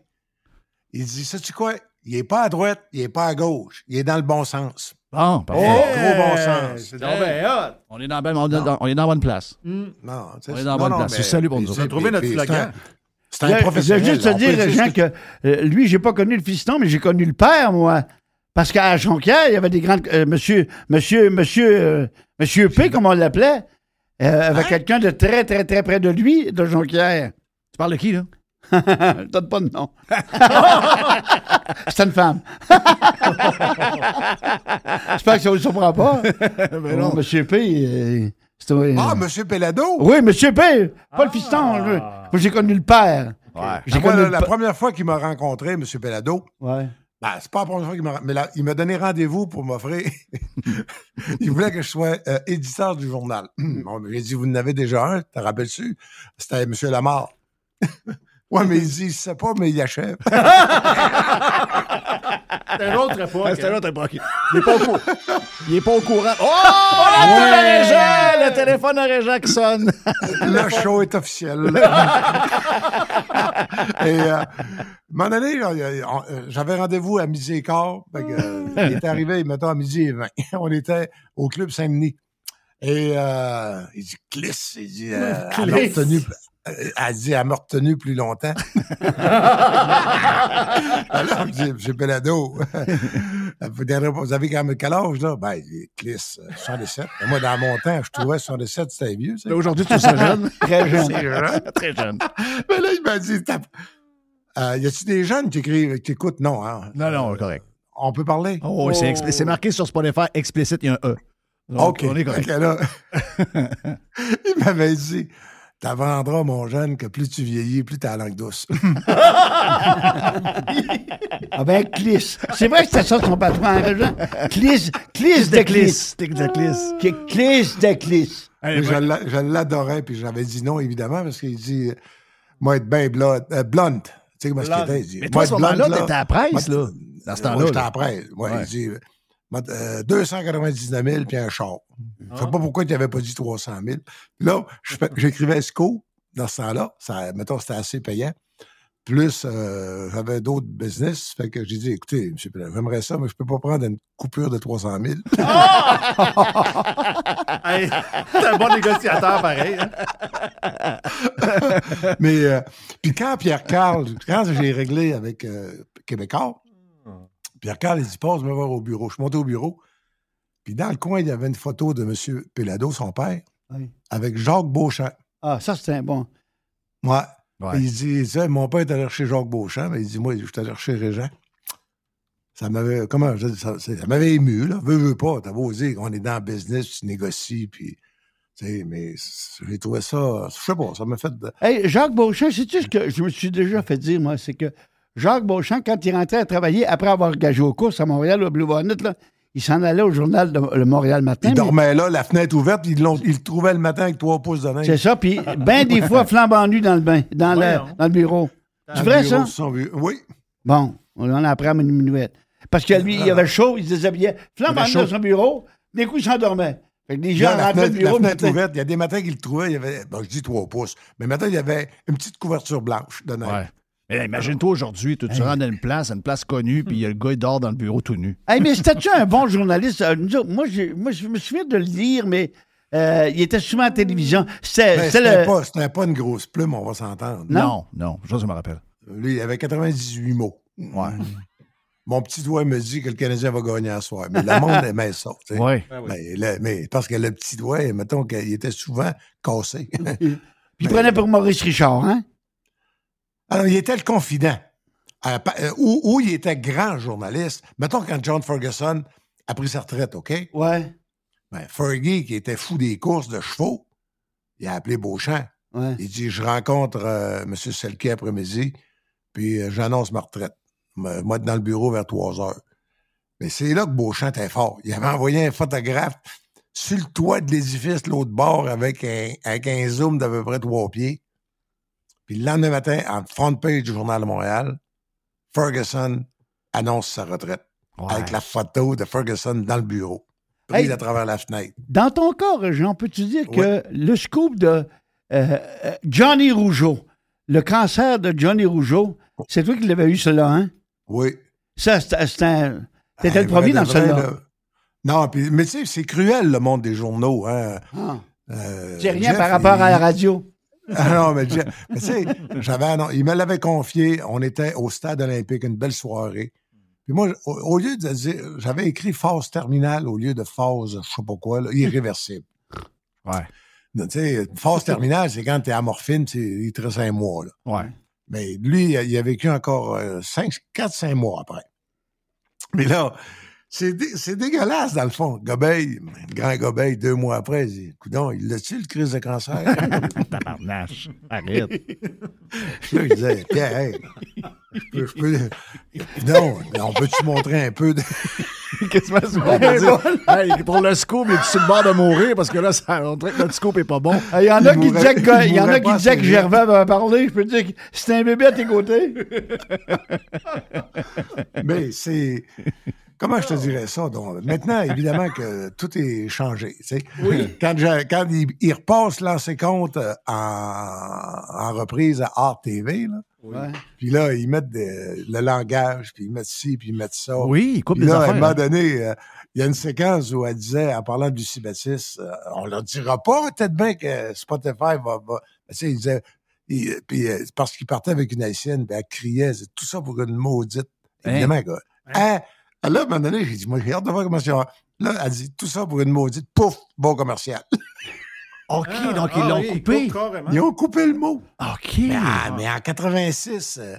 Il dit, sais-tu quoi? Il n'est pas à droite, il n'est pas à gauche. Il est dans le bon sens.
Bon,
Oh,
parfait.
gros bon sens.
c'est donc bien On est dans, ben, on est dans- on est dans la bonne place.
Non, tu sais,
On est dans la
non,
bonne
non,
place.
mais-
C'est salut pour nous
mais-
autres.
mais-
trouvé notre
mais c'est
slogan.
un- C'est
Je
un
je veux
professionnel.
juste te
on peut
dire,
le
Jean, que euh, lui, j'ai pas connu le fiston, mais j'ai connu le père, moi. Parce qu'à Jonquière, il y avait des grandes. euh, monsieur, monsieur, monsieur, euh, monsieur P, comme on l'appelait, euh, avait quelqu'un de très, très, très près de lui, de Jonquière.
Tu parles de qui, là?
Je donne pas de nom. C'était une femme. J'espère que ça vous surprend pas. Oh, monsieur P, euh, c'était.
Ah, Monsieur Pelado!
Oui, monsieur P, pas
Ah.
le fiston. je- Moi, j'ai connu le père. J'ai
Moi,
connu
la,
le
la
pa-
première fois qu'il m'a rencontré, M. Pelado,
Ouais.
ben, c'est pas la première fois qu'il m'a mais là, il m'a donné rendez-vous pour m'offrir. il voulait que je sois euh, éditeur du journal. Bon, mais J'ai dit, vous en avez déjà un, te rappelles-tu? C'était M. Lamarre. ouais, mais il dit, je sais pas, mais il achève.
C'est une autre époque.
Ah, c'est un autre époque. Il est pas au courant. Il est pas au courant. Oh! Le téléphone à Régent! Le téléphone à Régent qui sonne.
Le show est officiel. Et euh, à un moment donné, genre, il y a- on- euh, j'avais rendez-vous à midi et quart. Fait que, euh, il est arrivé, mettons, à midi et vingt. On était au Club Saint-Denis. Et euh, il dit « Cliss ». Il dit euh, Elle m'a retenu- euh, elle dit « Elle m'a retenu plus longtemps ». Alors, j'ai j'ai Pelado. euh, Vous avez- vous avez quand même quel âge, là? Ben, il dit « Cliss, 77 ». Moi, dans mon temps, je trouvais 77, c'était vieux. ça.
Mais Ben, aujourd'hui, tu seras jeune.
Très jeune.
C'est jeune.
Très jeune.
Mais là, il m'a dit, Tape. Euh, y a-tu des jeunes qui écrivent, qui écoutent? Non, hein?
Non, non, correct.
On peut parler?
Oh, c'est expli- c'est marqué sur Spotify explicite, il y a un E. Donc,
OK.
On est correct.
Fait que là, il m'avait dit, t'apprendras, mon jeune, que plus tu vieillis, plus t'as la langue douce.
Ah ben, Clis. C'est vrai que c'était ça son patron en régent. Clis, Clis de Clis.
Cliss, tic de cliss.
Qui- Clis de Clis.
Eh
Mais
ben.
je l'a- je l'adorais, puis j'avais dit non, évidemment, parce qu'il dit, moi, être bien blonde. euh, blonde. Tu sais comment
Blonde.
c'était? Il dit,
Mais toi,
moi,
à ce moment-là,
blonde,
t'étais à la presse,
Moi,
là. Dans ce
Moi,
temps-là.
j'étais
là.
après. Ouais,
Ouais.
Il dit moi, euh, 299 000 puis un char. Je
Ah.
sais pas pourquoi tu n'avais pas dit 300 000. Là, je fais- j'écrivais SCO dans ce temps-là. Ça, mettons, c'était assez payant. Plus, euh, j'avais d'autres business. Fait que j'ai dit, écoutez, monsieur Pellet, j'aimerais ça, mais je peux pas prendre une coupure de 300 000.
Ah! Hey, T'es un bon négociateur, pareil. hein.
mais, euh, puis quand Pierre Carl, quand j'ai réglé avec euh, Québécois, Pierre Carl, il dit, passe me voir au bureau. Je suis monté au bureau. Puis dans le coin, il y avait une photo de monsieur Pelado, son père,
Oui.
avec Jacques Beauchamp.
Ah, ça, c'était un bon.
Ouais.
Ouais.
Il dit, il dit, mon père est allé chez Jacques Beauchamp, mais il dit, moi, je suis allé chez Régent. Ça m'avait, comment, je dis, ça, c'est- ça m'avait ému, là. Veux, veux pas, t'as beau dire qu'on est dans le business, tu négocies, puis, tu sais, mais c- j'ai trouvé ça, je sais pas, ça m'a fait de-
Hey, Jacques Beauchamp, sais-tu ce que je me suis déjà fait dire, moi? C'est que Jacques Beauchamp, quand il rentrait à travailler après avoir gagé aux courses à Montréal, au Blue Bonnet, là, il s'en allait au journal de le Montréal Matin.
Il
mais-
dormait là, la fenêtre ouverte, puis ils l'ont- ils le trouvaient le matin avec trois pouces de neige.
C'est ça, puis ben des fois flambant nu dans le bain, dans, le, dans le bureau. C'est vrai,
Bureau
ça?
de son vieux- Oui.
Bon, on en apprend une minute. Parce que lui, il avait chaud, il se déshabillait.
Il
Flambant
avait
nu
chaud.
dans son bureau, des coups, il s'endormait. Fait que les gens
Là, la
rentraient
fenêtre,
du
la
bureau.
fenêtre
puis-
ouverte, il y a des matins qu'ils le trouvaient, il y avait, bon, je dis trois pouces, mais maintenant, il y avait une petite couverture blanche de neige.
Ouais. Mais là, imagine-toi aujourd'hui, tu te rends à une place, à une place connue, puis il y a le gars, il dort dans le bureau tout nu.
Hey, mais c'était-tu un bon journaliste? Euh, nous autres, moi, j'ai- moi, je me souviens de le lire, mais euh, il était souvent à la télévision. C'était
Ben,
c'était
C'était
le...
pas, c'était pas une grosse plume, on va s'entendre.
Non?
Non, je me rappelle.
Lui, il avait 98 mots. Mm.
Ouais.
Mon petit doigt me dit que le Canadien va gagner à soir. Mais le monde aimait ça. tu sais.
Ouais.
Ben oui. Mais, le- mais parce que le petit doigt, mettons qu'il était souvent cassé.
Puis il prenait pour Maurice Richard, hein?
Alors, il était le confident. À pa- euh, Ou ou il était grand journaliste. Mettons quand John Ferguson a pris sa retraite, OK?
Ouais.
Ben, Fergie, qui était fou des courses de chevaux, il a appelé Beauchamp. Il dit Je rencontre euh, M. Selke après-midi, puis euh, j'annonce ma retraite. M- Moi, dans le bureau vers 3 heures. Mais c'est là que Beauchamp était fort. Il avait envoyé un photographe sur le toit de l'édifice, l'autre bord, avec un, avec un zoom d'à peu près trois pieds. Puis le lendemain matin, en front page du Journal de Montréal, Ferguson annonce sa retraite avec la photo de Ferguson dans le bureau, prise
Hey.
à travers la fenêtre.
Dans ton cas, Jean, peux-tu dire que le scoop de euh, euh, Johnny Rougeau, le cancer de Johnny Rougeau, c'est toi qui l'avais eu, cela, hein?
Oui.
Ça, c'était c'était un... T'étais
Hey,
le
vrai
premier
de
dans
vrai,
celle-là.
là. Non, puis, mais tu sais, c'est cruel le monde des journaux. Hein.
Ah.
Euh,
C'est rien
Jeff,
par rapport à la
il-
radio.
Ah non, mais, Jeff- mais tu sais, j'avais, annon- il me l'avait confié. On était au stade olympique, une belle soirée. Puis moi, au, au lieu de dire, j'avais écrit phase terminale au lieu de phase, je sais pas quoi, là, irréversible.
Ouais.
Donc, Tu sais, phase terminale, c'est quand t'es amorphine, c'est, il te reste un mois. Là.
Ouais.
Mais lui, il a- il a vécu encore euh, 4-5 mois après. Mais là, c'est dé- c'est dégueulasse, dans le fond. Gobeil, le grand Gobeil, deux mois après, il dit Coudon, il l'a-tu, le crise de cancer
Tabarnache. Arrête.
Puis là, je disais Pierre, hey, je peux. je peux- Non, on peut-tu montrer un peu de.
Qu'est-ce que tu vas me dire? Hey, pour le scoop, mais tu sur le bord de mourir parce que là, ça, on dirait que notre scoop est pas bon.
Il y en a
Il
qui
mourrait-
disaient que,
il
il y en a
mourrait
qui
pas
disaient
assez
que
vite.
Gervais va parler. Je peux te dire que c'était un bébé à tes côtés.
Mais c'est. Comment je te dirais ça? Donc, maintenant, évidemment que tout est changé. tu sais. Quand, je- quand il, il repasse l'ancien compte euh, en, en reprise à Art TV, là,
Ouais.
puis là, ils mettent des- le langage, puis ils mettent ci, puis ils mettent ça.
Oui, ils coupent
Puis
les
là, à un
affaires,
moment
hein.
donné, euh, il y a une séquence où elle disait, en parlant de Lucie Baptiste, euh, on leur dira pas peut-être bien que Spotify va... va- Tu sais, il disait... il- puis, euh, parce qu'il partait avec une haïtienne, puis elle criait, c'est tout ça pour une maudite.
Hein?
Évidemment, gars. Hein? Là, à un moment donné, j'ai dit, moi, j'ai hâte de voir comment ça va. Là, elle dit, tout ça pour une maudite, pouf, bon commercial.
OK,
Ah.
donc ils l'ont coupé.
Ils ont coupé le mot.
OK.
Mais, ah, mais en 86, euh,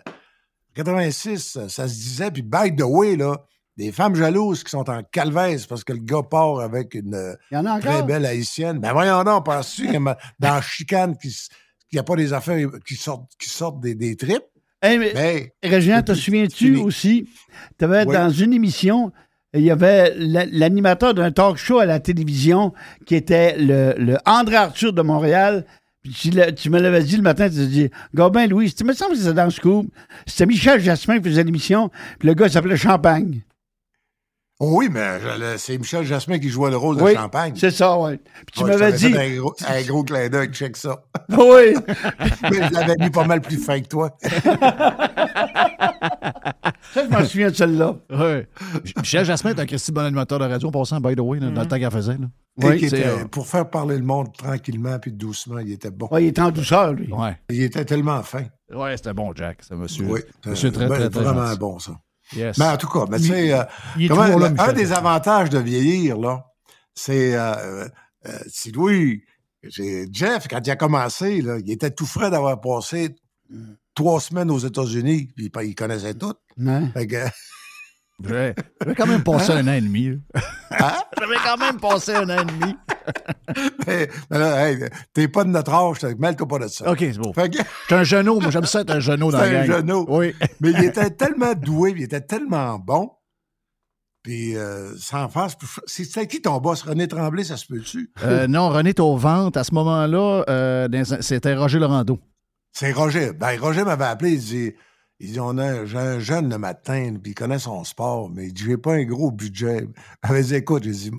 86, euh, ça se disait, puis by the way, là, des femmes jalouses qui sont en calvaise parce que le gars part avec une euh,
Il y en a
très
encore.
belle haïtienne. Ben voyons donc, penses-tu que ma- dans Chicane, qu'il s- qu'il n'y a pas des affaires qui sortent, qui sortent des, des tripes?
Hey, mais-
Ben,
Régent, te souviens-tu aussi, tu avais
Oui.
dans une émission, il y avait la- l'animateur d'un talk show à la télévision qui était le, le André Arthur de Montréal. Puis Tu, l'as- tu me l'avais dit le matin, tu te dis, Gobin Louis, tu me semble que c'était dans ce coup. C'était Michel Jasmin qui faisait l'émission, puis le gars s'appelait Champagne.
oui, mais je- le- c'est Michel Jasmin qui jouait le rôle
Oui,
de Champagne.
C'est ça, oui. Puis tu
Ouais, je
m'avais
t'avais
dit.
fait Un gros, un gros clin d'œil, check ça.
Oui.
Mais je l'avais mis pas mal plus fin que toi.
Ça, je m'en souviens de celle-là.
Ouais. Michel Jasmin est un Christy bon animateur de radio en passant, by the way, là, dans le temps qu'elle faisait. Là.
Et qui
c'est,
était-
euh,
pour faire parler le monde tranquillement puis doucement, il était bon.
Ouais, il était en douceur, lui.
ouais.
Il était tellement fin.
Ouais, c'était bon, Jack. C'est monsieur.
Oui,
Monsieur très,
Ben,
très, très
vraiment
gentil.
bon, ça.
Yes.
Mais en tout cas, mais tu sais, euh,
il est
comment-
toujours là,
le- un
Michel
des
Jasmin.
avantages de vieillir, là, c'est, euh, euh, c'est oui, j'ai- Jeff, quand il a commencé, là, il était tout frais d'avoir passé trois semaines aux États-Unis, puis il, il connaissait tout.
Ouais.
Fait que,
J'avais j'avais quand même passé un an et demi. là.
Hein?
J'avais quand même passé un an et demi.
mais là, hey, t'es pas de notre âge, fait que mêle-toi pas de ça.
OK, c'est beau.
Fait que-
J'étais un genou. Moi, j'aime ça être un genou dans
C'est
la
un
gang.
genou.
Oui.
Mais il était tellement doué, puis il était tellement bon. Puis, euh, sans faire. c'est- C'était qui ton boss? René Tremblay, ça se peut-tu?
Euh, non, René est aux ventes. À ce moment-là, euh, dans- c'était Roger Laurando.
C'est Roger. Ben, Roger m'avait appelé, il dit, il dit, on a un, j'ai un jeune le matin, puis il connaît son sport, mais il dit, j'ai pas un gros budget. Il m'avait dit, écoute, j'ai dit,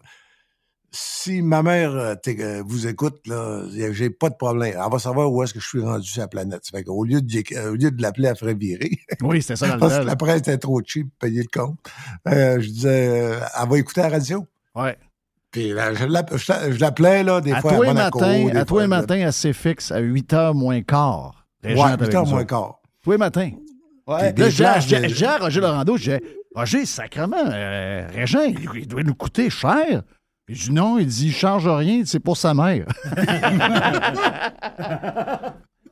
si ma mère euh, t'é- euh, vous écoute, là, y a- j'ai pas de problème. Elle va savoir où est-ce que je suis rendu sur la planète. Ça fait qu'au lieu de, l'éc- euh, au lieu de l'appeler, elle ferait virer.
Oui, c'était ça dans le
Parce
temps,
que
Ah, là.
Ah, la presse était trop cheap pour payer le compte. Euh, je disais, euh, elle va écouter la radio.
Ouais.
Puis là, je l'app- je l'a- je l'appelais, là, des
à
fois
toi
à
le
Monaco.
matin,
des
à toi
fois,
le
là.
matin, à CFX, à 8h moins quart.
Ouais,
Régente avec
8h
nous
moins
autres.
quart.
Toi le matin.
Ouais,
Puis là,
des euh.
j'ai
plages,
j'ai-
des-
j'ai à Roger Laurando, j'ai Roger, sacrement, euh, Régent, il, il doit nous coûter cher. Il dit non, il dit, il charge rien, c'est pour sa mère.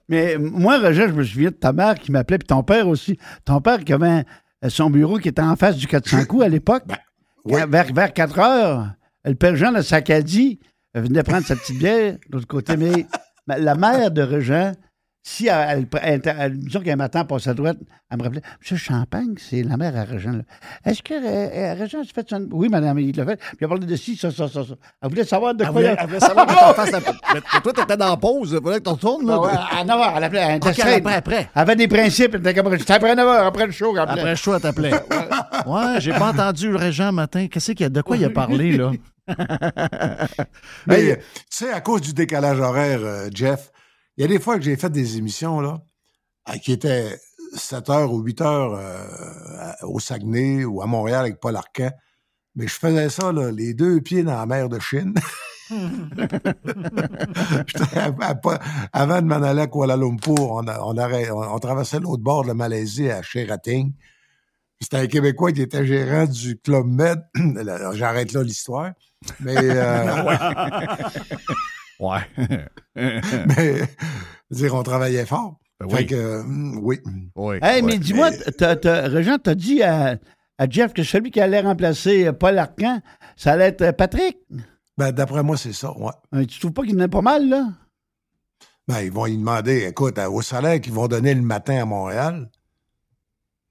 Mais moi, Roger, je me souviens de ta mère qui m'appelait, puis ton père aussi. Ton père qui avait un- son bureau qui était en face du 400 coups à l'époque. Vers- vers, vers 4 heures, le père Jean de Sacadie euh, venait prendre sa petite bière de l'autre côté. Mais ma- la mère de Régent, si elle, elle, pre- elle, était- elle- disons qu'un matin, elle passait à droite, elle me rappelait Monsieur Champagne, c'est la mère à Régent. là. Est-ce que euh, euh, Régent, tu fais son. Oui, madame, il l'a fait. Puis elle parlait de ci, ça, ça, ça, ça. Elle voulait savoir de
Elle
quoi.
voulait- elle voulait savoir que t'en fasses la- Mais toi, t'étais dans la pause, il fallait que tu retournes.
Ah ouais, à 9 heures, elle appelait. Elle était
Ok,
straight.
après, après.
Elle avait des principes. Elle était comme. C'était après 9 heures, après le show. elle appelait.
Après le show, elle t'appelait. Ouais, j'ai pas entendu le Régent matin. Qu'est-ce qu'il y a de quoi il a parlé, là?
Mais, euh, tu sais, à cause du décalage horaire, euh, Jeff, il y a des fois que j'ai fait des émissions là, à- qui étaient 7 heures ou 8 heures euh, à- au Saguenay ou à Montréal avec Paul Arcan. Mais je faisais ça, là, les deux pieds dans la mer de Chine. J'étais à- à pas- avant de m'en aller à Kuala Lumpur, on, a- on arrêt- on- on traversait l'autre bord de la Malaisie à Sherating. C'était un Québécois qui était gérant du Club Med. Là, J'arrête là l'histoire. Mais euh,
ouais.
Mais, je veux dire, on travaillait fort.
Ben
fait
oui.
que, euh, mm, oui.
Oui.
Hey, mais dis-moi, t'as- t'as- Régent, t'as dit à, à Jeff que celui qui allait remplacer euh, Paul Arcan, ça allait être euh, Patrick.
Ben, d'après moi, c'est ça, ouais.
Euh, Tu trouves pas qu'il en a pas mal, là?
Ben, ils vont y demander, écoute, euh, au salaire qu'ils vont donner le matin à Montréal,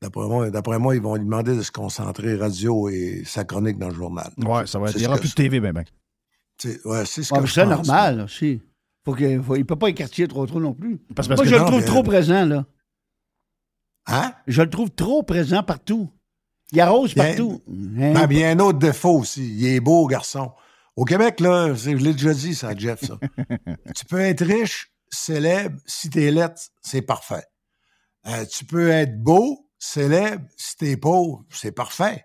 d'après moi, d'après moi, ils vont lui demander de se concentrer radio et sa chronique dans le journal.
Ouais, ça va être.
C'est
Il n'y aura
ce que
plus de
c'est.
TV, ben, ben.
C'est, ouais, c'est ce
Ouais,
que
mais
je
c'est
pense.
Ah, normal, là, aussi. Faut que, faut- il peut pas écartier trop trop non plus.
Parce- parce
Moi,
que
je le
non,
trouve
mais-
trop présent, là.
Hein?
Je le trouve trop présent partout. Il arrose
Il y a-
partout. Hein?
Ben, il y a un autre défaut aussi. Il est beau, garçon. Au Québec, là, c'est- je l'ai déjà dit, ça, Jeff, ça. tu peux être riche, célèbre, si t'es lettre, c'est parfait. Euh, tu peux être beau, célèbre, si t'es pauvre, c'est parfait.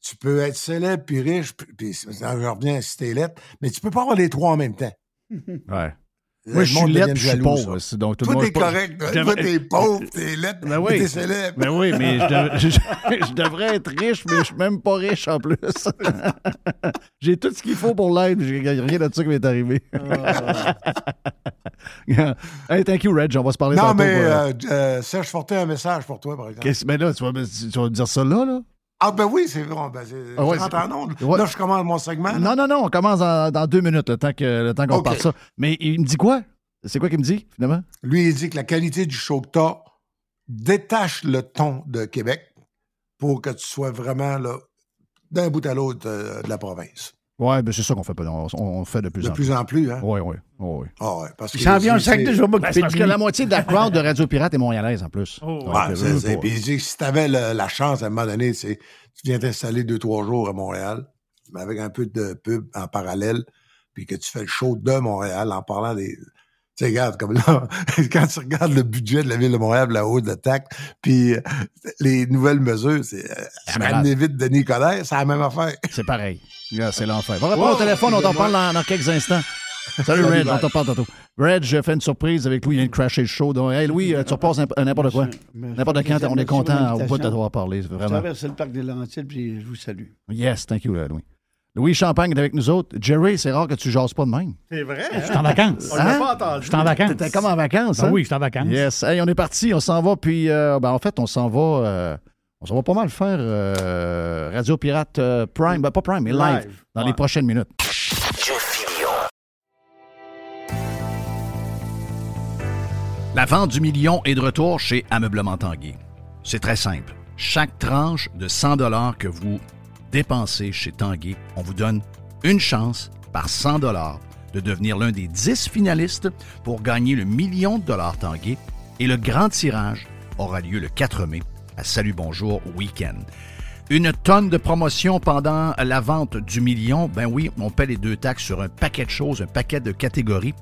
Tu peux être célèbre puis riche, puis, puis j'en reviens si t'es lettre, mais tu peux pas avoir les trois en même temps.
Ouais.
Le
Moi, je
monde
suis
devient
lettre, je suis
jaloux,
pauvre.
ça.
c'est Donc, tout le
Toi,
monde.
t'es correct. ben,
Je
Toi,
devrais-
t'es pauvre, t'es lettre,
Ben oui.
mais t'es célèbre.
Ben oui, mais je, devrais- je- je devrais être riche, mais je suis même pas riche en plus. J'ai tout ce qu'il faut pour l'aide, j'ai rien de ça qui m'est arrivé.
Ah.
hey, thank you, Reg. On va se parler
Non,
tantôt.
mais
pour, euh,
euh, euh, Serge Fortin a un message pour toi, par exemple.
qu'est-ce- ben là, tu vas, me- tu vas me dire ça là, là?
Ah ben oui, c'est vrai. Ben, c'est-
Ah ouais,
je rentre
c'est-
en onde.
ouais.
Là, je commence mon segment. là.
Non, non, non, on commence en- dans deux minutes, le temps qu'on le temps qu'on
Ah, Ok.
parle ça. Mais il me dit quoi? C'est quoi qu'il me dit, finalement?
Lui, il dit que la qualité du show que t'as détache le ton de Québec pour que tu sois vraiment là, d'un bout à l'autre euh, de la province.
Ouais, ben c'est ça qu'on fait, pas- on, on fait de plus
De
en
plus en plus, hein?
Oui, oui, oui.
Ah ouais, parce que
Il s'en vient un
c'est-
sac de jour, moi, qui
Ben,
fait
c'est parce
de
que
lui.
la moitié de la crowd de Radio Pirate est montréalaise, en plus. Donc,
Ouais,
euh,
Ah, c'est-
veux
c'est-
pas.
puis il dit que si tu avais la, la chance à un moment donné, c'est- tu viens t'installer deux, trois jours à Montréal, mais avec un peu de pub en parallèle, puis que tu fais le show de Montréal en parlant des. Tu sais, regarde, comme là, quand tu regardes le budget de la ville de Montréal, la hausse de taxes, puis euh, les nouvelles mesures, c'est euh,
malade.
amener vite Denis Coderre, c'est la même affaire.
C'est pareil. Là, c'est l'enfer. Va répondre
Oh,
au téléphone, on t'en
excusez-moi.
parle dans, dans quelques instants. Salut, Red, on t'en parle tantôt. Red, je fais une surprise avec Louis, il vient de crasher le show. Donc, hey, Louis, euh, tu repasses n'imp- euh, n'importe quoi.
Merci.
N'importe quand, on est
Merci pour
content au
l'invitation.
bout de t'avoir parlé,
Je
vraiment.
traverse le parc des Laurentides, puis je vous salue.
Yes, thank you, euh, Louis. Louis Champagne est avec nous autres. Jerry, c'est rare que tu jases pas de même.
C'est vrai?
Je suis en vacances.
On l'a
Hein?
pas entendu.
Je suis en vacances.
T'es comme en vacances,
Ben
hein?
oui, je suis en vacances.
Yes. Hey, on est parti, on s'en va, puis euh, ben, en fait, on s'en va. euh, on s'en va pas mal faire euh, Radio Pirate euh, Prime, ben, pas Prime, mais live,
Live,
dans
ouais.
les prochaines minutes.
La vente du million est de retour chez Ameublement Tanguy. C'est très simple. Chaque tranche de 100 dollars que vous dépensez chez Tanguy, on vous donne une chance par 100 dollars de devenir l'un des 10 finalistes pour gagner le million de dollars Tanguy et le grand tirage aura lieu le 4 mai à Salut Bonjour Week-end.
Une tonne de promotion pendant la vente du million. Ben oui, on paie les deux taxes sur un paquet de choses, un paquet de catégories.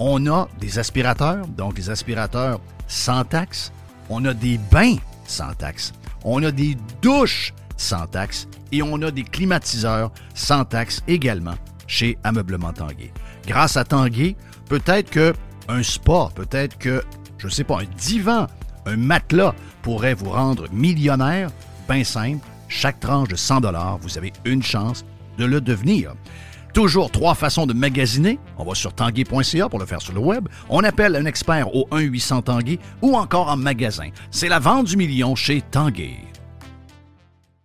On a des aspirateurs, donc des aspirateurs sans taxe. On a des bains sans taxe. On a des douches sans taxe. Et on a des climatiseurs sans taxe également chez Ameublement Tanguay. Grâce à Tanguay, peut-être que un spa, peut-être que, je sais pas, un divan, un matelas pourrait vous rendre millionnaire. Bien simple, chaque tranche de 100 vous avez une chance de le devenir. Toujours trois façons de magasiner. On va sur tanguay.ca pour le faire sur le web. On appelle un expert au 1-800 Tanguay ou encore en magasin. C'est la vente du million chez Tanguay.